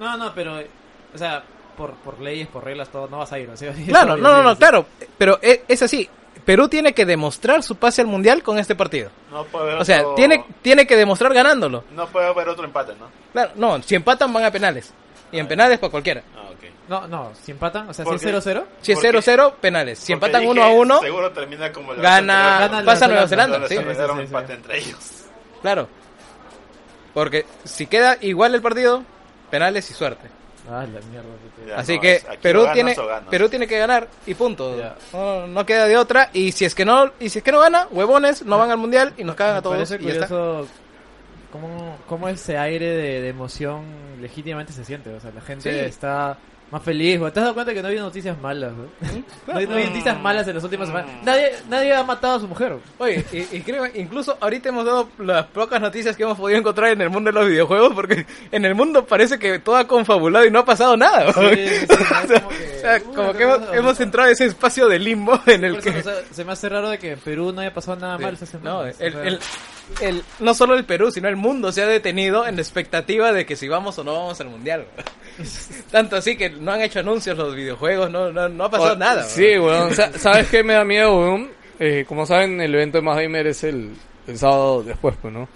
No, no, pero, eh, o sea, por, por leyes, por reglas, todo, no vas a ir, ¿no? Sí, sí, Claro, sí, no, sí, no, no, sí. claro. Pero e- es así. Perú tiene que demostrar su pase al mundial con este partido. No puede haber O sea, otro- tiene, tiene que demostrar ganándolo. No puede haber otro empate, ¿no? Claro, no, si empatan van a penales. Y en penales para cualquiera. Ah, ok. No, no, si empatan, o sea, si ¿Por es qué? 0-0, Si es Porque- 0-0, penales. Si Porque empatan dije, 1 a 1, Seguro termina como gana- la vez anterior, gana ¿no? Ah, pasa Nueva Zelanda. Zelanda. Les Sí, arreglaron sí, sí, empate sí. entre ellos. claro. Porque si queda igual el partido, penales y suerte. ah, la mierda. que te- Ya, Así no, que es- aquí o Perú ganas tiene o ganas. Perú tiene que ganar y punto. Ya. No, no queda de otra y si es que no y si es que no gana, huevones, no van al mundial y nos cagan a Me todos parece y ya está. curioso cómo, cómo ese aire de, de emoción legítimamente se siente. O sea, la gente Sí. está más feliz. güey. ¿Te has dado cuenta que no ha habido noticias malas? güey? Mm, No, hay- no hay noticias malas en las últimas semanas. Nadie, nadie ha matado a su mujer. güey. Oye, y, y creo incluso ahorita hemos dado las pocas noticias que hemos podido encontrar en el mundo de los videojuegos porque en el mundo parece que todo ha confabulado y no ha pasado nada. Sí, sí, sí, o sea, es como que- o sea, Uy, como qué que hemos, cosa, hemos ¿no? entrado a ese espacio de limbo en el Por eso, que o sea, se me hace raro de que en Perú no haya pasado nada mal esta semana. No, O el, sea, el- el- no solo el Perú, sino el mundo se ha detenido en la expectativa de que si vamos o no vamos al mundial. Tanto así que no han hecho anuncios los videojuegos, no, no, no ha pasado O- nada. Ah, Sí, weón. Sa- ¿Sabes qué me da miedo, weón? Eh, como saben, el evento de Más Gamer es el, el sábado después, pues, ¿no?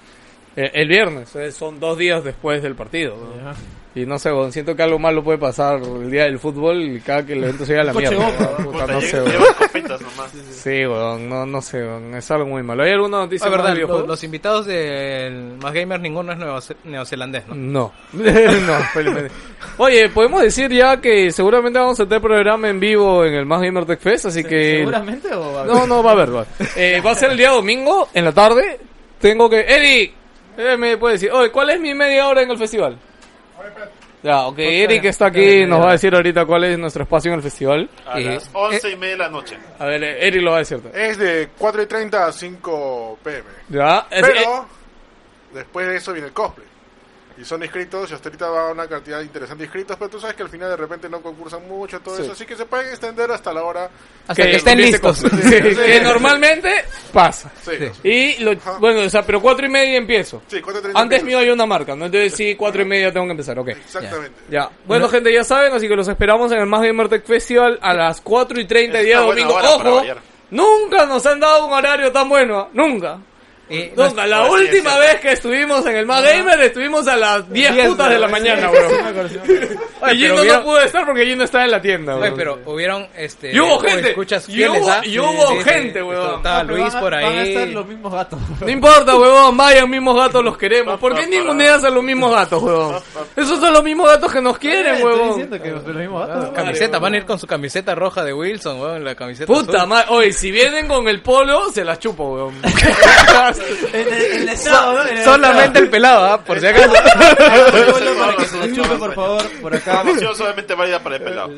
Eh, el viernes, eh, son dos días después del partido, weón. ya. Y no sé, weón, siento que algo malo puede pasar el día del fútbol y cada que el evento se llega a la mierda. weón. Puta, Puta, no lle- sé, weón. llevan copitas nomás. Sí, weón, no, no sé, weón. es algo muy malo. ¿Hay alguna Es noticia más verdad, del lo- videojuego? los invitados del Más Gamer ninguno es neoze- neozelandés, ¿no? No, no, felizmente. Oye, podemos decir ya que seguramente vamos a tener programa en vivo en el Más Gamer Tech Fest, así que... ¿Seguramente o va a haber? No, no, va a haber, va a haber. Eh, va a ser el día domingo, en la tarde. Tengo que... Eric, eh, me puede decir, oye, ¿cuál es mi media hora en el festival? Ya, ok, Eric está aquí, nos va a decir ahorita cuál es nuestro espacio en el festival. A Y- las once y media de la noche. A ver, eh, Eric lo va a decir. Es de 4 y 30 a 5 pm. Ya, es- eh, Pero después de eso viene el cosplay. y son inscritos y hasta ahorita va una cantidad interesante de inscritos, pero tú sabes que al final de repente no concursan mucho, todo eso, así que se pueden extender hasta la hora. Hasta que, estén empiece listos. con- Sí, sí, que sí. normalmente pasa. Sí, Y lo, bueno, o sea, pero cuatro y media empiezo. Sí, cuatro y treinta Antes mío empiezas. hay una marca, ¿no? Entonces sí, cuatro y media tengo que empezar, ok. Exactamente. Ya. Bueno, gente, ya saben, así que los esperamos en el Más Gamer Tech Festival a las 4 y 30 Es día una buena domingo. hora para Ojo, variar. nunca nos han dado un horario tan bueno, ¿ah? nunca. Y nos- Nunca, la Así es, última cierto. vez que estuvimos en el Más Gamer estuvimos a las 10 putas de la mañana, bro. Oye, Y pero Gino no vieron- pudo estar porque Gino está en la tienda, bro. Oye, pero hubieron este Y hubo hubo gente. escuchas Y fieles, hubo- ¿ah? y hubo gente, esto, huevón. No, pero Estaba Ah, Luis van a- por Van a ahí. estar los mismos gatos. No importa, huevón, vayan, mismos gatos los queremos. ¿Por qué ninguneas a los mismos gatos, huevón? Esos son los mismos gatos que nos quieren, Estoy huevón. diciendo que los mismos gatos. Camiseta, van a ir con su camiseta roja de Wilson, weón, la camiseta Puta azul. madre, oye, si vienen con el polo, se las chupo, weón. En el- en el estado, ¿no? En el Solamente el pelado, ¿ah? por si acaso. estado. Solo para que se la chupe, por favor, por acá. Promoción solamente válida para el pelado.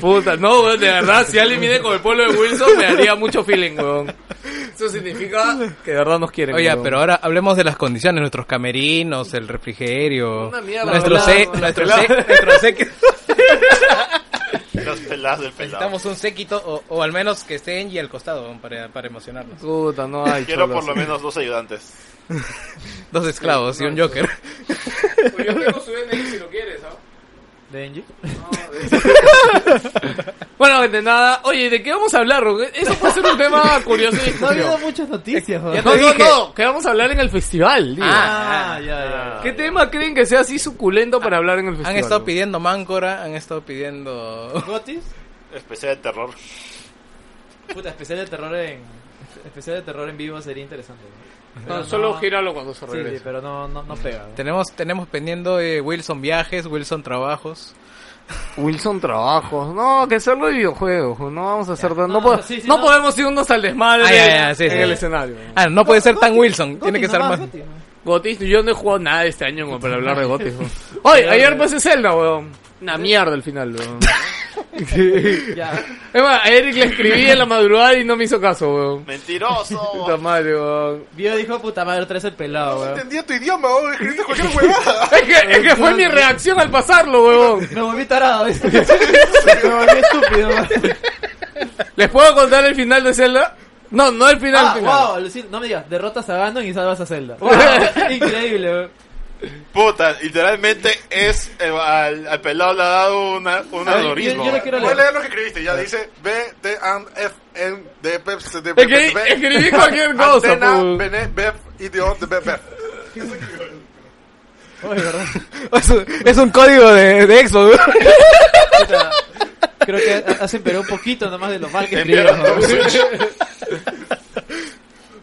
Puta, no, weón, de verdad, si alguien viene con el polo de Wilson, me haría mucho feeling, weón. Eso significa que de verdad nos quieren, Oye, weón. pero ahora hablemos de las condiciones, nuestros camerinos, el refrigerio, Una mierda, nuestro pelado, se, weón, nuestro pelado. se, nuestro se que Las peladas del pelado. necesitamos un séquito o, o al menos que estén y al costado weón, para, para emocionarnos. Puta, no hay Quiero cholos. por lo menos dos ayudantes. Dos esclavos y un Joker. Pues yo tengo su DNI si lo quieres, ¿ah? Bueno, gente, nada. Oye, ¿de qué vamos a hablar? Roque? Eso puede ser un tema curioso. y No ha habido discusión. muchas Eh, noticias, Ya joder. te digo, no, que vamos a hablar en el festival, digo. Ah, ya, ya. ¿Qué tema creen que sea así suculento para hablar en el festival? Han estado no? pidiendo Máncora, han estado pidiendo... ¿Gotis? Especial de terror. Puta, especial de terror en... Especial de terror en vivo sería interesante. ¿no? No, Pero solo no- gíralo cuando se Sí, regrese. sí, pero no, no, no pega. ¿no? Tenemos, tenemos pendiendo eh, Wilson Viajes, Wilson Trabajos. Wilson Trabajos. No, que solo de videojuegos. No vamos a hacer tan- No, No, po- no, sí, sí, no no. podemos irnos al desmadre Ah, ya, ya, sí, en sí. el escenario. Ah, no puede ser tan Wilson, tiene Gotis que ser nomás, más... Gotis, ¿no? Gotis, yo no he jugado nada este año como para hablar de Gotis. weón. Oye, ayer pasé Zelda, weón. Una mierda al final, weón. Ya. Es más, a Eric le escribí en la madrugada y no me hizo caso, weón. Puta ¡Mentiroso! madre, weón. Vio dijo, puta madre, traes el pelado, weón. Entendía tu idioma, o escribiste cualquier huevada. Es que, es que fue mi reacción al pasarlo, weón. Me volví tarado, ¿viste? Me volví estúpido, weón. ¿Les puedo contar el final de Zelda? No, no el final, Ah, final. wow, Lucil, no me digas, derrotas a Ganon y salvas a Zelda. Increíble, weón. Puta, literalmente es. eh, al, al pelado le ha dado una, un A ver, aneurisma. yo- yo le quiero- Voy a leer lo que escribiste, ya dice B, T, and F, N, D, P, C, D, P, Escribí, P, B. escribí cualquier cosa, pues. Antena, pu. Bene, Bef, Idiot, de Bef, Bef. Oye, verdad. Es un, es un código de, de Xbox. Puta, Creo que ha- hacen pero un poquito nomás de lo mal que escribieron. Enviaron ¿no?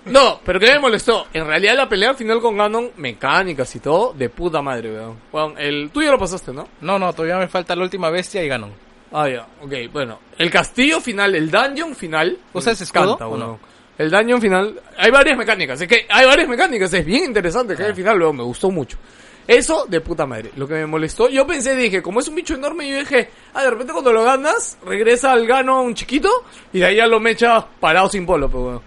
No, pero que me molestó. En realidad la pelea al final con Ganon, mecánicas y todo, de puta madre, weón. Bueno, el tuyo lo pasaste, ¿no? No, no, todavía me falta la última bestia y Ganon. Ah, ya, ok, bueno. El castillo final, el dungeon final. ¿Usas me escudo encanta, o weón. no? El dungeon final, hay varias mecánicas, es que hay varias mecánicas, es bien interesante, Ah. que el final, weón, me gustó mucho. Eso de puta madre, lo que me molestó, yo pensé, dije, como es un bicho enorme, yo dije, ah, de repente cuando lo ganas, regresa al gano un chiquito y de ahí ya lo mecha parado sin polo, pero weón.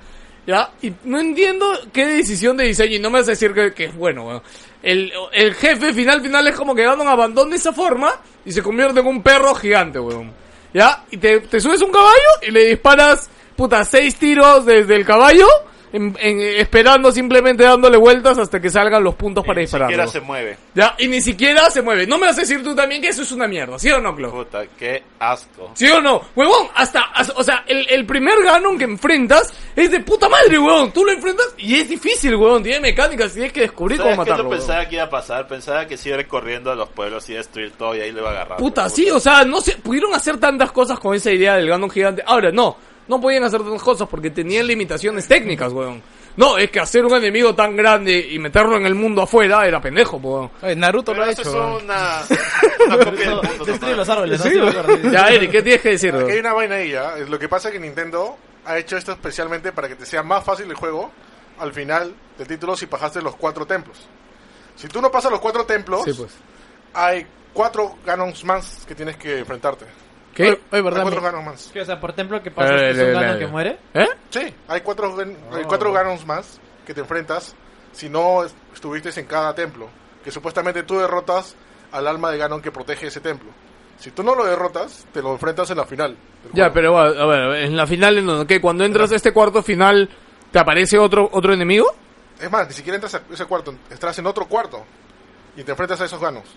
Ya, y no entiendo qué decisión de diseño, y no me vas a decir que, que es bueno, weón. El, el jefe final final es como que Ganon abandona esa forma y se convierte en un perro gigante, weón. ¿Ya? Y te, te subes a un caballo y le disparas, puta, seis tiros desde el caballo, en- en- esperando simplemente dándole vueltas hasta que salgan los puntos para Ni siquiera dispararlo. se mueve. ¿Ya? Y ni siquiera se mueve. No me vas a decir tú también que eso es una mierda, ¿sí o no, Clo? Puta, qué asco. ¿Sí o no? Huevón, hasta, as- o sea, el, el primer Ganon que enfrentas es de puta madre, huevón. Tú lo enfrentas y es difícil, huevón. Tiene mecánicas, tienes que descubrir cómo ¿Sabes qué matarlo. no huevón. pensaba que iba a pasar? Pensaba que si iba a ir corriendo a los pueblos y destruir todo y ahí le iba a agarrar. Puta, sí, o sea, no se pudieron hacer tantas cosas con esa idea del Ganon gigante. Ahora, no, no podían hacer tantas cosas porque tenían limitaciones técnicas, weón. No, es que hacer un enemigo tan grande y meterlo en el mundo afuera era pendejo, weón. Oye, Naruto Pero lo ha eso hecho. es weón. una, una copia del mundo, Destruye nomás. los árboles, ¿no? Sí, me acuerdo, sí. Ya, Eric, ¿qué tienes que decir, Aquí hay weón? una vaina ahí, ¿ya? Lo que pasa es que Nintendo ha hecho esto especialmente para que te sea más fácil el juego al final del título si pasaste los cuatro templos. Si tú no pasas los cuatro templos, Sí, pues. hay cuatro Ganons más que tienes que enfrentarte. ¿Qué? Oye, Hay verdad. cuatro mi- Ganons más. Que, O sea, por templo que pasa Eh, es un eh, Ganon eh, que muere. ¿Eh? Sí, hay Ah. cuatro, gen- hay cuatro Ganons más que te enfrentas si no es- estuviste en cada templo. que supuestamente tú derrotas al alma de Ganon que protege ese templo. Si tú no lo derrotas, te lo enfrentas en la final. del Ya, juego. pero bueno, a ver, en la final, en donde, ¿qué? Cuando entras a este cuarto final, ¿te aparece otro, otro enemigo? Es más, ni siquiera entras a ese cuarto, entras en otro cuarto y te enfrentas a esos Ganons.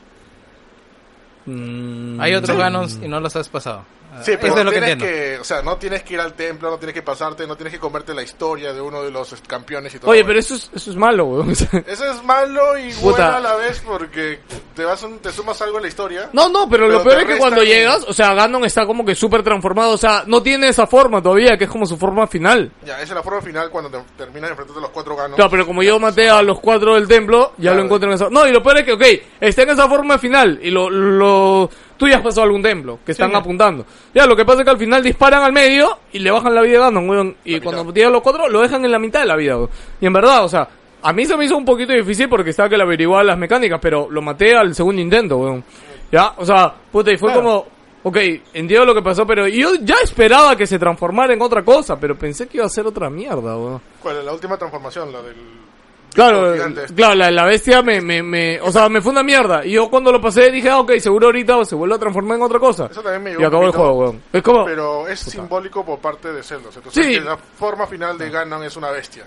Mm. Hay otros Ganons y no los has pasado. Sí, Ah, pero Eso es lo que tienes entiendo. que, o sea, no tienes que ir al templo, no tienes que pasarte, no tienes que comerte la historia de uno de los este, campeones y todo. Oye, bueno. pero eso es, eso es malo, weón. Eso es malo y Puta. bueno a la vez porque te vas un- te sumas algo a la historia. No, no, pero, Pero lo peor te es que resta cuando el- llegas, o sea, Ganon está como que súper transformado, o sea, no tiene esa forma todavía, que es como su forma final. Ya, esa es la forma final cuando te- terminas de enfrentarte a los cuatro ganos. Claro, pero como yo maté a los cuatro del templo, ya Claro. lo encuentro en esa... No, y lo peor es que, ok, está en esa forma final, y lo... lo... Tú ya has pasado a algún templo, que están apuntando. Ya, lo que pasa es que al final disparan al medio y le bajan la vida a Ganon, weón. Y cuando llegan los cuatro, lo dejan en la mitad de la vida, weón. Y en verdad, o sea, a mí se me hizo un poquito difícil porque estaba que le averiguaba las mecánicas, pero lo maté al segundo intento, weón. Ya, o sea, puta, y fue como... Ok, entiendo lo que pasó, pero yo ya esperaba que se transformara en otra cosa, pero pensé que iba a ser otra mierda, weón. ¿Cuál es la última transformación? La del. Claro, gigante este. claro, la, la bestia me, me, me, o sea, me fue una mierda. Y yo cuando lo pasé dije, ah, ok, seguro ahorita se vuelve a transformar en otra cosa. Eso también me llegó y acabó un el poquito, juego, weón. Es como, Pero es simbólico por parte de Zelda. O sea, tú sabes Sí. que la forma final de Ganon es una bestia.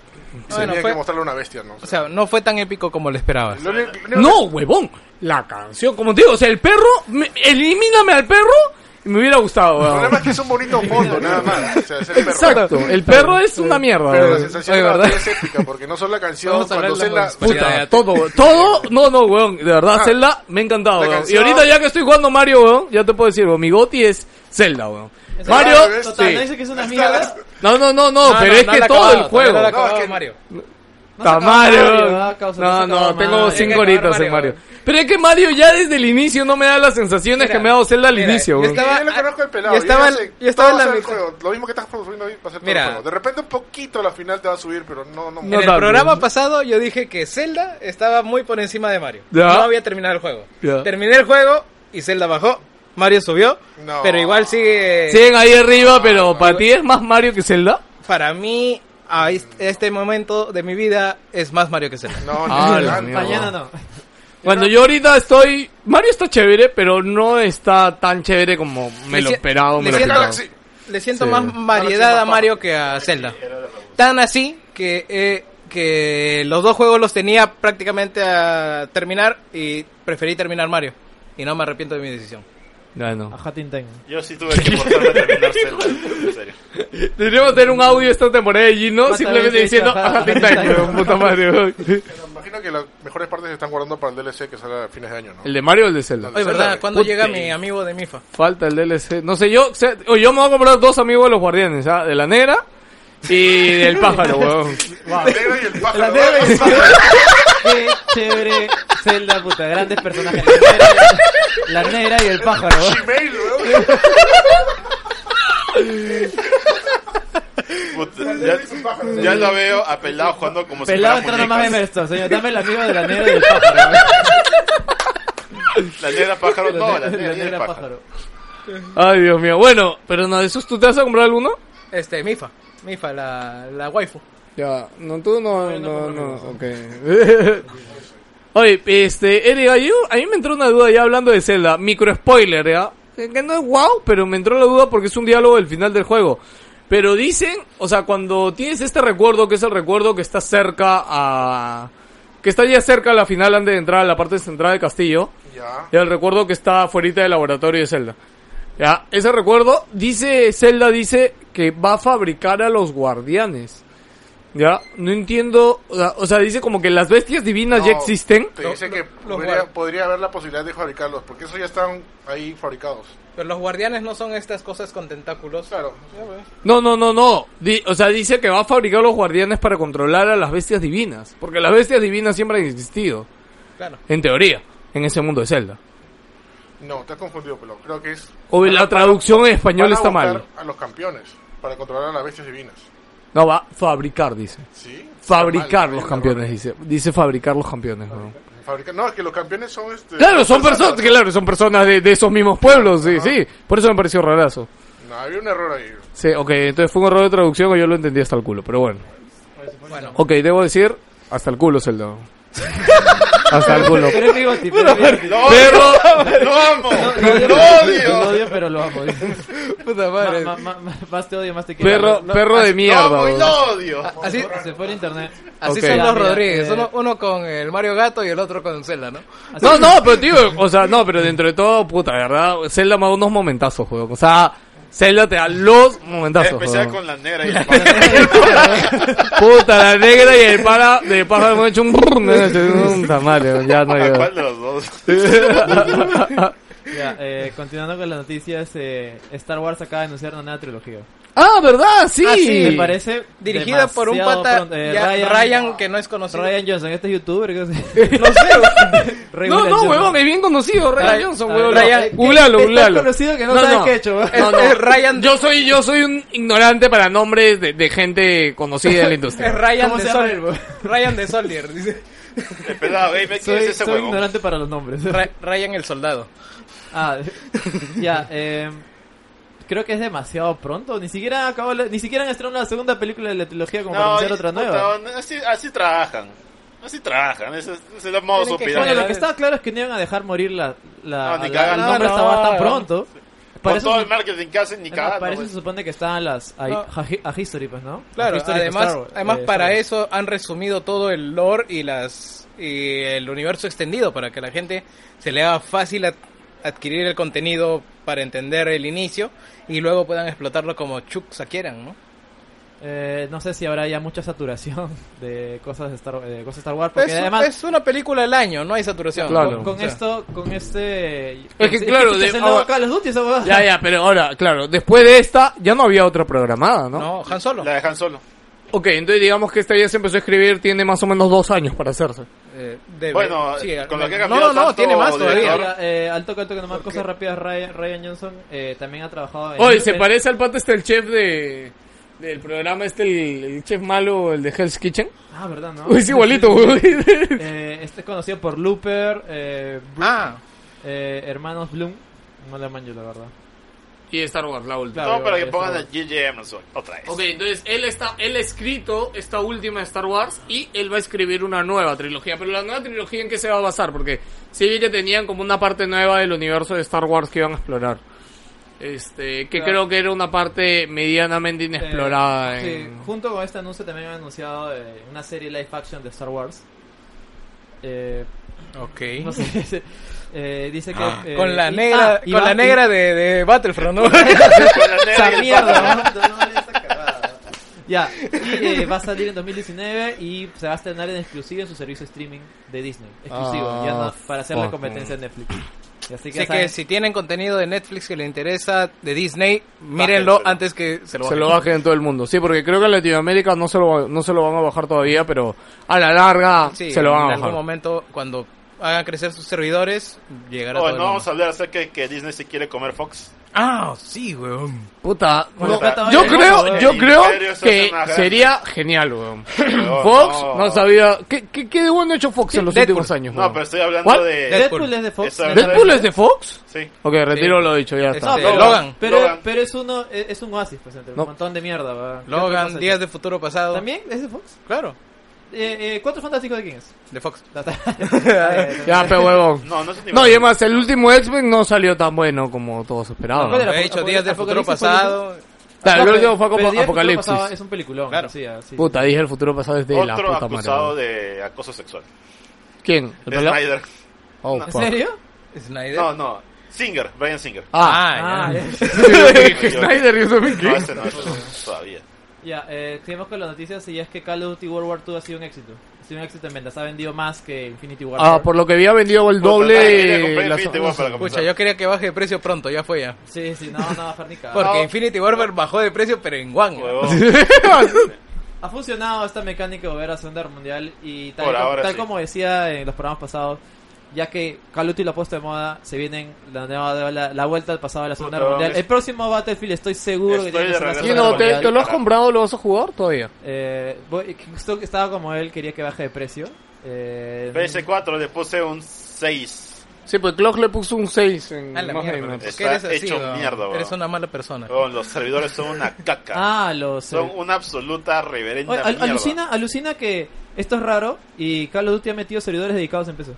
Bueno, Tenía fue- que mostrarle una bestia, ¿no? O O sea, sea, no fue tan épico como lo esperabas. lo único- lo único que- no, huevón, la canción, como te digo, o sea, el perro, me- elimíname al perro, y me hubiera gustado, El weón. problema es que es un bonito fondo, nada más. O sea, es el perro. Exacto, el perro es una mierda, Pero la weón. sensación Oye, de la ¿verdad? batalla es épica, porque no solo la canción, Vamos a cuando hablar de la Zelda... municipalidad. Puta, Ya, ya. todo, weón, todo, no, no, weón, de verdad, Ah. Zelda me ha encantado, La weón. Y canción- ahorita ya que estoy jugando Mario, weón, ya te puedo decir, weón, mi goti es Zelda, weón. Es Mario, verdad, es- Total, sí. ¿no dice que es una mierda? No, no, no, no, pero es que la ha todo acabado, el juego. todavía no la ha No, es acabado, que- Mario. No se acaba Tamario. Mario, ah, causa, no se No, acaba no, tengo Mario. Tiene cinco que acabar horitas en Mario. Mario. Pero es que Mario ya desde el inicio no me da las sensaciones que me ha dado Zelda al mira, inicio, yo weón. estaba- yo lo conozco el pelado. ya estaba- yo ya sé, ya estaba en todo la va a ser el mitad. juego. Lo mismo que estás produciendo hoy va a ser todo Mira. el juego. De repente un poquito a la final te va a subir, pero no, No, no. En el tanto. programa pasado yo dije que Zelda estaba muy por encima de Mario. Ya. No había terminado el juego. Ya. Terminé el juego y Zelda bajó, Mario subió, No. pero igual sigue... Siguen ahí arriba, pero para ti es más Mario que Zelda. Para mí, a es- este momento de mi vida es más Mario que Zelda. No, Ah, ni la tanto. mierda. Mañana no. Cuando yo ahorita estoy. Mario está chévere, pero no está tan chévere como me Le lo si- esperaba o me le lo siento- esperaba. Galaxy. Le siento Sí. más variedad a Mario que a Zelda. Tan así que, eh, que los dos juegos los tenía prácticamente a terminar y preferí terminar Mario. Y no me arrepiento de mi decisión. Pues Ya no. Ajá, Tintain. Yo sí tuve que forzarme a terminar Zelda. En serio. Deberíamos tener un audio esta temporada de Gino ¿Cuántas simplemente veces diciendo. ajá, Ajá, Tic Tac", Tic Tac". weón, puta madre, weón. Me imagino que las mejores partes se están guardando para el DLC que sale a fines de año, ¿no? ¿El de Mario o el de Zelda? Oye, Zelda, ¿verdad? ¿Cuándo puta. llega mi amigo de Mifa? Falta el DLC. No sé, yo, o sea, o yo me voy a comprar dos amigos de los guardianes, ¿ah? De la negra y del pájaro, weón. El negro y el pájaro. La ¿verdad? debe Qué chévere. Zelda, puta. Grandes personajes. La negra, la negra y el pájaro. Gmail, weón. Puta, ya, ya lo veo a Pelado jugando como Pelado si fuera entrando más de muñecas. Mersto, señor. Dame el amigo de la negra y el pájaro. La negra pájaro, no, la La negra, y el negra pájaro. pájaro. Ay, Dios mío. Bueno, pero no, ¿esos tú te vas a comprar alguno? Este, Mifa. Mifa, la, la waifu. Ya, no, tú no, no, no, ok. Oye, este, Erika, yo, a mí me entró una duda ya hablando de Zelda, micro spoiler, ¿ya? Que no es wow, pero me entró la duda porque es un diálogo del final del juego. Pero dicen, o sea, cuando tienes este recuerdo, que es el recuerdo que está cerca a... Que está ya cerca a la final antes de entrar a la parte central del castillo. Ya. Ya, el recuerdo que está fuerita del laboratorio de Zelda. Ya, ese recuerdo, dice, Zelda dice que va a fabricar a los guardianes. Ya, no entiendo, o sea, o sea, dice como que las bestias divinas ya No, existen. Te dice que los podría, guard- podría haber la posibilidad de fabricarlos, porque eso ya están ahí fabricados. Pero los guardianes no son estas cosas con tentáculos. Claro. No, no, no, no. Di- o sea, dice que va a fabricar a los guardianes para controlar a las bestias divinas. Porque las bestias divinas siempre han existido, Claro. en teoría, en ese mundo de Zelda. No, te has confundido, Pelado. Creo que es... O la traducción en van español a está buscar mal. a los campeones para controlar a las bestias divinas. No, va a fabricar, dice. ¿Sí? Está mal, eh, Fabricar hay los un campeones, dice. Dice fabricar los campeones, weón. error. Fabrica- No, es que los campeones son... Este, Claro, son personas, claro, son personas de, de esos mismos pueblos, sí, sí. Por eso me pareció rarazo. No, había un error ahí. Sí, ok, entonces fue un error de traducción o yo lo entendí hasta el culo, pero bueno. Bueno, Ok, debo decir, hasta el culo, Zelda. Hasta el culo. Pero es Bigoti, pero es Bigoti. Lo odio, lo amo, lo Lo odio. odio, pero lo amo. Puta madre. Ma- ma- ma- Más te odio, más te quiero. Perro, No, ah, perro de Lo mierda. amo y weón. lo odio. Así, Se fue el internet. así Ok. son Ya, los mira, Rodríguez, eh. uno, uno con el Mario Gato y el otro con Zelda, ¿no? No, no, pero tío, o sea, no, pero dentro de todo, puta, verdad, Zelda me da unos momentazos, weón. O sea, Zelda te da los momentazos. Especial weón. con la negra y el pana. Puta, la negra y el para de pájaro hemos hecho un brum, ¿no? Un tamal, weón, ya no hay. ¿A cuál de los dos? Ya, eh, continuando con las noticias, eh, Star Wars acaba de anunciar una nueva trilogía. Ah, ¿verdad? Sí. Ah, sí, Me parece Dirigida por un demasiado pata pronto. Eh, ya, Ryan, Ryan, que no es conocido. Ryan Johnson, este es youtuber, no No, no, weón, es bien conocido, Ryan Ryan Johnson, Ah, weón. Ryan, No, Googlalo, Es googlalo. conocido que no, No, sabe no. qué ha hecho, weón. Es, es Ryan, Yo soy, yo soy un ignorante para nombres de, de gente conocida en la es industria. Ryan ¿Cómo de se llama Sol- el weón? Ryan de Soldier, dice. El pelado gay, ¿me Soy, quieres ese soy huevo? ignorante para los nombres. Ra- Ryan el soldado. Ah, ya, eh, creo que es demasiado pronto. Ni siquiera acabó la- ni siquiera han estrenado la segunda película de la trilogía como para anunciar otra puta, nueva. no, así, así trabajan. Así trabajan. Ese ese es el modo Tienen que- Bueno, operandi. lo que estaba claro es que no iban a dejar morir la, la, No, ni la- cagando. el nombre No, estaba no. tan pronto. Para Con eso, todo se- el marketing que hacen, ni además, para eso cagando. pues. se supone que estaban las a, pues. No. a hi- a History, pues, ¿no? A Claro, History de además, Star Wars, además eh, para Star Wars. eso han resumido todo el lore y las y el universo extendido para que a la gente se le haga fácil ad- adquirir el contenido para entender el inicio y luego puedan explotarlo como chucks quieran, ¿no? Eh, no sé si habrá ya mucha saturación de cosas de Star, eh, cosas de Star Wars, porque Es, además es una película al año, no hay saturación. Claro. con, con O sea, esto, con este... Es que, claro, de- se lo ahora- acá los duties, esa huevada. Ya, ya, pero ahora, claro, después de esta, ya no había otra programada, ¿no? No, Han Solo. La dejan solo. Ok, entonces digamos que esta ya se empezó a escribir, tiene más o menos dos años para hacerse. Eh, debe- Bueno, sí, con lo que no, ha no, cambiado no, tanto tiene más todavía. director. Oiga, eh, al toque, al toque nomás, cosas rápidas. Ryan, Ryan Johnson eh, también ha trabajado en. Oye, se en- parece al pato este el chef de del programa este el, el chef malo el de Hell's Kitchen. Ah, verdad, ¿no? Uy, es igualito, güey. Eh, este es conocido por Looper, eh, Bru- Ah, eh, Hermanos Bloom. No le manjo, la verdad. y Star Wars la última. Claro, Todo para que ya pongan a está. J.J. Emerson otra vez. Ok, entonces él está él ha escrito esta última de Star Wars y él va a escribir una nueva trilogía, pero la nueva trilogía en qué se va a basar porque sí vi que tenían como una parte nueva del universo de Star Wars que iban a explorar. Este, que Claro. creo que era una parte medianamente Eh, inexplorada sí, en- junto con este anuncio también han anunciado eh, una serie live action de Star Wars. Eh, ok. no sé. eh, dice que. eh, Con la y- negra, ah, y con va- la y- negra de, de Battlefront, ¿no? Con la negra y esa el mierda, pana. ¿no? No, no, esa cagada. Ya, y eh, va a salir en 2019 y se va a estrenar en exclusiva en su servicio de streaming de Disney. Exclusivo, Ah, ya no- para hacer la fuck, competencia de Netflix. Y Así que, ya Así saben, que si tienen contenido de Netflix que les interesa, de Disney, mírenlo Bájenselo. antes que se lo se bajen. lo bajen en todo el mundo. Sí, porque creo que en Latinoamérica no se lo, no se lo van a bajar todavía, pero a la larga Sí, se lo van en a algún bajar. momento, cuando hagan crecer sus servidores, llegará Oye, todo Oh, no el vamos mundo. a hablar acerca de que Disney se quiere comer Fox. Ah, sí, weón. Puta, Con no. la plata yo vale, creo, weón. yo El creo imperio se hace que más grande. sería genial, weón. Weón, Fox no. no sabía. ¿Qué, qué, qué de bueno ha hecho Fox en los Deadpool. últimos años? No, weón? pero estoy hablando ¿What? de... Deadpool, es de Fox. Esa- ¿no? ¿Deadpool es de Fox? Sí. Ok, retiro lo dicho, ya está. No, Sí, pero, Logan. pero, Logan. pero es uno es es un oasis, pues, entre No. un montón de mierda. ¿verdad? ¿Qué Logan, otra cosa Días es? de Futuro Pasado. ¿También es de Fox? Claro, Eh, eh, ¿Cuatro fantásticos de quién es? de Fox. Ya está. Ah, Eh, Ya, pe huevón. No, no es un No, y además, el último X-Men no salió tan bueno como todos esperaban. No, pero- De hecho, Apo- Días de Apo- Futuro Apocalipsis, Pasado. Claro, el pero- último fue como pero Días del Futuro Apocalipsis. Pasado Es un peliculón. Claro. sí, ah, sí. Puta, dije el futuro pasado es de la Otro puta madre. acusado weón. de acoso sexual. ¿Quién? ¿El pelado? Snyder. Oh, ¿En fuck. serio? Snyder. No, no. Singer, Brian Singer. Ah, Ah, Ah, ya. ya. Snyder, yo también No, ¿qué? ese no, ese no, todavía. Ya, eh, seguimos con las noticias y es que Call of Duty World War 2 ha sido un éxito. Ha sido un éxito en ventas, ha vendido más que Infinity War. Ah, por lo que había vendido el doble. Puta, la- Infinity War para Pucha, comenzar. yo quería que baje de precio pronto, ya fue ya. Sí, sí, no, no, bajar ni cagada. Porque Ah. Infinity Warfare bajó de precio, pero en One. Huevón. Ha funcionado esta mecánica de volver a la Segunda Guerra Mundial y tal, Por como, ahora tal sí. como decía en los programas pasados, ya que Call of Duty lo ha puesto de moda, se vienen la, nueva- la, la vuelta al pasado de la Segunda Puta, Guerra Mundial. es- El próximo Battlefield estoy seguro que Estoy tiene que de ser la regreso Sí, Segunda no, Guerra ¿te, Mundial. te lo has comprado? ¿Lo vas a jugar todavía? Eh, voy- justo que estaba como él, quería que baje de precio. Eh, PS4 le puse un 6. Sí, pues Clock le puso un 6 en A la Más mierda. Gamer. ¿por qué Está eres así, hecho weón? mierda, weón. Eres una mala persona. Huevón, los servidores son una caca. ah, los... eh, Son una absoluta reverenda Oye, al- mierda. alucina, alucina que Esto es raro y Call of Duty ha metido servidores dedicados en PC.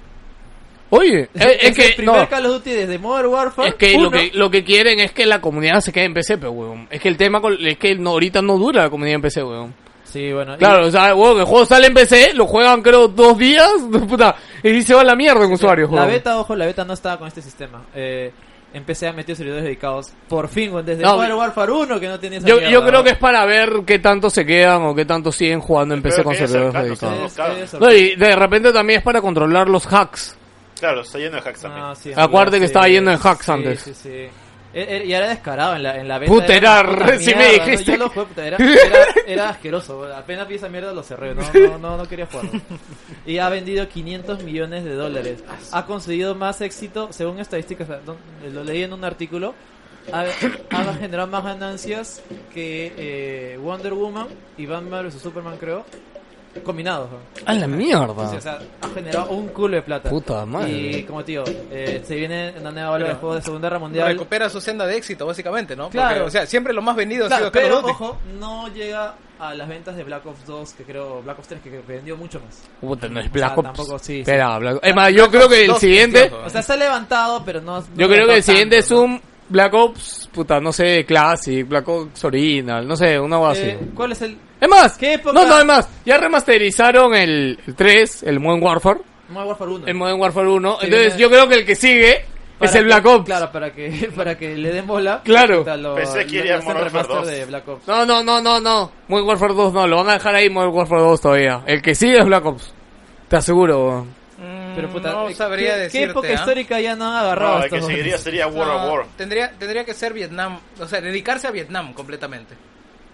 Oye, es, Eh, el es que primer no, Call of Duty desde Modern Warfare. es que uno. lo que lo que quieren es que la comunidad se quede en PC, pero weón. Es que el tema con- es que no, ahorita no dura la comunidad en PC, weón. Sí, bueno. y- Claro, o sea, weón, el juego sale en PC, lo juegan creo dos días, puta, y se va a la mierda en usuarios, La weón. beta, ojo, la beta no estaba con este sistema. Eh, empecé a meter servidores dedicados. Por fin, weón, desde No, Modern Warfare 1 que no tenía esa Yo, mierda, yo creo weón. que es para ver qué tanto se quedan o qué tanto siguen jugando en PC Espero con que haya servidores cercano, dedicados. ¿no? Es- Claro. es No, y de repente también es para controlar los hacks. Claro, está lleno de hacks también. No, Ah, sí, Acuérdate que estaba lleno de hacks sí, antes. Sí, sí. E- era- Y era descarado en la, en la beta. Puta, era una re- sí me mierda, ¿no? dijiste Yo lo jugué, puta, era, era, era asqueroso. weón. Apenas vi esa mierda lo cerré. No, no, no, no quería jugar. weón. Y ha vendido 500 millones de dólares. Ah, Ha conseguido más éxito, según estadísticas, don- lo leí en un artículo. Ha, ha generado más ganancias que eh, Wonder Woman y Batman vs Superman, creo. Combinados. weón. A Sí, la o mierda. sea, ha generado un culo de plata. Puta madre. Y como tío, eh, se viene una nueva ola de juegos de Segunda Guerra Mundial. Recupera su senda de éxito, básicamente, ¿no? Porque, Claro. o sea, siempre lo más vendido ha Claro, sido Call pero of Duty. ojo, no llega a las ventas de Black Ops 2, que creo, Black Ops 3, que vendió mucho más. Puta, no es O Black sea, Ops. tampoco, sí, sí. Espera, Black Ops. Es más, yo creo que el Dos, siguiente. entiendo. O sea, se ha levantado, pero no. Yo creo que el siguiente es un Black Ops, puta, no sé, Classic, Black Ops Original, no sé, una base. ¿Cuál es el Es más, Eh, ¿Qué época? no, no, es más, ya remasterizaron el, el 3, el Modern Warfare, Modern Warfare 1? el Modern Warfare 1, Sí, entonces viene- yo creo que el que sigue Para es el que- Black Ops. Claro, para que, para que le den bola. Claro. Puta, lo- Pensé que lo- iría hacen Modern Warfare 2. remaster de Black Ops. No, no, no, no, no, Modern Warfare 2 no, lo van a dejar ahí Modern Warfare 2 todavía. El que sigue es Black Ops, te aseguro. weón. Pero puta, Mm, no eh, sabría ¿qué, decirte, ¿Qué época ¿ah? histórica ya no ha agarrado? No, el estos que dos? seguiría sería World of Ah, War. Tendría, tendría que ser Vietnam, o sea, dedicarse a Vietnam completamente.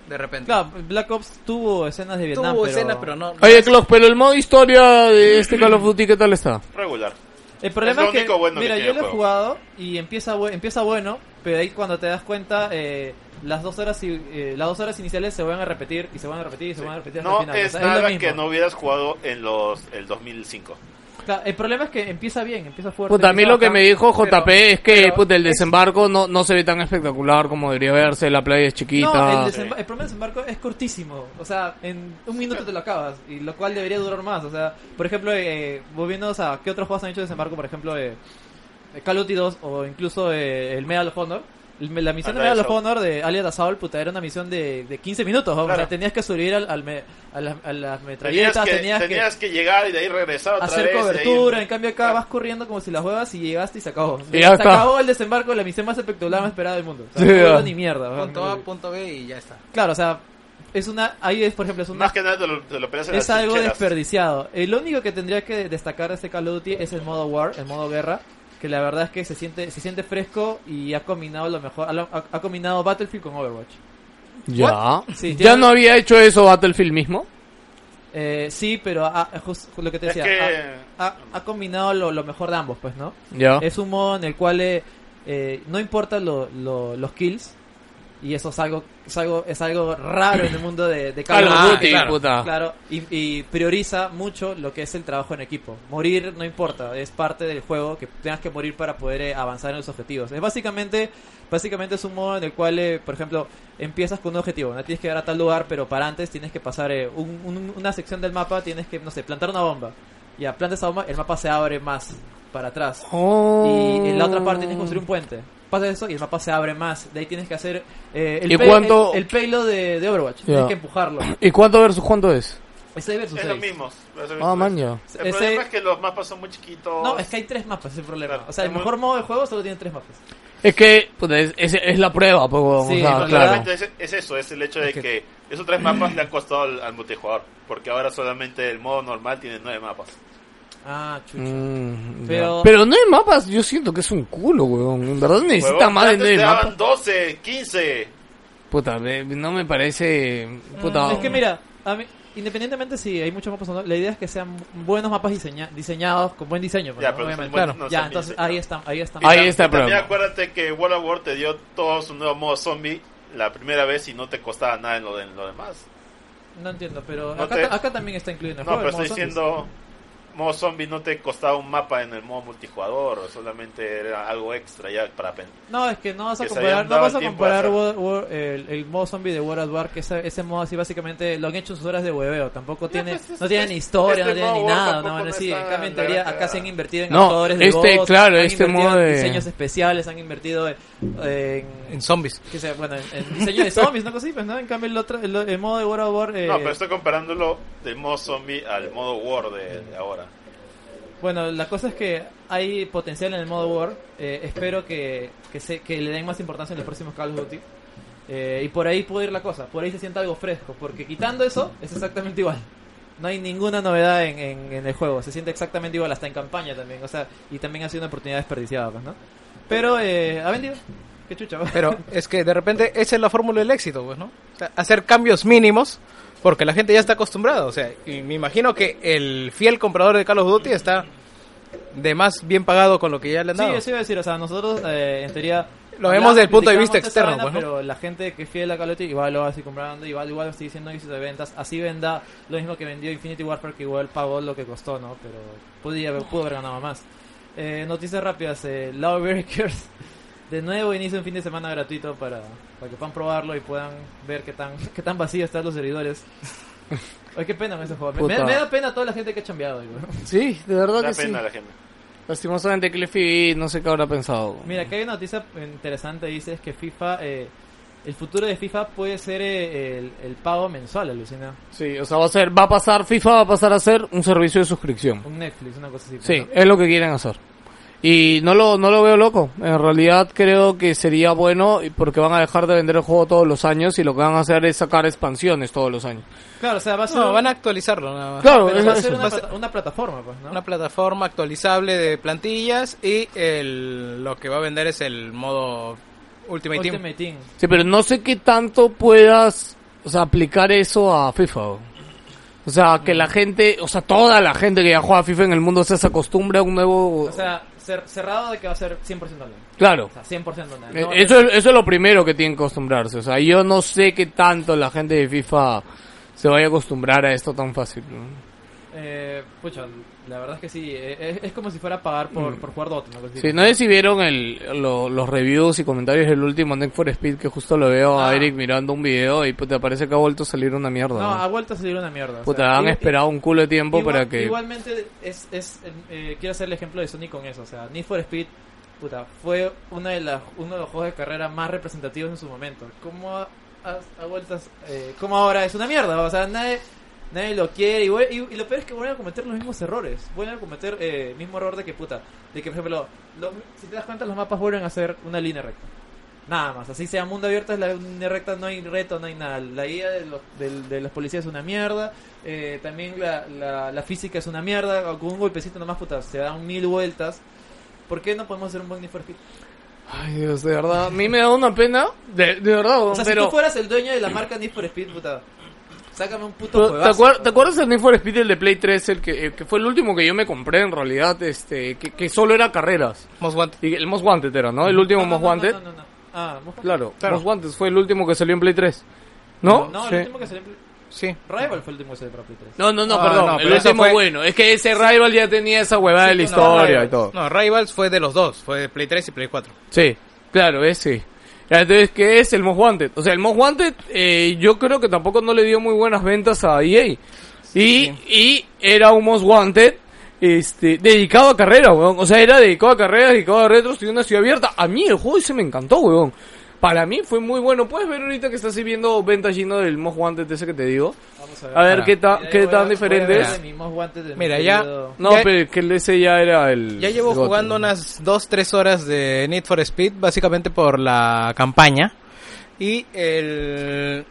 De repente. Claro, Black Ops tuvo escenas de Tuvo Vietnam. pero... escenas, pero no. Oye, Clock, pero el modo historia de este Call of Duty, ¿qué tal está? Regular. El problema Es es, lo que, único bueno que mira, tiene yo el lo he juego. jugado y empieza, bu- empieza bueno, pero ahí cuando te das cuenta, eh, las dos horas y- eh, las dos horas iniciales se van a repetir y se van a repetir y se van a repetir hasta No el final. es O sea, lo nada mismo. que no hubieras jugado en los el 2005. Claro, el problema es que empieza bien, empieza fuerte. Puta, a mí empieza lo que me bacán. dijo JP es que pero puta, el desembarco no, no se ve tan espectacular como debería verse, la playa es chiquita. Ah, No, el, desem- el problema del desembarco es cortísimo. O sea, en un minuto te lo acabas. Y lo cual debería durar más. O sea, por ejemplo, eh, volviéndonos a qué otros juegos han hecho desembarco, por ejemplo, eh, eh, Call of Duty 2 o incluso eh, el Medal of Honor. El- La misión de Allied Medal of Assault. Honor de Alien Assault, puta, era una misión de, de 15 minutos. ¿no? O Claro. sea, tenías que subir al, al me- a, las, a las Tenías metralletas, que, tenías, tenías que llegar y de ahí regresar que otra hacer vez. y ahí- cobertura. En cambio, acá vas corriendo como si las juegas y llegaste y se acabó. Y ya se está. acabó el desembarco, la misión más espectacular, más esperada del mundo. O sea, Sí, no ya. duró ni mierda. ¿no? Punto A, punto B y ya está. Claro, o sea, es una. Ahí es, por ejemplo, es una. Más que nada te lo, te lo peleas en las es algo trincheras. desperdiciado. El único que tendría que destacar de este Call of Duty es el modo War, el modo guerra. Que la verdad es que se siente, se siente fresco y ha combinado lo mejor. Ha, ha- ha combinado Battlefield con Overwatch. Ya. Sí, ya tiene- no había hecho eso Battlefield mismo. Eh, sí, pero ha- just- lo que te Es decía. que- ha, ha- ha combinado lo, lo mejor de ambos, pues, ¿no? Ya. Es un modo en el cual eh, eh, no importan los kills. Y eso es algo, es algo, es algo raro en el mundo de, de Call of Call of Duty. Duty, claro. puta. Claro, y, y prioriza mucho lo que es el trabajo en equipo. Morir no importa, es parte del juego que tengas que morir para poder eh, avanzar en los objetivos. Es básicamente, básicamente es un modo en el cual, eh, por ejemplo, empiezas con un objetivo, no tienes que llegar a tal lugar, pero para antes tienes que pasar eh, un- un- una sección del mapa, tienes que, no sé, plantar una bomba. Ya, plantas esa bomba, el mapa se abre más para atrás. Oh. Y en la otra parte tienes que construir un puente. Pasa eso y el mapa se abre más. De ahí tienes que hacer eh, el, ¿Y pay- cuánto- el, el payload de, de Overwatch. Ya. Tienes que empujarlo. ¿Y cuánto versus cuánto es? Ese versus Es lo seis. mismo. Ah, maño. El Ese- problema es que los mapas son muy chiquitos. No, es que hay tres mapas, es el problema. Claro. O sea, el Es muy- mejor modo de juego solo tiene tres mapas. Es que puta, es, es, es la prueba, pues, weón, Sí, o sea, porque claro. Realmente es, es eso, es el hecho de que esos tres mapas le han costado al, al multijugador. Porque ahora solamente el modo normal tiene nueve mapas. Ah, chucho. Mm, ya. pero... Pero- no hay mapas, yo siento que es un culo, weón. En verdad necesita Huevón, más de antes nueve te mapas. daban 12, 15. Puta, me- no me parece. Puta. Es que mira, a mí, independientemente si hay muchos mapas o no, la idea es que sean buenos mapas diseña- diseñados con buen diseño. pues, Ya, ¿no? pero Obviamente. bueno, no ya son entonces diseñados. ahí están, ahí están. Ahí Y tam- está el también problema. acuérdate que World of War te dio todo su nuevo modo zombie la primera vez y no te costaba nada en lo, en lo demás. No entiendo, pero No acá, te- acá también está incluido en el No, juego. pero el modo estoy zombies. diciendo modo zombie no te costaba un mapa en el modo multijugador, o solamente era algo extra ya para pen- No, es que no vas a Que se comparar, habían no dado vas a el tiempo comparar de World- World- el, el modo zombie de World at War, que ese, ese modo así básicamente lo han hecho en sus horas de hueveo. Tampoco tiene, no tiene ni historia, pues, este no tiene ni modo War nada, tampoco no, no así. está En cambio, en en la teoría, gran acá se cagada. han invertido en No, actores de este, voz, claro, han este invertido modo en de- diseños especiales, han invertido en, en- En zombies. que sea, bueno, en, en diseño de zombies, no cosas, pues, ¿no? En cambio, el, otro, el, el modo de World of War. eh, No, pero estoy comparándolo del modo zombie al modo war de, de ahora. Bueno, la cosa es que hay potencial en el modo War. eh, espero que, que, se, que le den más importancia en los próximos Call of Duty. Eh, y por ahí puede ir la cosa, por ahí se siente algo fresco, porque quitando eso es exactamente igual. No hay ninguna novedad en, en, en el juego, se siente exactamente igual hasta en campaña también, o sea, y también ha sido una oportunidad desperdiciada, pues, ¿no? Pero, eh, ¿ha vendido? Qué chucha, pues. Pero es que de repente esa es la fórmula del éxito, pues, ¿no? O sea, hacer cambios mínimos porque la gente ya está acostumbrada. O sea, y me imagino que el fiel comprador de Call of Duty está de más bien pagado con lo que ya le han Sí, dado. eso iba a decir, o sea, nosotros eh, en teoría... Lo vemos desde el punto de vista criticamos esa externo, vaina, pues, ¿no? Pero la gente que es fiel a Call of Duty igual lo va a seguir comprando, igual, igual sigue siendo éxito de ventas, así venda lo mismo que vendió Infinity Warfare, que igual pagó lo que costó, ¿no? Pero podía, haber- pudo haber ganado más. Eh, noticias rápidas, eh, Love Curse de nuevo inicia un fin de semana gratuito para, para que puedan probarlo y puedan ver qué tan, qué tan vacío están los servidores. Ay, qué pena con ese juego. Me- Me, Puta. me da pena toda la gente que ha chambeado. digo. Sí, de verdad Da que sí. pena la gente. Lastimosamente Cliffy no sé qué habrá pensado. Mira, acá hay una noticia interesante. Dice es que FIFA, eh, el futuro de FIFA puede ser eh, el, el pago mensual, alucina. Sí, o sea, va a ser, va a pasar, FIFA va a pasar a ser un servicio de suscripción. Un Netflix, una cosa así. pues, Sí, ¿no? es lo que quieren hacer. Y no lo, no lo veo loco. En realidad creo que sería bueno y- porque van a dejar de vender el juego todos los años y lo que van a hacer es sacar expansiones todos los años. Claro, o sea, va a ser, No, un- van a actualizarlo nada más. Claro, pero es va a eso. ser una, Va a ser- plata- una plataforma, pues, ¿no? Una plataforma actualizable de plantillas y el, lo que va a vender es el modo Ultimate, Team. Ultimate Team. Sí, pero no sé qué tanto puedas o sea, aplicar eso a FIFA. o. O sea, que la gente, o sea, toda la gente que ya juega a FIFA en el mundo o sea, se acostumbra a un nuevo... O sea, cer- cerrado de que va a ser 100% online. claro. O sea, 100% online. Eh, No, Eso, es- eso es lo primero que tienen que acostumbrarse. O sea, yo no sé qué tanto la gente de FIFA se vaya a acostumbrar a esto tan fácil. ¿no? eh, pucha, la verdad es que sí. eh, es, es como si fuera a pagar por, por jugar Dota, una cosa así. Sí, no sé si vieron el, lo- los reviews y comentarios del último Need for Speed que justo lo veo a Ah. Eric mirando un video y te parece que ha vuelto a salir una mierda. No, ¿no? ha vuelto a salir una mierda. o Puta, sea, han y- esperado un culo de tiempo Igual- para que... Igualmente, es, es, eh, quiero hacer el ejemplo de Sony con eso. O sea, Need for Speed puta, fue una de las, uno de los juegos de carrera más representativos en su momento. ¿Cómo a, a- a vueltas? eh, ¿Cómo ahora es una mierda? O sea, nadie, nadie lo quiere. Y, vuel- y- y lo peor es que vuelven a cometer los mismos errores. Vuelven a cometer eh, el mismo error de que, puta, de que, por ejemplo, los- si te das cuenta, los mapas vuelven a ser una línea recta. Nada más, así sea mundo abierto, es la línea recta, no hay reto, no hay nada. La guía de los, del- de, los policías es una mierda, eh, también la, la, la física es una mierda, con un golpecito nomás, puta, se dan mil vueltas. ¿Por qué no podemos hacer un buen Need for Speed? Ay, Dios, de verdad. A mí me da una pena. De, de verdad, O sea, si pero... tú fueras el dueño de la marca Need for Speed, puta, sácame un puto Pero, ¿Te, juegazo. acuer- ¿Te acuerdas del Need for Speed, el de Play 3, el que, el que fue el último que yo me compré en realidad, este, que, que solo era carreras? Most Wanted. Y el Most Wanted era, ¿no? El último No, no, Most no, Wanted. no, no, no. Ah, Most Wanted. Claro, Most Wanted fue el último que salió en Play 3. ¿No? No, Sí. el último que salió en Play- Sí. Rival fue el último que salió en Play 3. No, no, no, Ah, perdón. no, el pero ese último fue- bueno. Es que ese Rival ya tenía esa huevada de la Sí, no, no, historia Rivals. y todo. No, Rivals fue de los dos, fue de Play 3 y Play 4. Sí, claro, ese. Ya, Entonces, ¿qué es el Most Wanted? O sea, el Most Wanted eh, yo creo que tampoco no le dio muy buenas ventas a EA. Y, y era un Most Wanted este, dedicado a carreras, weón. O sea, era dedicado a carreras, dedicado a retros, tenía una ciudad abierta. A mí el juego ese me encantó, weón. Para mí fue muy bueno. Puedes ver ahorita que estás ahí viendo ventas lleno del Most Wanted ese que te digo. Vamos A ver Para. qué, ta- Mira, qué yo voy a- tan voy a diferente ver es. de mi Most Wanted de mi Mira, ya- querido- No, Ya- pero que el ese ya era el... Ya llevo el otro. jugando unas 2-3 horas de Need for Speed, básicamente por la campaña. Y el...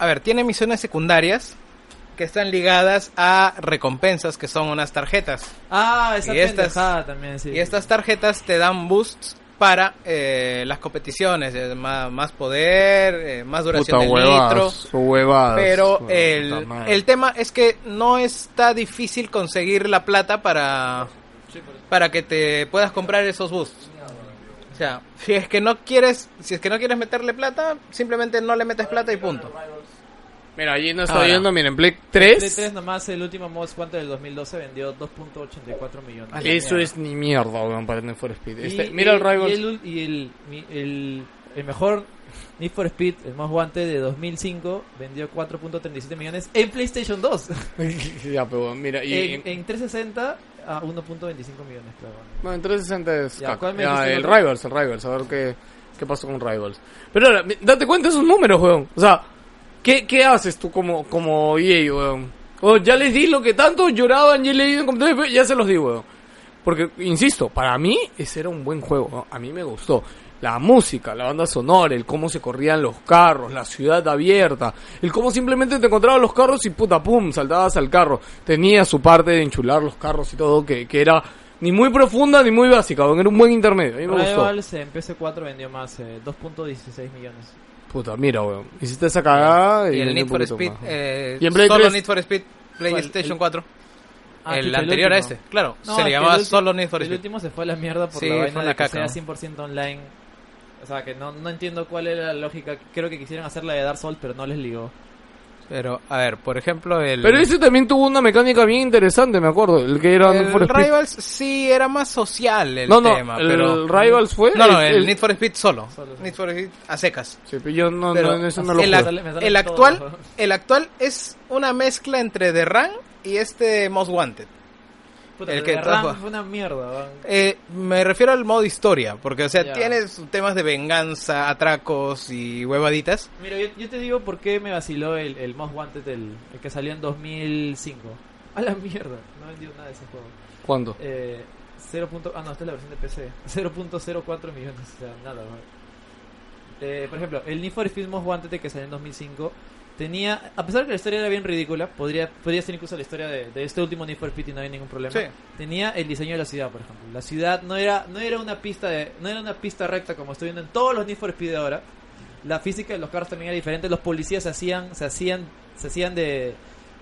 A ver, tiene misiones secundarias que están ligadas a recompensas, que son unas tarjetas. Ah, esa Y estas- pendejada también, sí. Y estas tarjetas te dan boosts para eh, las competiciones, eh, más, más poder, eh, más duración Puta del nitro. huevadas, huevadas. Pero Puta el, madre. el tema es que no está difícil conseguir la plata para, para que te puedas comprar esos boosts. O sea, si es que no quieres, si es que no quieres meterle plata, simplemente no le metes plata y punto. Mira, allí no está Ahora. viendo, miren, Play Play 3. 3 nomás, el último Most Wanted del 2012 vendió 2.84 millones. Ah, la Eso mierda. es ni mierda, weón, para Need for Speed. Este- Y- mira el y- Rivals. Y, el, y el, mi- el- el mejor Need for Speed, el más guante de 2005, vendió 4.37 millones en PlayStation 2. ya, pero weón, mira. Y, en, en 360 a 1.25 millones, claro. Bueno, en 360 es. Ya, caca. ¿cuál me Ya, dijiste el otro? Rivals, el Rivals, a ver qué, qué pasó con Rivals. Pero ahora, mi- date cuenta de esos números, weón. O sea, ¿qué, qué haces tú como, como EA, weón? O ya les di lo que tanto lloraban y he leído en comentarios, ya se los di, weón. Porque, insisto, para mí ese era un buen juego, ¿no? a mí me gustó. La música, la banda sonora, el cómo se corrían los carros, la ciudad abierta, el cómo simplemente te encontrabas los carros y puta pum, saltabas al carro. Tenía su parte de enchular los carros y todo, que, que era ni muy profunda ni muy básica, weón, era un buen intermedio, a mí me gustó. Rivals en PS4 vendió más, eh, 2.16 millones. Puta, mira, weón, hiciste esa cagada y, Y el vendí Need un for poquito Speed, más. eh, Y en Play solo 3. Need for Speed PlayStation 4. Ah, el chuta, el anterior a último. este, claro. No, se es que le llamaba el ulti- solo Need for El Speed. último se fue a la mierda por Sí, la fue vaina una de que caca, sea ¿no? 100% online. O sea, que no, no entiendo cuál era la lógica. Creo que quisieron hacer la de Dark Souls, pero no les ligó. Pero, a ver, por ejemplo, el. Pero ese también tuvo una mecánica bien interesante, me acuerdo, el que era Need el for Speed. Rivals sí era más social el no, no, tema, el pero. Rivals fue. No, no, el, Need for Speed solo. Solo, sí. Need for Speed a secas. Sí, pero yo no, Pero no, en eso no lo el, jugué. ac- Me sale- me sale el todo. actual, el actual es una mezcla entre The Run y este Most Wanted. Puta, El pero que la trajo- RAM fue una mierda. weón. Eh, me refiero al modo historia, porque, o sea, Ya. tiene sus temas de venganza, atracos y huevaditas. Mira, yo, yo te digo por qué me vaciló el, el Most Wanted, el, el que salió en 2005. A la mierda, no vendió nada de ese juego. ¿Cuándo? Eh, 0. punto- ah, no, esta es la versión de PC. 0.04 millones, o sea, nada. weón. Eh, por ejemplo, el Need for Speed Most Wanted que salió en 2005 tenía, a pesar de que la historia era bien ridícula, podría, podría ser incluso la historia de, de este último Need for Speed y no hay ningún problema. Sí. Tenía el diseño de la ciudad, por ejemplo. La ciudad no era, no era una pista de, no era una pista recta como estoy viendo en todos los Need for Speed de ahora. La física de los carros también era diferente. Los policías se hacían, se hacían, se hacían de,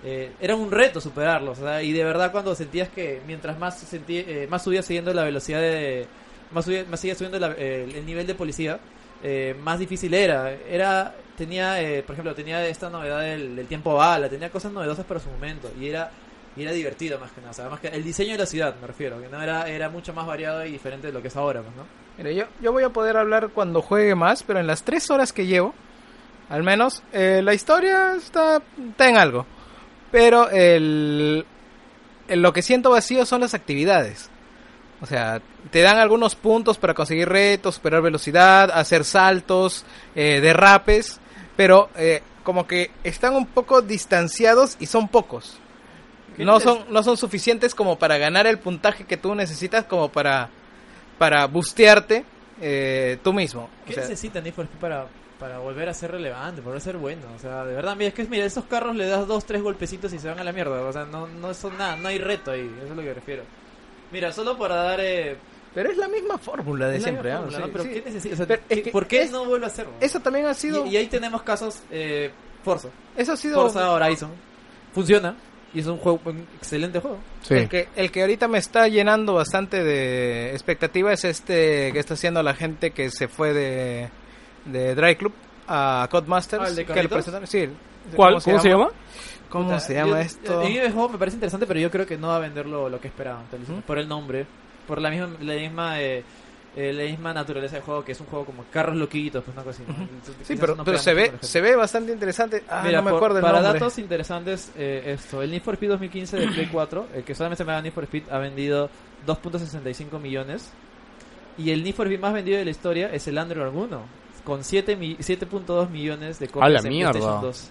eh, era un reto superarlos. o sea, Y de verdad cuando sentías que mientras más sentí, eh, más subías siguiendo la velocidad de... Más, subía- más seguías subiendo la- eh, el nivel de policía, eh, más difícil era. Era tenía, eh, por ejemplo, tenía esta novedad del, del tiempo bala, tenía cosas novedosas para su momento y era y era divertido más que nada, o sea, más que el diseño de la ciudad, me refiero, que no era era mucho más variado y diferente de lo que es ahora, pues, ¿no? Mira, yo, yo voy a poder hablar cuando juegue más, pero en las tres horas que llevo, al menos, eh, la historia está, está en algo. Pero el, el- lo que siento vacío son las actividades. O sea, te dan algunos puntos para conseguir retos, superar velocidad, hacer saltos, eh, derrapes, pero eh, como que están un poco distanciados y son pocos. No son, no son suficientes como para ganar el puntaje que tú necesitas como para, para bustearte eh, tú mismo. O ¿Qué sea, necesitan Need for Speed para, para volver a ser relevante, volver a ser bueno? O sea, de verdad, mira, es que mira, esos carros le das dos, tres golpecitos y se van a la mierda. O sea, no, no son nada, no hay reto ahí, eso es lo que me refiero. Mira, solo para dar... Eh, pero es la misma fórmula de la siempre. ¿ah? fórmula, Sí, ¿no? Pero sí. ¿qué necesita? O sea, Pero es ¿qué- que ¿Por qué es- no vuelve a hacerlo? Eso también ha sido... Y, y ahí tenemos casos... Eh, Forza. eso ha sido Forza Horizon. Funciona. Y es un juego un excelente juego. El, que, el que ahorita me está llenando bastante de expectativa es este que está haciendo la gente que se fue de, de Dry Club a Codemasters. Ah, ¿el de que carritos? presentaron- sí. ¿Cuál? ¿Cómo, se, llama? ¿Cómo Puta, se llama yo- esto? A mí el juego me parece interesante, pero yo creo que no va a vender lo, lo que esperaban. tal vez, ¿Mm? Por el nombre, por la misma la misma eh, eh, la misma naturaleza del juego, que es un juego como carros loquitos, pues una cosa así. ¿no? Quizás Sí, pero, no pero pega se mucho ve con la gente. se ve bastante interesante. Ah, Mira, no me por- acuerdo el para nombre. datos interesantes, eh, esto, el Need for Speed 2015 de Play 4, el que solamente se llama Need for Speed, ha vendido 2.65 millones. Y el Need for Speed más vendido de la historia es el Android alguno, con 7 mi- 7.2 millones de copias A la en mierda. PlayStation 2.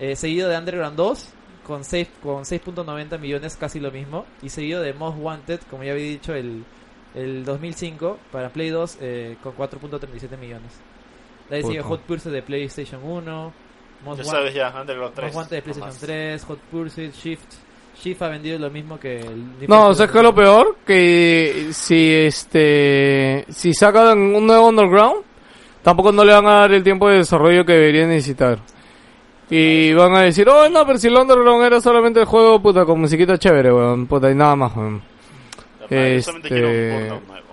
Eh, seguido de Underground 2 con seis- con 6.90 millones, casi lo mismo. Y seguido de Most Wanted, como ya había dicho, el, el 2005 para Play 2 eh, con 4.37 millones. De ahí sigue Puta. Hot Pursuit de PlayStation 1, Most Ya Wanted- sabes ya, Underground Más 3. guantes de PlayStation nomás. 3, Hot Pursuit, Shift. Shift ha vendido lo mismo que el. No, ¿sabes qué es lo peor? Que si este si sacan un nuevo Underground, tampoco no le van a dar el tiempo de desarrollo que deberían necesitar. Y van a decir, oh no, pero si el Underground era solamente el juego, puta, con musiquita chévere, weón, puta, y nada más, weón. La madre, Yo solamente Este- quiero un Portal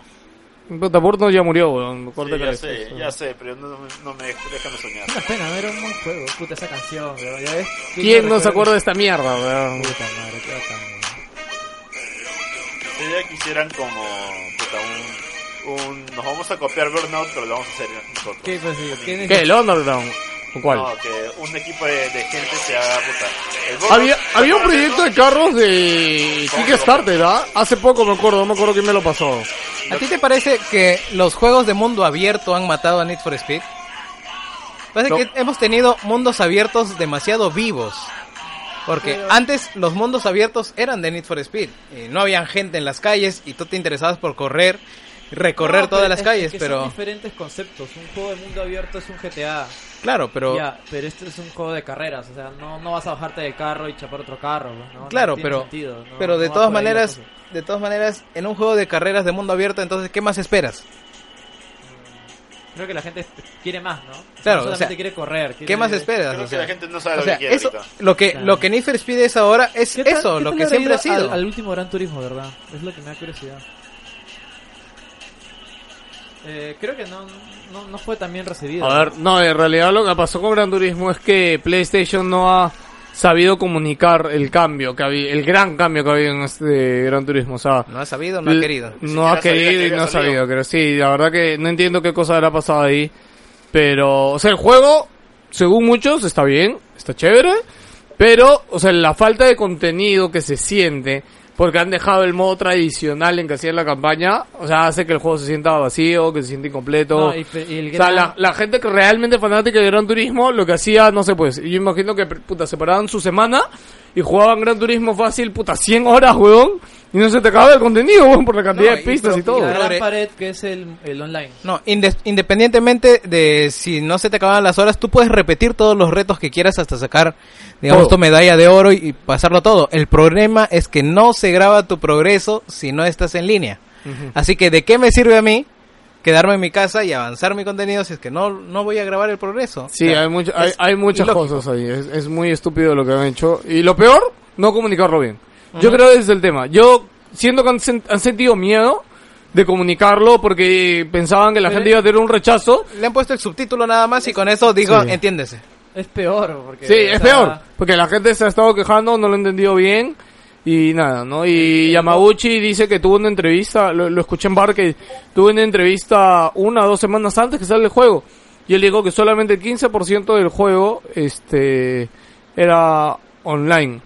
nuevo. Puta, Burnout ya murió, weón. Corta Sí, ya cabeza. sé, ya sé, pero no, no me déjame soñar. Una pena, no era un buen juego. Puta, esa canción, weón. ¿Ya ves? ¿Qué ¿Quién mierda no se fue? acuerda de esta mierda, weón? Puta madre, qué bacán, weón. Si ya quisieran como puta, un, un- Nos vamos a copiar Burnout, pero lo vamos a hacer nosotros. ¿Qué pues, ¿Quién ¿Qué? ¿El Underground? ¿O cuál? No, que un equipo de, de gente se haga puta. El Burnout- Había, había un proyecto de carros de Kickstarter, ¿verdad? Hace poco me acuerdo, no me acuerdo quién me lo pasó. ¿A ti te parece que los juegos de mundo abierto han matado a Need for Speed? Parece No. que hemos tenido mundos abiertos demasiado vivos. Porque antes los mundos abiertos eran de Need for Speed. Y no había gente en las calles y tú te interesabas por correr, recorrer No, pero todas las es que calles. son Pero diferentes conceptos. Un juego de mundo abierto es un GTA. claro, pero Ya, pero este es un juego de carreras. O sea, no, no vas a bajarte del carro y chapar otro carro. pues, ¿no? No claro, tiene pero sentido, no- pero de no va todas por ahí la maneras, cosa. de todas maneras, en un juego de carreras de mundo abierto, entonces ¿qué más esperas? Creo que la gente quiere más, ¿no? Claro, No o solamente sea, quiere correr. Quiere... ¿Qué más esperas? Creo O que sea, la gente no sabe o lo sea, que quiere eso, ahorita. lo que Claro. lo que Need for Speed es ahora es ¿Qué tal- eso, qué lo tal que habrá siempre ido ha sido. Al, al último Gran Turismo, ¿verdad? Es lo que me da curiosidad. Eh, creo que no, no, no fue tan bien recibido. Ah, A ver, no, en realidad lo que pasó con Gran Turismo es que PlayStation no ha sabido comunicar el cambio que había, el gran cambio que había en este Gran Turismo, o sea, No ha sabido, no ha l- querido. No siquiera ha sabía querido que y no había ha salido. sabido, pero sí, la verdad que no entiendo qué cosa habrá pasado ahí. Pero, o sea, el juego, según muchos, está bien, está chévere. Pero, o sea, la falta de contenido que se siente, porque han dejado el modo tradicional en que hacían la campaña, o sea, hace que el juego se sienta vacío, que se sienta incompleto. No, y pe- y el O sea, gran- la, la gente que realmente fanática de Gran Turismo, lo que hacía, no sé, pues, yo imagino que, puta, separaban su semana y jugaban Gran Turismo fácil, puta, 100 horas, weón, y no se te acaba el contenido, weón, por la cantidad No, de y- pistas y, pero- todo. La gran Pobre. pared que es el, el online. No, inde- independientemente de si no se te acaban las horas, tú puedes repetir todos los retos que quieras hasta sacar, digamos, Todo. tu medalla de oro y, y pasarlo todo. El problema es que no se graba tu progreso si no estás en línea. Así que, ¿de qué me sirve a mí quedarme en mi casa y avanzar mi contenido si es que no, no voy a grabar el progreso? Sí, O sea, hay, mucho- hay, es hay muchas ilógico. cosas ahí. Es, es muy estúpido lo que han hecho. Y lo peor, no comunicarlo bien. Yo creo que ese es el tema. Yo siento que han, sen- han sentido miedo de comunicarlo porque pensaban que la gente iba a tener un rechazo. Le han puesto el subtítulo nada más y con eso digo, Sí. entiéndese. Es peor. Porque, Sí, o es sea, peor. Porque la gente se ha estado quejando, no lo ha entendido bien. Y nada, ¿no? Y Yamaguchi dice que tuvo una entrevista, lo, lo escuché en bar, que tuvo una entrevista una o dos semanas antes que sale el juego. Y él dijo que solamente el 15% del juego este era online.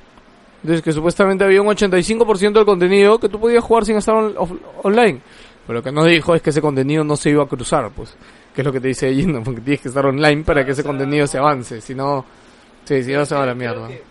Entonces que supuestamente había un 85% del contenido que tú podías jugar sin estar on- off- online. Pero lo que no dijo es que ese contenido no se iba a cruzar, pues. Que es lo que te dice Gino, porque tienes que estar online para que ese contenido se avance. Si no, sí, si no se va a la creo mierda. que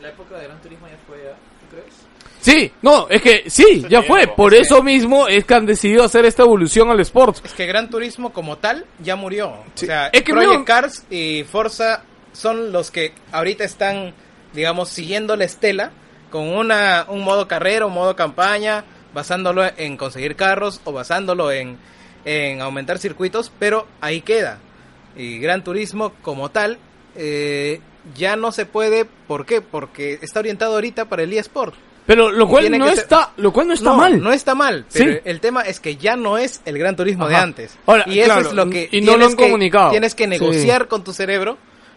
La época de Gran Turismo ya fue, ¿ya? ¿tú crees? Sí, no, es que sí, ya fue. tiempo. Por eso mismo es que han decidido hacer esta evolución al sport. Es que Gran Turismo como tal ya murió. Sí. O sea, Es que Project murió. Cars y Forza son los que ahorita están, digamos, siguiendo la estela con una, un modo carrera, un modo campaña, basándolo en conseguir carros o basándolo en, en aumentar circuitos, pero ahí queda. Y Gran Turismo como tal eh, ya no se puede, ¿por qué? Porque está orientado ahorita para el eSport. Pero lo cual Tiene no que ser- está, lo cual no está mal. No está mal, pero Sí. el tema es que ya no es el gran turismo de Ajá. antes. Ahora, y eso claro, es lo que y no lo tienes han que- comunicado. Tienes que Sí. negociar con tu cerebro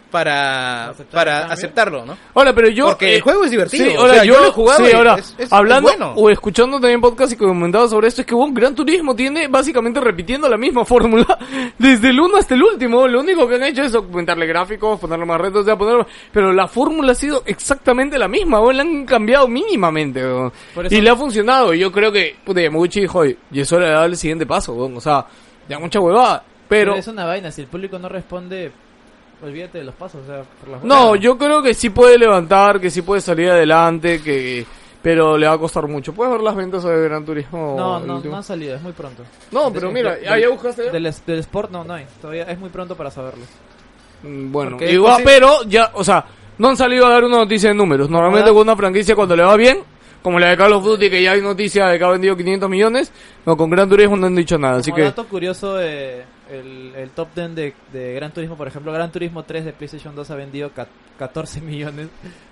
para, Aceptar el para cambio. aceptarlo, ¿no? Ahora, pero yo. eh, Porque el juego es divertido. Sí, O ahora sea, yo, yo lo he jugado sí, y ahora, es- es- hablando es bueno. o escuchando también podcast y comentado sobre esto, es que un Gran Turismo tiene básicamente repitiendo la misma fórmula desde el 1 hasta el último. Lo único que han hecho es aumentarle gráficos, ponerle más retos, ya ponerlo. Pero la fórmula ha sido exactamente la misma, o la han cambiado mínimamente. weón. Por eso- Y le ha funcionado. Y yo creo que, puta, Yamaguchi dijo, "Oye, y es hora de dar el siguiente paso, weón". O sea, ya mucha huevada. Pero. es una vaina, si el público no responde, olvídate de los pasos, o sea, por las No, yo creo que sí puede levantar, que sí puede salir adelante, que pero le va a costar mucho. ¿Puedes ver las ventas de Gran Turismo? No, el no, último? no han salido, es muy pronto. No, pero mira, ¿ah, ya buscaste ya? Del, es- del sport no, no hay, todavía es muy pronto para saberlo. Mm, Bueno, Porque es igual, posible- pero ya, o sea, no han salido a dar una noticia de números. Normalmente Ahora- con una franquicia cuando le va bien, como la de Call of Duty que ya hay noticia de que ha vendido 500 millones, no, con Gran Turismo no han dicho nada, así Como que... dato curioso, eh, el, el top 10 de, de Gran Turismo, por ejemplo, Gran Turismo 3 de PlayStation 2 ha vendido ca- 14 millones,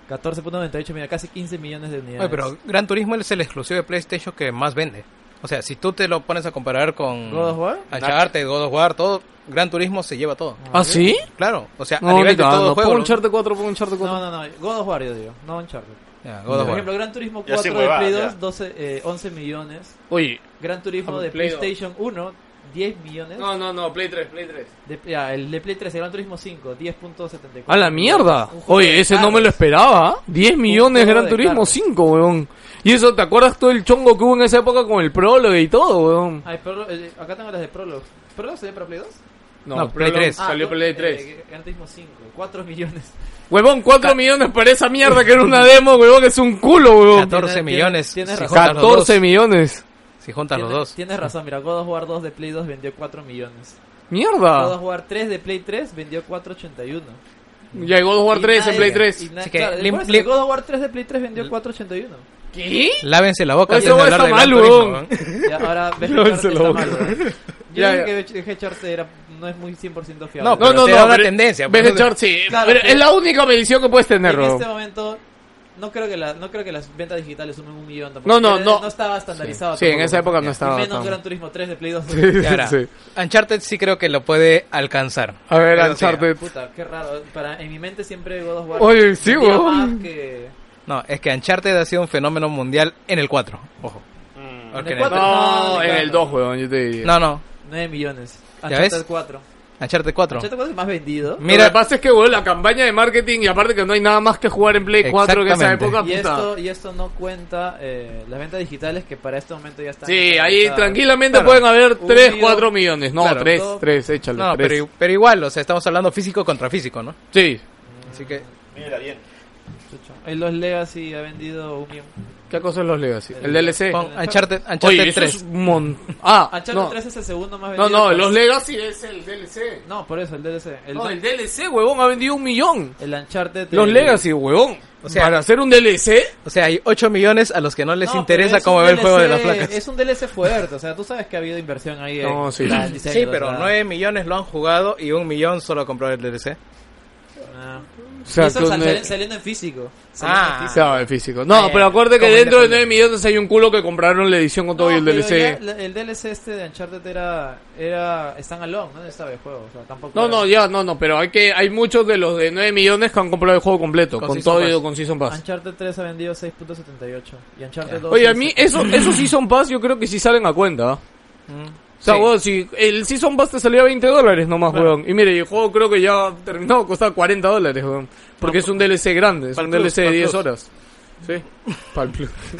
14.98 millones, casi 15 millones de unidades. Oye, pero Gran Turismo es el exclusivo de PlayStation que más vende. O sea, si tú te lo pones a comparar con God of War? Uncharted, God of War, todo, Gran Turismo se lleva todo. ¿Ah, sí? Claro, o sea, a No, nivel de no, todo no, juego. pon ¿no? Uncharted 4, pon Uncharted 4. No, no, no. God of War, yo digo. No Uncharted. Ya, God of Por War. ejemplo, Gran Turismo Ya 4 sin de huevada, Play ya. 2, 12, eh, 11 millones. Oye, Gran Turismo Ah, de Play 2. PlayStation 1, 10 millones. No, no, no, Play 3, Play 3. De- ya, el de Play 3, el Gran Turismo 5, 10.74. a la mierda. Un juego Oye, de ese no me lo carros. esperaba. ¿ah? 10 millones juego Gran de Turismo carros. 5, weón. Y eso, ¿te acuerdas todo el chongo que hubo en esa época con el prólogo y todo, weón? Ay, Prolo- eh, acá tengo las de Prologue. ¿Prologue salió para Play 2? Ah, No, Play Prologue 3. Salió no, Play eh, 3. Gran Turismo 5, 4 millones. Huevón, 4 millones para esa mierda que era una demo, huevón, es un culo, huevón. 14 Tienes- millones. tienes si razón. juntas los dos. 14 millones. Si juntas los Tienes- dos. Tienes razón, mira, God of War 2 de Play 2 vendió 4 millones. God Mierda. of War 3 de Play 3 vendió 4.81. Ya llegó God of War Y 3 en nadie- Play y 3. nadie- Así que claro, lim- por eso, lim- God of War 3 de Play 3 vendió 4.81. ¿Qué? Lávense la boca. Oye, antes de ese hablar está de Gran mal, Turismo, huevón. ¿eh? Y ahora ves No, que se Uncharted lo está voy a- mal. ¿verdad? Yo Ya, digo que Head Charter era no es muy 100% fiable. No, No, no, te no. da una pero- tendencia, Ves pues, el no te- short, sí. Claro, Pero pero- es la única medición que puedes tener, en huevón. este momento no creo que la, no creo que las ventas digitales sumen un millón tampoco. No, no, Eh, no. No estaba estandarizado. Sí, en tampoco. esa época no Y estaba menos tan- Gran Turismo 3 de Play 2. Y ahora, Sí. Uncharted sí creo que lo puede alcanzar. A ver, Eso sí. Uncharted. Puta, qué raro. Para, en mi mente siempre God of War. Oye, sí, vendía weón. más que- No, es que Uncharted ha sido un fenómeno mundial en el 4. Ojo. Mm. Porque en En el el- 4, No, en el 2, huevón, yo te diría. No, no. 9 millones. ¿Ya Uncharted ves? 4. Uncharted 4. Uncharted 4 es el más vendido. Mira, Mira, lo que pasa es que, huevón, la campaña de marketing y aparte que no hay nada más que jugar en Play 4 en esa Exactamente. época, Y puta. esto, y esto no cuenta eh, las ventas digitales que para este momento ya están. Sí, ahí estandarizadas. tranquilamente Claro. pueden haber Un 3, millón. 4 millones. No, Claro. 3, Todo- 3, échale. no, tres. pero, pero igual, o sea, estamos hablando físico contra físico, ¿no? Sí. Así que Mira bien. Chucho. El Los Legacy ha vendido un millón. ¿Qué cosa es los Legacy? El DLC. pon Uncharted, Uncharted Oye, eso 3. es un mon- Ah, Uncharted no. 3 es el segundo más No, vendido. no, con- los Legacy es el DLC. No, por eso, el DLC. El, No, el DLC, huevón, ha vendido un millón. el Uncharted. Los eh, Legacy, huevón. O sea- para hacer un DLC, O sea, hay 8 millones a los que no les No, pero interesa es cómo un ve el juego de las DLC placas. Es un DLC fuerte, o sea, tú sabes que ha habido inversión ahí. en- No, sí. en el diseño, Sí, o pero sea, 9 millones lo han jugado y un millón solo compró el DLC. ah. o sea, Y eso tú sal- no- saliendo, en físico. Saliendo en Ah, físico. Claro, el físico. No, Eh, pero acuérdate que como dentro de independiente. 9 millones hay un culo que compraron la edición con todo y No, el pero DLC. ya la- el DLC este de Uncharted era. era están alone, ¿no? Estaba el juego. O sea, tampoco No, era- no, ya, no, no, pero hay que hay muchos de los de 9 millones que han comprado el juego completo, Con con, Season todo Pass. y con Season Pass. Uncharted 3 ha vendido 6.78. Y Uncharted 2. Oye, a mí 6.70. eso, esos Season Pass yo creo que sí salen a cuenta. ¿ah? O sea, Mm. Sí. weón, si el Season Pass te salía 20 dólares nomás, Claro. weón. Y mire, el juego creo que ya terminó, costaba 40 dólares, weón. Porque es un DLC grande, es un DLC de 10 horas. Sí, pa'l plus. No,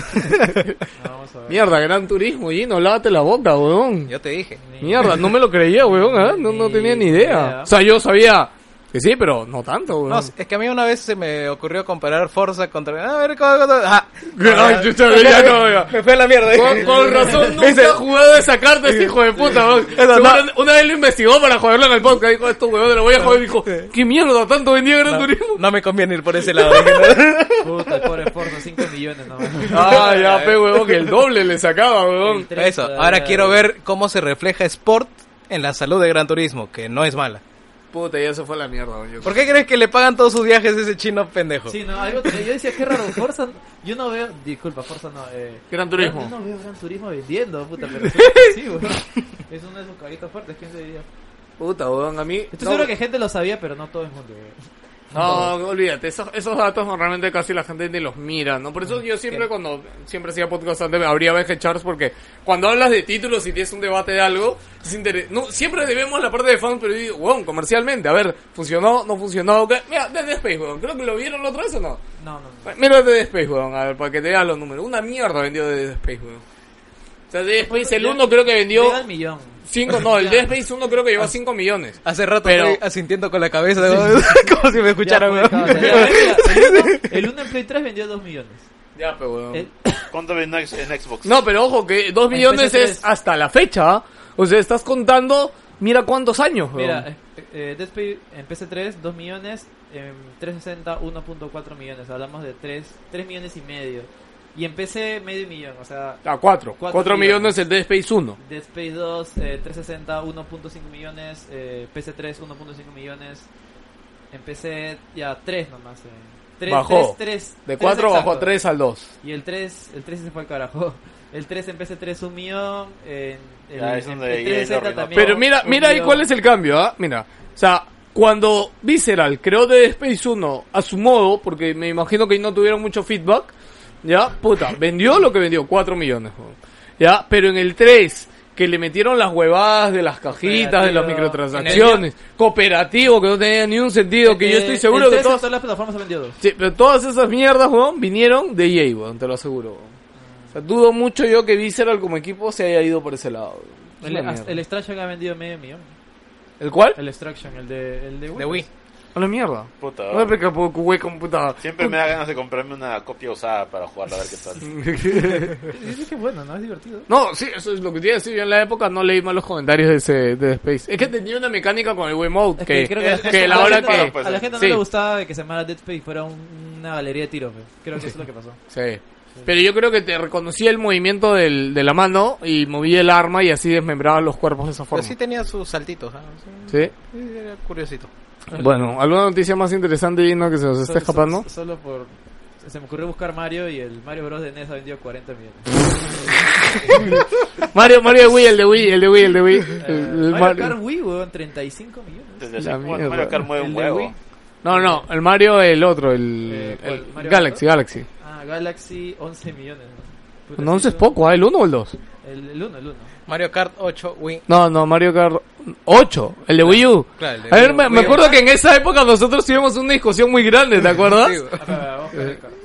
vamos a ver. Mierda, Gran Turismo, Gino, lávate la boca, weón. Yo te dije. Mierda, no me lo creía, weón, ¿ah? no, no Ni tenía ni idea. idea. O sea, yo sabía que sí, pero no tanto, weón. No, es que a mí una vez se me ocurrió comparar Forza contra... A ver, ¿cómo- cómo- Ah, Ay, chucha, ya no, ya. me fue a la mierda. ¿eh? Con, con razón nunca Ese- ha jugado esa carta este hijo de puta, weón. no. Seguro- Una vez lo investigó para joderlo en el podcast, dijo, esto weón, lo voy a joder, dijo, ¿qué mierda tanto vendía Gran Turismo? No me conviene ir por ese lado. dije, ¿no? Puta, el pobre Forza, 5 millones nomás. Ah, ya, pe, weón, que el doble le sacaba, weón. Tres Eso, todavía, ahora quiero güey. ver cómo se refleja Sport en la salud de Gran Turismo, que no es mala. Puta, ya se fue a la mierda, weón. ¿Por qué crees que le pagan todos sus viajes a ese chino pendejo? Sí, no, algo yo decía, qué raro, Forza, yo no veo, disculpa, Forza no, eh, Gran Yo Turismo. no veo Gran Turismo vendiendo, puta, pero sí, güey. Es una de sus caguitas fuertes, ¿quién se diría? Puta, weón, a mí... Estoy no, seguro que gente lo sabía, pero no todo el mundo, güey. No, olvídate, esos, esos datos normalmente casi la gente ni los mira, ¿no? Por eso yo siempre cuando, siempre hacía podcast antes, habría veje Charles, porque cuando hablas de títulos y tienes un debate de algo, es inter- no, siempre debemos la parte de fans, pero yo digo, weón, comercialmente, a ver, ¿funcionó, no funcionó? ¿Qué? Mira, Dead Space, weón, creo que lo vieron la otra vez o no. No, no, no. Mira Dead Space, weón, a ver, para que te veas los números. Una mierda vendió Dead Space, weón. O sea, Dead Space el 1 creo que vendió Llega al millón. 5, no, el Dead Space 1 creo que llevó 5 millones. Hace rato Pero- estoy asintiendo con la cabeza, como si me escucharan. Ya, weón. pues, ya, ya, ya, el uno- El 1 en Play 3 vendió 2 millones. Eh, Ya, pero weón. El- ¿Cuánto vendió en en Xbox? No, pero ojo, que 2 millones PS3. es hasta la fecha. ¿ah? O sea, estás contando, mira cuántos años, weón. Mira, eh, eh, Dead Space en PC3, 2 millones, en 360, 1.4 millones, hablamos de 3, 3 millones y medio. Y en PC, medio millón, o sea, A 4. cuatro 4 millones millones. el Dead Space 1. Dead Space 2, eh, 360, 1.5 millones, eh, PC 3, 1.5 millones, en PC ya 3 nomás. Eh. 3, Bajó. 3, 3, De 4 bajo a 3 al 2. Y el 3, el 3 se fue al carajo. El 3 en PS3 un millón. En, en- Ya, es en donde P3 ya es Z horrible. también Pero mira, un mira ahí millón. cuál es el cambio, ¿ah? Mira, o sea, cuando Visceral creó Dead Space 1 a su modo, porque me imagino que ahí no tuvieron mucho feedback, ya, puta, vendió lo que vendió, 4 millones, weón. ya, pero en el 3, que le metieron las huevadas de las cajitas, de las Cooperativo. microtransacciones, cooperativo, que no tenía ni un sentido, que yo estoy Eh, el seguro que 3 en todos... todas las plataformas han vendido dos. Sí, pero todas esas mierdas, weón, vinieron de EA, weón, te lo aseguro, weón. O sea, dudo mucho yo que Visceral como equipo se haya ido por ese lado. weón. Es El, una hasta mierda. el Extraction ha vendido medio millón. ¿El cuál? El Extraction, el de, el de Wii. De Wii. A la mierda. Puta. No me capo, güey, computadora. Siempre me da ganas de comprarme una copia usada para jugarla a ver qué tal. Dice que bueno, ¿no? Es divertido. No, sí, eso es lo que te iba a decir. Yo en la época no leí malos comentarios de, ese, de Space. Es que tenía una mecánica con el Wiimote Es que, que creo que la que, gente- la hora gente- que... pues, a la gente no sí. le gustaba de que se llamara Dead Space fuera un- una galería de tiros. pues. Creo que eso es lo que pasó. Sí. Pero yo creo que te reconocía el movimiento del, de la mano y movía el arma y así desmembraba los cuerpos de esa Pero forma. sí tenía sus saltitos. ¿ah? Sí, Sí. sí, Era curiosito. Bueno, ¿alguna noticia más interesante, Gino, que se nos Solo- está solo- escapando? Solo por... Se me ocurrió buscar Mario y el Mario Bros. de NES ha vendido 40 millones. Mario, Mario de Wii, el de Wii, el de Wii, el de Wii. El- Eh, el Mario Mario- Kart Wii, weón, 35 millones. Desde La hace- mierda. Mario Kart mueve El un de huevo. Wii. No, no, el Mario, el otro, el, Eh, ¿cuál? el ¿Mario Galaxy, Galaxy. Ah, Galaxy 11 millones. ¿no? Puta, No, sí, es weón. poco, ¿ah? ¿el 1 o el 2? El, el 1, el 1. Mario Kart 8 Wii. No, no, Mario Kart 8, el de Wii U. Claro, el de A ver, Wii U. me, me Wii U. acuerdo que en esa época nosotros tuvimos una discusión muy grande, ¿te acuerdas? Sí, güey. Vamos con el Kart.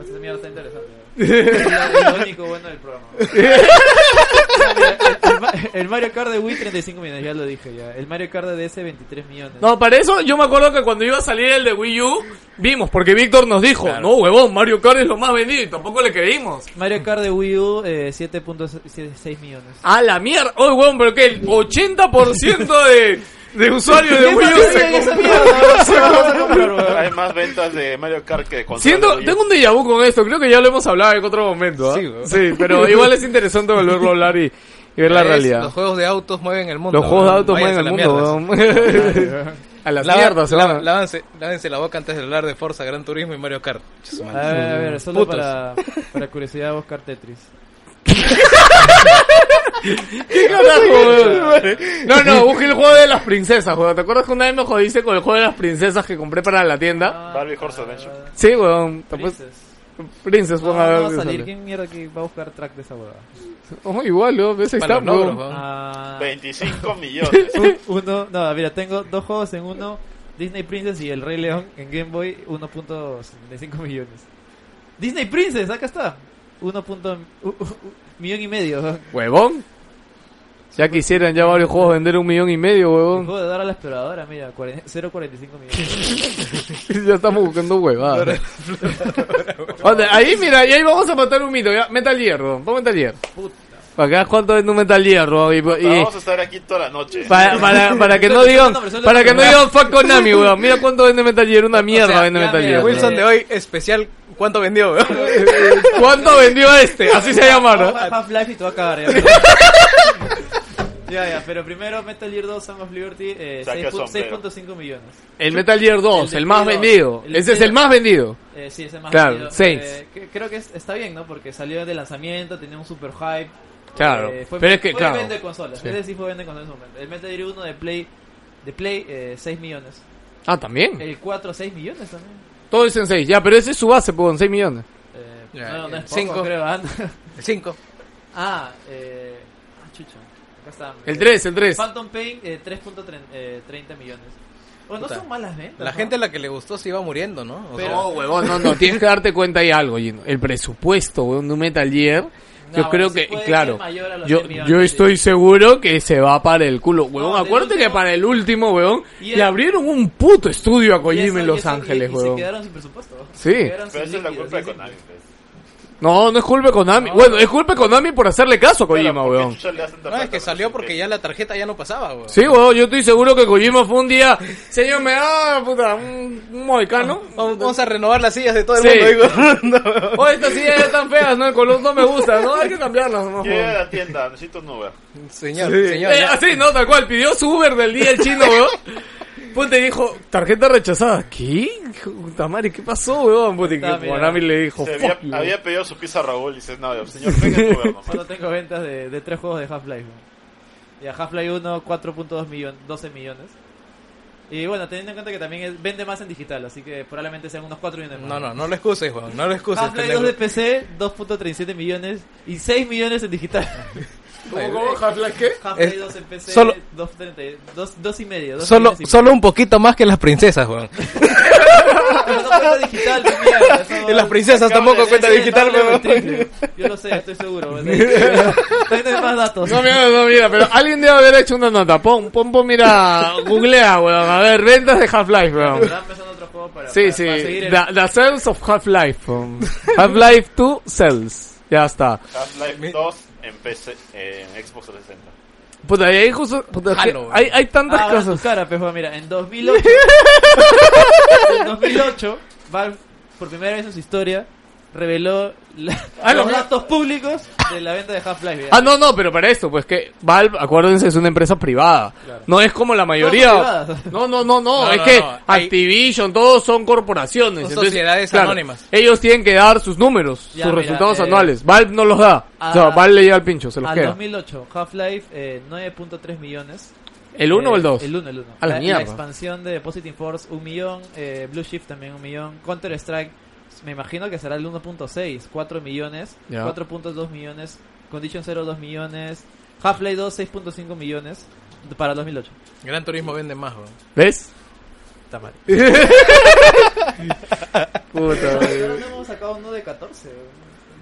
Esta mierda está interesante. weón. Es lo único bueno del programa. El, Ma- el Mario Kart de Wii 35 millones, ya lo dije ya. El Mario Kart de DS 23 millones. No, para eso yo me acuerdo que cuando iba a salir el de Wii U, vimos, porque Víctor nos dijo, no, huevón, Mario Kart es lo más vendido y tampoco le creímos. Mario Kart de Wii U eh, 7.6 millones. A la mierda, oh, huevón, pero que el 80% de, de usuarios de Wii U se esa compró. mierda? Se la vas a comprar, weón. Hay más ventas de Mario Kart que de consolas de Siento, Wii U. tengo un déjà vu con esto, creo que ya lo hemos hablado en otro momento, ¿ah? Sí, güey. Sí, pero igual es interesante volverlo a hablar y, y ver la Es, realidad. Los juegos de autos mueven el mundo. Los juegos de weón. autos mueven Váyanse el a la mundo, mierda. weón. A las Lava- mierdas, se lava- van. a- lávense, lávense la boca antes de hablar de Forza, Gran Turismo y Mario Kart. Chus, A man. ver, a ver, solo Putos. para, para curiosidad buscar Tetris. No, no, busqué el juego de las princesas, weón. ¿Te acuerdas que una vez me jodiste con el juego de las princesas que compré para la tienda? Barbie Horse Adventure. Ah, Sí, weón. Te puedes- Princess. Princess, No, weón. no a ver va Ah, a qué salir. sale. ¿Quién mierda que va a buscar track de esa huevada? Oh, igual, weón. Ves, ahí Para está, los logros, weón. weón. Ah, 25 millones. un- uno, no, mira, tengo dos juegos en uno: Disney Princess y El Rey León en Game Boy, 1.75 millones. Disney Princess, acá está. 1. punto- u- u- u- millón y medio. ¿no? Huevón. Ya quisieran ya varios juegos vender un millón y medio, El weón. juego de dar a la exploradora, mira, 40 0.45 millones. ya estamos buscando huevadas. Ande, ahí, mira, y ahí vamos a matar un mito. Ya. Metal Gear, weón. Pon Metal Gear. Para que veas cuánto vende un Metal Gear, weón. Y- y- Vamos a estar aquí toda la noche. Para, para, para que no Son digan, nombres, son para que no nombres. digan fuck Konami, weón. Mira cuánto vende Metal Gear, una mierda sea, vende ya, Metal mira, Gear. Wilson weón. de hoy, especial, ¿cuánto vendió? weón? ¿Cuánto vendió este? Así se llama, ¿no? Half-Life y te va a cagar. Ya, ya, ya, pero primero Metal Gear 2 Sam of Liberty, eh, Saca seis sombrero. pu- 6.5 millones. El Metal Gear 2, El el más Play dos. vendido. El Ese es Play el más vendido. Eh, sí, ese más Claro, vendido. seis. Eh, que- creo que es- está bien, ¿no? Porque salió de lanzamiento, tenía un super hype. Claro, Eh, pero es que, fue claro. vende consolas. Sí. Ese sí fue vende consolas en su momento. El Metal Gear 1 de Play, de Play eh, 6 millones. Ah, también. El 4, 6 millones también. Todo es en 6. Ya, pero ese es su base, pues, en 6 millones. Eh, Ya, no, no ya. es poco, Cinco. creo. Ah, El 5. ah, eh, ah, chucha. Acá está. El 3, el 3. Phantom Pain, eh, 3.30 eh, 30 millones. Bueno, no Puta. son malas ventas. La ¿no? gente a la que le gustó se iba muriendo, ¿no? O sea, No, huevón, no, no. Tienes que darte cuenta ahí algo, Gino. El presupuesto, weón, de un Metal Gear. Yo bueno, creo sí que, puede claro, ser mayor a los yo, 10 millones, yo sí. estoy seguro que se va para el culo. Huevón, No, del acuérdate que último- para el último, huevón, Y le el- abrieron un puto estudio a Y eso- Kojima en y Los eso- y- Ángeles, y huevón. se quedaron sin presupuesto. Sí. Se quedaron Pero sin esa es la líquidos, culpa de sí, sí. Konami. pues. No, no es culpa de Konami. Bueno, es culpa de Konami por hacerle caso a Kojima, Claro, ¿por qué weón. chucha le hacen tanta No, es que plata? salió porque ya la tarjeta ya no pasaba, weón. Sí, weón, yo estoy seguro que Kojima fue un día. Señor, me da, puta, un, un mohicano. Vamos, vamos a renovar las sillas de todo el Sí. mundo, digo. No, Oh, estas sillas ya están feas, ¿no? El color no me gusta, ¿no? Hay que cambiarlas, ¿no? Llegué a la tienda, necesito un Uber. Señor, Sí. señor. Eh, ya. así, no, tal cual. Pidió su Uber del día el chino, weón. Ponte dijo, tarjeta rechazada. ¿Qué? Puta madre, ¿qué pasó, weón? Ponte que Está, mira. Guanami le Oh, dijo, Se fuck you. había, había pedido su pizza a Raúl y dice, no, señor, venga tu verno. Solo tengo ventas de, de tres juegos de Half-Life. ¿no? Ya Half-Life 1, 4.2 millones, 12 millones. Y bueno, teniendo en cuenta que también es- vende más en digital, así que probablemente sean unos 4 millones más. No, Pues este no, no lo excuses, Juan. Ah, No lo excuses. Half-Life 2 de PC, 2.37 millones y 6 millones en digital. ¿Cómo, cómo? ¿Half-Life qué? Half-Life Es- 2 en PC, solo- 2.30, 2, 2 y medio. 2 Solo, millones y solo un poquito más que las princesas, Juan. medio. Pero no cuenta digital, qué mierda, eso- Y las princesas tampoco cuentan Sí, digital, no, no, weón. triple. Yo lo sé, estoy seguro. Tengo más datos. No, mira, no, mira, pero alguien debe haber hecho una nota. Pon, pon, pon, mira, googlea, weón. A ver, ventas de Half-Life, weón. Estaba pensando otro juego para, Sí, para- sí. para seguir el- The, the Cells of Half-Life. weón. Half-Life 2 Cells. Ya está. Half-Life 2 en PC, eh, en Xbox 360. Puta, y ahí justo. puta, Halo, que- weón. hay, hay tantas Ah, ahora tu cosas. cara, pejo, mira, en 2008, en 2008, Valve, por primera vez en su historia, reveló la- Ah, los no. datos públicos de la venta de Half-Life. Ah, no, no, pero para esto, pues que Valve, acuérdense, es una empresa privada. No es como la mayoría. privadas. No, no, no, no, No, es no, que no, hay- Activision, todos son corporaciones. Son sociedades anónimas. Ellos tienen que dar sus números, Ya, sus mira, resultados eh, anuales. Valve no los da. o sea, a- Valve le llega al pincho, se los Al queda. 2008, Half-Life, eh, 9.3 millones. ¿El 1 Eh, o el 2? El 1, el 1. A la mierda. expansión de Positive Force, un millón. eh, Blue Shift también, un millón. Counter Strike, me imagino que será el 1.6, 4 millones. Ya. 4.2 millones. Condition 0, 2 millones. Half-Life 2, 6.5 millones. Para 2008. Gran Turismo vende más, weón. ¿Ves? Está mal. Puta, Ahora no hemos sacado uno de 14.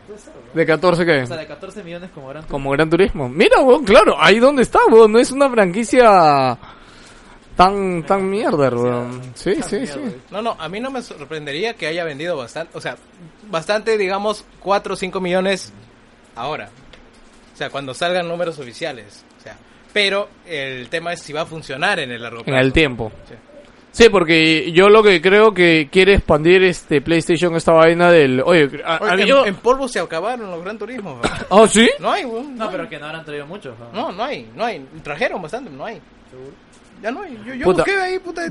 Puede ser, ¿no? ¿De 14 qué? O sea, de 14 millones como eran. Como Gran Turismo. Mira, weón, claro, ahí donde está, weón. No es una franquicia tan, tan mierda, weón. Sí, sí, sí. No, no, a mí no me sorprendería que haya vendido bastante, o sea, bastante, digamos, 4 o 5 millones ahora. O sea, cuando salgan números oficiales. O sea, pero el tema es si va a funcionar en el largo En plazo. el tiempo. Sí. Sí, porque yo lo que creo que quiere expandir este PlayStation esta vaina del... Oye, a- Oye, a- en, yo- en polvo se acabaron los Gran Turismo. weón. ¿Ah, sí? No hay, weón, No, no, pero que no habrán traído muchos. ¿no? no, no hay, no hay. Trajeron bastante, no hay. Ya no hay. Yo, yo Puta. busqué ahí, puta.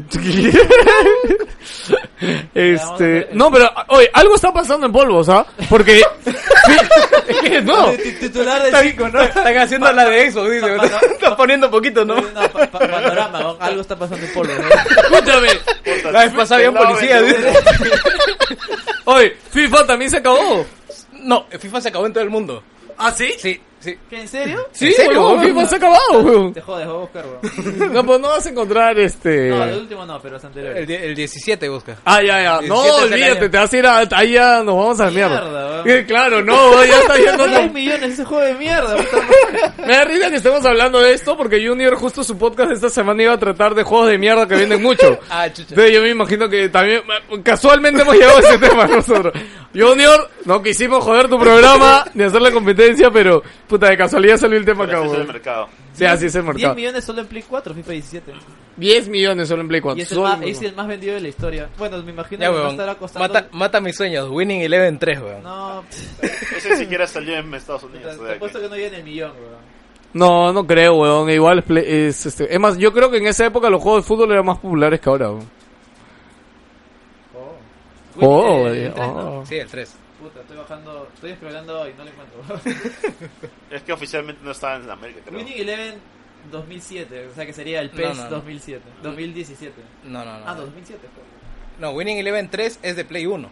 este... No, pero, oye, algo está pasando en polvos, ¿ah? Porque... Sí, no. Titular de 5, ¿no? Están haciendo la de Xbox, dice. pa- pa- Están poniendo pues, poquito, ¿no? Eh, No, pa- pa- panorama, ¿no? algo está pasando en polvo. ¿no? Escúchame. La vez pasada había un policía, dice. Oye, FIFA también se acabó. No, FIFA se acabó en todo el mundo. ¿Ah, sí? Sí, sí. ¿Qué, ¿En serio? Sí, serio, weón, weón? FIFA se ha acabado, weón. Te jodes, voy a buscar, weón. No, pues no vas a encontrar este. No, el último no, pero los El, anteriores. die- el 17 busca. Ah, ya, ya. No, 17 es el olvídate, año. te vas a ir a. Ahí ya nos vamos a la mierda. Mierda, Eh, claro, no, weón, ya está yendo. 10 millones ese juego de mierda. puta madre. Me da risa que estemos hablando de esto porque Junior, justo su podcast esta semana, iba a tratar de juegos de mierda que venden mucho. Ah, chucha. Entonces yo me imagino que también. Casualmente hemos llegado a ese tema nosotros. Junior, no quisimos joder tu programa ni hacerle competencia, pero puta, de casualidad salió el tema acá, Pero ese es el weón. mercado. Sí, así es el 10 mercado. millones solo en Play 4, FIFA 17. 10 millones solo en Play 4. Y es el, más, es el más vendido de la historia. Bueno, me imagino Ya, que no weón. estará costando. Mata, mata mis sueños. Winning Eleven 3, weón. No, pff, Ese siquiera salió en Estados te Unidos. o te sea apuesto que- que no llega en el millón, weón. No, no creo, weón. Igual es, play- es, este. Es más, yo creo que en esa época los juegos de fútbol eran más populares que ahora, weón. Oh, Winning- eh, el tres, ¿no? oh. Sí, el 3. Puta, estoy bajando, estoy explorando y no lo encuentro. Es que oficialmente no estaba en América, creo. Winning Eleven 2007, o sea que sería el PES No, no, no. 2007. 2017. No, no, no. Ah, 2007. joder. No, Winning Eleven 3 es de Play 1.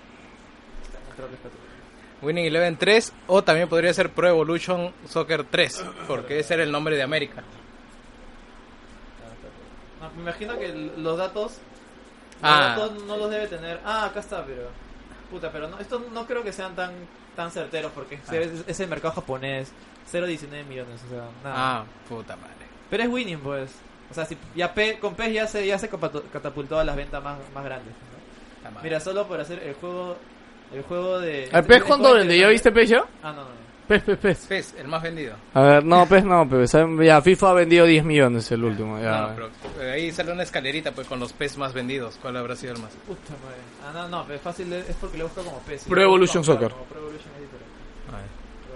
Creo que es cuatro. Winning Eleven 3 o también podría ser Pro Evolution Soccer 3, porque ese era el nombre de América. No, Ah, me imagino que l- los datos, los Ah. datos no los debe tener. Ah, acá está, pero puta, pero no, estos no creo que sean tan tan certeros porque Ah. se ve- es el mercado japonés, 0.19 millones, o sea, nada. Ah, puta madre. Pero es winning, pues. O sea, si ya P- con PES ya se ya se capato- catapultó a las ventas más, más grandes. ¿no? Puta madre. Mira, solo por hacer el juego el juego de ¿El Ah, pez cuánto juego vende? ¿Ya interesante- viste pez ya? Ah, no, no. no. Pez, pez, pez. PES, el más vendido. A ver, no, pez no, pez. Ya, FIFA ha vendido 10 millones el último. Ya. No, no, pero eh, ahí sale una escalerita pues con los PES más vendidos. ¿Cuál habrá sido el más? Puta madre. Ah, no, no, pero es fácil, de- es porque lo busco como PES. Si Pro lo busco Evolution como- Soccer. como Pro Evolution es diferente. Pro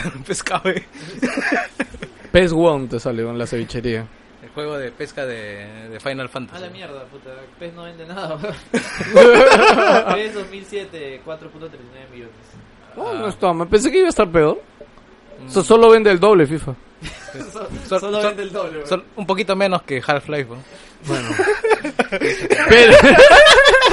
Evolution. eh. PES, PES cabe. Pez One te salió en la cevichería. El juego de pesca de, de Final Fantasy. A Ah, la mierda, puta. PES no vende nada. PES 2007, 4.39 millones. Oh, no está, me pensé que iba a estar peor. Eso solo vende el doble FIFA. Solo, solo vende el doble. Son un poquito menos que Half-Life. ¿no? Pero,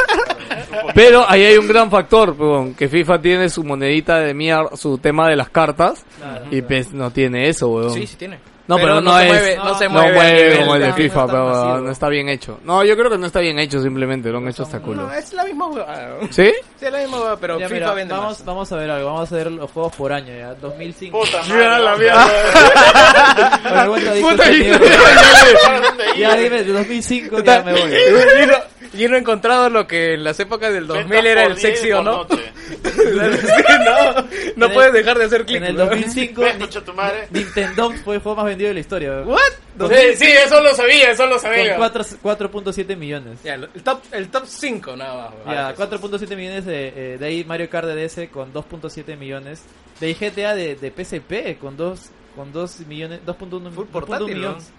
pero ahí hay un gran factor, huevón, que FIFA tiene su monedita de mierda, su tema de las cartas, Claro. y PES no tiene eso, weón. Sí, sí tiene. No, pero, no, se es, mueve, no se mueve. no al mueve nivel como el de- de no es FIFA, tan pero masivo. no está bien hecho. No, yo creo que no está bien hecho, simplemente lo han hecho hasta culo. No, es la misma huevada. ¿Sí? Sí, es la misma huevada, pero Ya, FIFA mira, vende vamos, más. vamos a ver algo. Vamos a ver los juegos por año ya. 2005. Puta Ya, madre. la mierda. Bueno, aguanta, dijo Puta, esta y- mierda. ¿Dónde Ya iba? dime, de 2005 ya me voy. Gino, Gino ha encontrado lo que en las épocas del 2000 era el Ventas por sexy 10 o por no. noche. no, no puedes dejar de hacer clic. En el ¿no? 2005, Ve, concha tu madre. Nintendo fue el juego más vendido de la historia. ¿What? Sí, sí, eso lo sabía, eso lo Con cuatro- 4.7 millones. Ya, lo- el top el top 5 nada más. weón. Ya, 4.7 millones de, eh, de ahí Mario Kart de DS con 2.7 millones. De ahí GTA de, de PSP con 2, con 2 millones, 2.1 Full 2.1 portátil, ¿no? millones.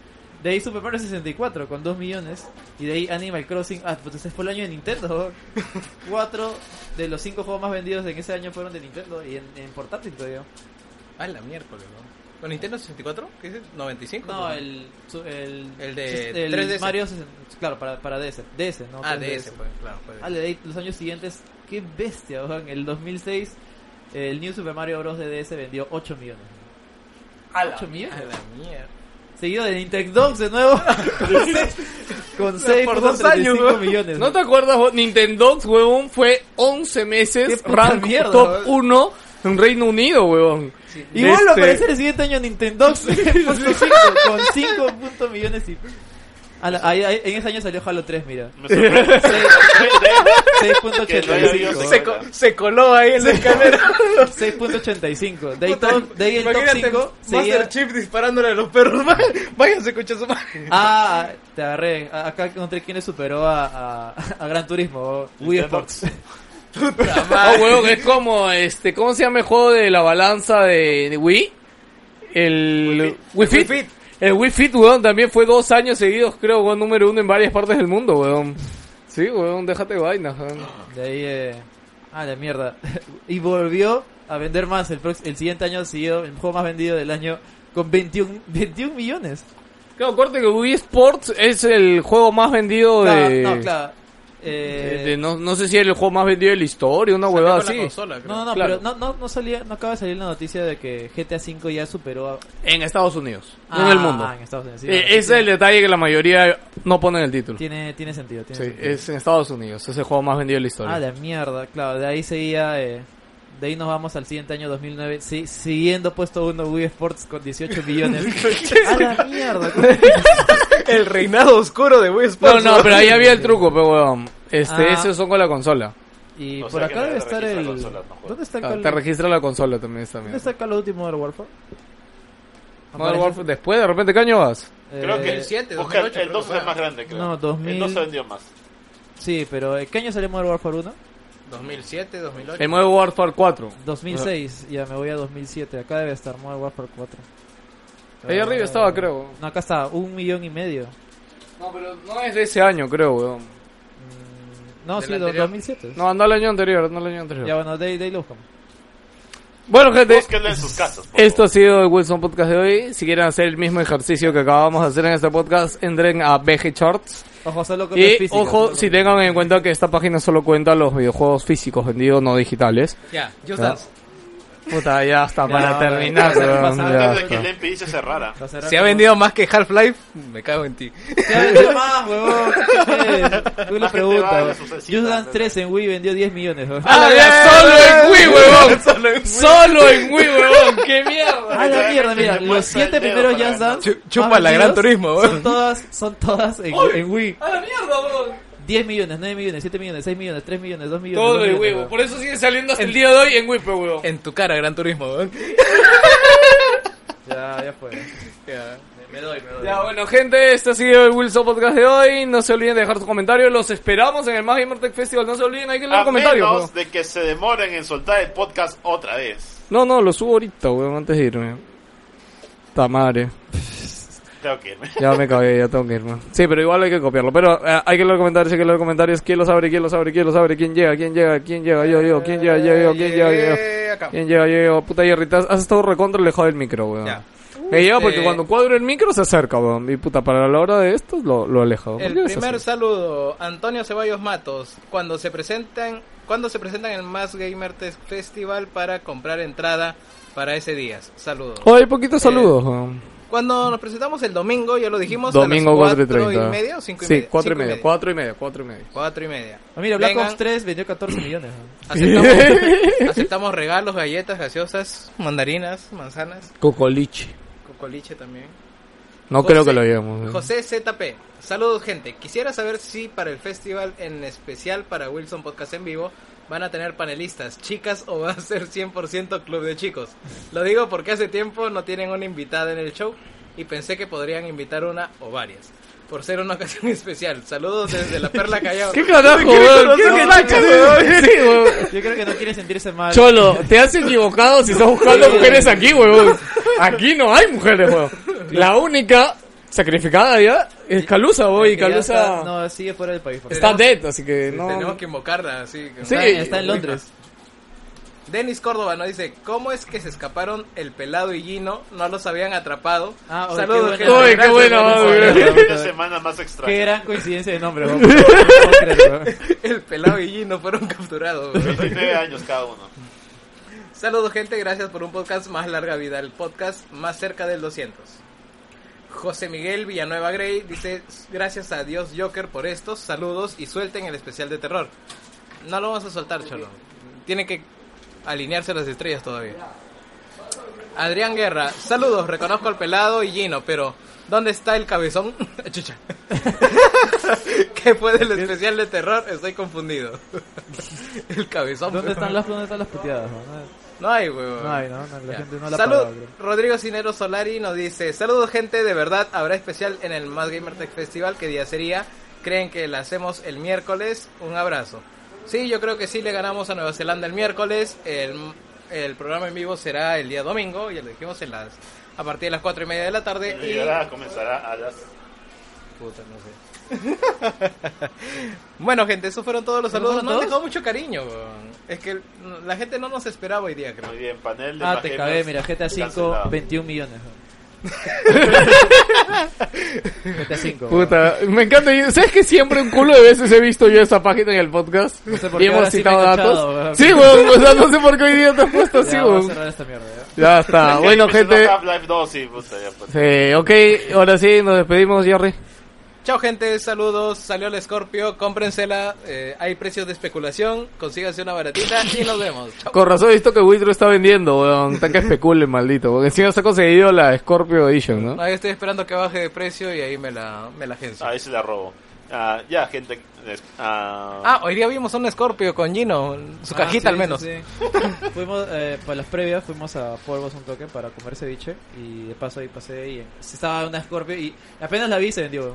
De ahí Super Mario 64 con 2 millones. Y de ahí Animal Crossing. Ah, pues ese fue el año de Nintendo. 4 de los 5 juegos más vendidos en ese año fueron de Nintendo y en, en portátil todavía. Ah, la miércoles, ¿no? ¿Con Nintendo 64? ¿Qué dices? ¿95? No, el. su- El, El de el 3DS. Mario. 60 Claro, para, para DS. DS, ¿no? Ah, 3DS. DS, pues, claro. pues. Ah, le di los años siguientes, qué bestia, En el 2006, el New Super Mario Bros. de DS vendió 8 millones. ¿8 A millones? la mierda. Seguido de Nintendo de nuevo. con 6 Por dos años, ¿no? millones. ¿No te acuerdas? huevón? Nintendo, huevón, fue 11 Qué meses puta rank mierda, top huevón. 1 en Reino Unido, huevón. Y vuelve a Este- aparecer el siguiente año Nintendo con 5 puntos millones y... A la- ahí- ahí- en ese año salió Halo 3, mira. Me sorprende. Que no haya habido 6.85. sexo. Se, co- se coló ahí en la escalera. 6.85. De ahí, todo- de ahí el top 5 seguía... Master Chief disparándole a los perros. Váyanse, coche su madre. Ah, te agarré. A- Acá encontré quién le superó a, a, a Gran Turismo. Wii Sports. Oh, huevón, es como, este, ¿cómo se llama el juego de la balanza de, de Wii? El Wii Fit. El Wii Fit, huevón, también fue dos años seguidos, creo, huevón, número uno en varias partes del mundo, huevón. Sí, huevón, déjate vaina, huevón. De ahí, eh, ah, la mierda. Y volvió a vender más. El, prox- el siguiente año siguió el juego más vendido del año con 21, 21 millones. Claro, acuérdate que Wii Sports es el juego más vendido Claro, de... no, claro. de- Eh, de- no, no sé si es el juego más vendido de la historia, una huevada así. no, no, no, claro. pero no, no, no salía, no acaba de salir la noticia de que GTA V ya superó a... En Estados Unidos, no en el Ah, mundo. ah, en Estados Unidos. sí, Eh, bueno, ese es sí, el detalle que la mayoría no pone en el título. Tiene, tiene sentido, tiene Sí, sentido. es en Estados Unidos, es el juego más vendido de la historia. Ah, la mierda, claro, de ahí seguía, eh, de ahí nos vamos al siguiente año 2009, si- siguiendo puesto uno Wii Sports con 18 millones. A la mierda, El reinado oscuro de Wii No, Sports. no, pero ahí había el truco, pero weón. Este, Ah. esos son con la consola. Y O por sea que acá no debe te estar registra el... consola, no juega. ¿Dónde está el Ah, Call te registra la consola también esta ¿Dónde mierda. está el Call of Duty Modern Warfare? Modern Aparece- Warfare, después, de repente, ¿qué año vas? eh, Creo que el siete, busca el- 2008 el 2 es creo. el más grande, creo. No, 2000. El 2 se vendió más. Sí, pero eh, ¿qué año salió Modern Warfare 1? 2007, 2008. El nuevo Warfare 4. Ah. 2006, ya me voy a 2007, acá debe estar Modern Warfare 4. Ahí arriba estaba, creo. No, acá está, un millón y medio. No, pero no es de ese año, creo, weón. Mm, No, Del sí, do- anterior. 2007. No, anda el año anterior, anda el año anterior. Ya bueno, de ahí, de ahí lo buscamos. Bueno, gente, Búsquenlo en sus casas. por esto ha sido el Wilson Podcast de hoy. Si quieren hacer el mismo ejercicio que acabamos de hacer en este podcast, entren a BG Charts. Ojo, solo con Y físicas. ojo, si tengan en cuenta que esta página solo cuenta los videojuegos físicos vendidos, no digitales. Ya, Just Ya. Dance. Puta, ya está, ya, para terminar. ya, ya, weón, ya, ya Antes de está. que el MPI se cerrara. Va a ser Si ha algo- vendido más que Half-Life, me cago en ti. Se ha vendido más, huevón. ¿qué? Tú Más gente le va a preguntas. las sucesivas. Just Dance 3 en Wii vendió 10 millones, huevón. ¡Ah, ya, solo en Wii, huevón! ¡Solo en Wii, huevón! ¡Qué mierda! Ah, la mierda, mira, Te los muestra el siete dedo primeros para Just Dance. Chu- chupa más la Gran vendidos Turismo, weón. Son todas, son todas en, en Wii. ¡A la mierda, huevón! 10 millones, 9 millones, 7 millones, 6 millones, 3 millones, 2 millones. Todo dos el millones, huevo. weón. Por eso sigue saliendo hasta el día de hoy en Wii, pues, huevón. En tu cara, Gran Turismo. weón. Ya, ya fue. Ya. Me doy, me doy. Ya, bueno, gente, este ha sido el Wilson Podcast de hoy. No se olviden de dejar sus comentarios. Los esperamos en el Más Gamer Tech Festival. No se olviden, hay que leer A comentarios, menos huevón. de que se demoren en soltar el podcast otra vez. No, no, lo subo ahorita, weón, antes de irme. Ta madre. Tengo que irme. Ya me cagué, ya tengo que irme. Sí, pero igual hay que copiarlo. Pero eh, hay que leer comentarios, hay que leer comentarios. ¿Quién los abre? ¿Quién los abre? ¿Quién los abre? ¿Quién llega? ¿Quién llega? ¿Quién llega? Yo, yo. ¿Quién llega? Yo, yo. ¿Quién llega? Yo, yo. Eh, acá. ¿Quién llega? Yo, yo. Puta Jerry, te has has estado recontra lejos del micro, weón. Ya. Me lleva porque Eh, cuando cuadro el micro se acerca, weón. Y puta, para la hora de esto lo, lo aleja. weón. El ¿Por qué es primer así? saludo, Antonio Ceballos Matos. Cuando se presentan, cuando se presentan en Más Gamer Test Festival para comprar entrada para ese día. Saludos. Oh, hay Eh, poquitos saludos, weón. Cuando nos presentamos el domingo, ya lo dijimos, Domingo a las 4 y 4 y 30. media o 5 y Sí, media. 4 y Cinco media, 4 y media, 4 y media. Cuatro y media. Ah, mira, Black Vengan. Ops 3 vendió 14 millones. ¿no? Aceptamos, aceptamos regalos, galletas, gaseosas, mandarinas, manzanas, Cocoliche. cocoliche también. No José- creo que lo eh. llevemos. weón. José ZP, saludos gente. Quisiera saber si para el festival, en especial para Wilson Podcast en vivo, van a tener panelistas, chicas o va a ser 100% club de chicos. Lo digo porque hace tiempo no tienen una invitada en el show y pensé que podrían invitar una o varias. Por ser una ocasión especial. Saludos desde la Perla Callao. ¿Qué carajo, weón? ¿Qué carajo, weón? Sí, weón. Yo creo que no quiere sentirse mal. Cholo, te has equivocado si estás buscando mujeres aquí, huevón. Aquí no hay mujeres, huevón. La única sacrificada ya es Calusa, huevón, y Que ya Calusa está- no, sigue fuera del país. por está dead, así que Tenemos no. que invocarla, así que- Sí. favor. Está, está en Londres. Denis Córdoba nos dice, ¿cómo es que se escaparon el pelado y Gino? No los habían atrapado. Ah, oye, Saludos, qué gente. bueno. Uy, qué Gracias, bueno, Denis. oye. Una semana más Qué extraña. gran coincidencia de nombre. ¿no? No puedo creerlo. El pelado y Gino fueron capturados. güey. 39 años cada uno. Saludos, gente. Gracias por un podcast más larga vida. El podcast más cerca del 200. José Miguel Villanueva Grey dice, gracias a Dios Joker por estos saludos y suelten el especial de terror. No lo vamos a soltar, Cholo. Tiene que alinearse las estrellas todavía. Adrián Guerra, saludos, reconozco al pelado y Gino, pero ¿dónde está el cabezón? Chucha. ¿Qué fue del especial de terror? Estoy confundido. El cabezón. ¿Dónde weón. están las, dónde están las puteadas? no? No, No hay, weón. No hay, ¿no? No, la gente no la Salud, paga, creo. Rodrigo Cinero Solari nos dice, saludos gente, de verdad, habrá especial en el Más Gamer Tech Festival, ¿qué día sería? ¿Creen que la hacemos el miércoles? Un abrazo. Sí, yo creo que sí le ganamos a Nueva Zelanda el miércoles, el, el programa en vivo será el día domingo, ya lo dijimos, en las, a partir de las cuatro y media de la tarde. Y Y... ahora comenzará a las Puta, no sé. bueno, gente, esos fueron todos los saludos. fueron No todos? dejó mucho cariño, weón. Es que mm, la gente no nos esperaba hoy día, creo. Muy bien, panel de Ah, te pajeros cagué, mira, GTA V, cancelado. 21 millones. ¿no? GTA V. Puta, me encanta. y- ¿Sabes que siempre un culo de veces he visto yo esa página en el podcast? sé por y qué ahora hemos sí citado me he datos. cachado, weón. Sí, weón, o sea, no sé por qué hoy día te has puesto Ya, así, vamos a weón. cerrar esta mierda. ¿ya? Ya está, bueno, Empezó gente. Half-Life 2 y puta, ya pues. Sí, ok, ahora sí, nos despedimos, Jerry. Chao gente, saludos, salió el Scorpio, cómprensela, eh, hay precios de especulación, consíganse una baratita y nos vemos. Chao. Con razón he visto que Witro está vendiendo, weón. Está que especule, maldito. Porque encima se ha conseguido la Scorpio Edition, ¿no? No, yo estoy esperando que baje de precio y ahí me la, me la agencio. Ahí se la robo. Ah, ya, gente. les- ah, Ah, hoy día vimos un Scorpio con Gino, su Ah, cajita sí, al menos. sí, sí. fuimos, eh, para las previas, fuimos a Polvos un toque para comer ceviche. Y de paso ahí pasé y se estaba una Scorpio y apenas la vi se vendió.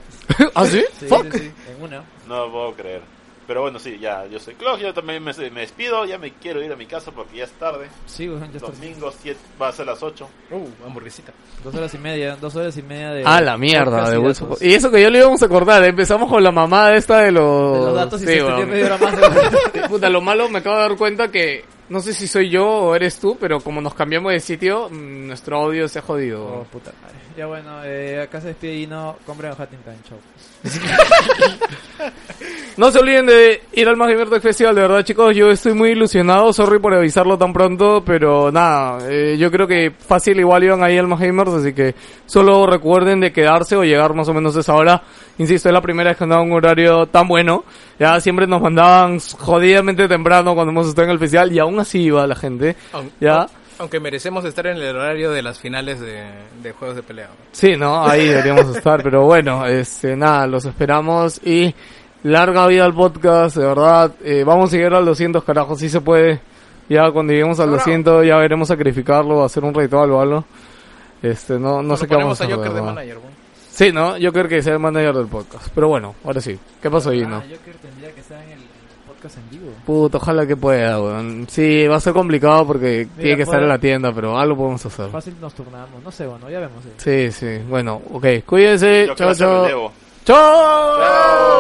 ¿Ah, sí? Sí, Fuck. sí, sí, en una. No lo puedo creer. Pero bueno, sí, ya, yo soy Clog, yo también me, me despido, ya me quiero ir a mi casa porque ya es tarde. Sí, weón, ya está. Domingo 7, va a ser las 8. Uh, hamburguesita. Dos horas y media, dos horas y media de... Ah, la mierda podcast y de Wilson. datos. Y eso que yo le íbamos a acordar, ¿eh? empezamos con la mamada esta de los... De los datos y sí, se extendió weón. media hora más. de- Puta, lo malo me acabo de dar cuenta que... No sé si soy yo o eres tú, pero como nos cambiamos de sitio, mm, nuestro audio se ha jodido. Oh, puta madre. Ya bueno, eh, acá se despide y no compren a Hatting Time, chau. No se olviden de ir al Más Gamer Tech Festival, de verdad chicos, yo estoy muy ilusionado, sorry por avisarlo tan pronto, pero nada, eh, yo creo que fácil igual iban ahí al Más Gamers, así que solo recuerden de quedarse o llegar más o menos a esa hora. Insisto, es la primera vez que andaba un horario tan bueno, ya siempre nos mandaban jodidamente temprano cuando hemos estado en el festival y aún así iba la gente, Aun- ya. aun- Aunque merecemos estar en el horario de las finales de, de juegos de pelea. Sí, no, ahí deberíamos estar, pero bueno, este, nada, los esperamos y larga vida al podcast, de verdad, eh, vamos a llegar al 200, carajo, si se puede, ya cuando lleguemos al 200 ya veremos sacrificarlo, hacer un ritual o algo, este, no, no Nos sé qué vamos ponemos a a hacer, Joker de ¿verdad? manager. weón. Sí, ¿no? Yo creo que es el manager del podcast. Pero bueno, ahora sí. ¿Qué pasó, Gino? Ah, yo creo que tendría que estar en el podcast en vivo. Puto, ojalá que pueda, weón. Sí, va a ser complicado porque tiene que pues. estar en la tienda, pero algo podemos hacer. Fácil nos turnamos, no sé, bueno, ya vemos. eh. Sí, sí. Bueno, ok. Cuídense. Yo Chao, creo que chao. relevo. Chao.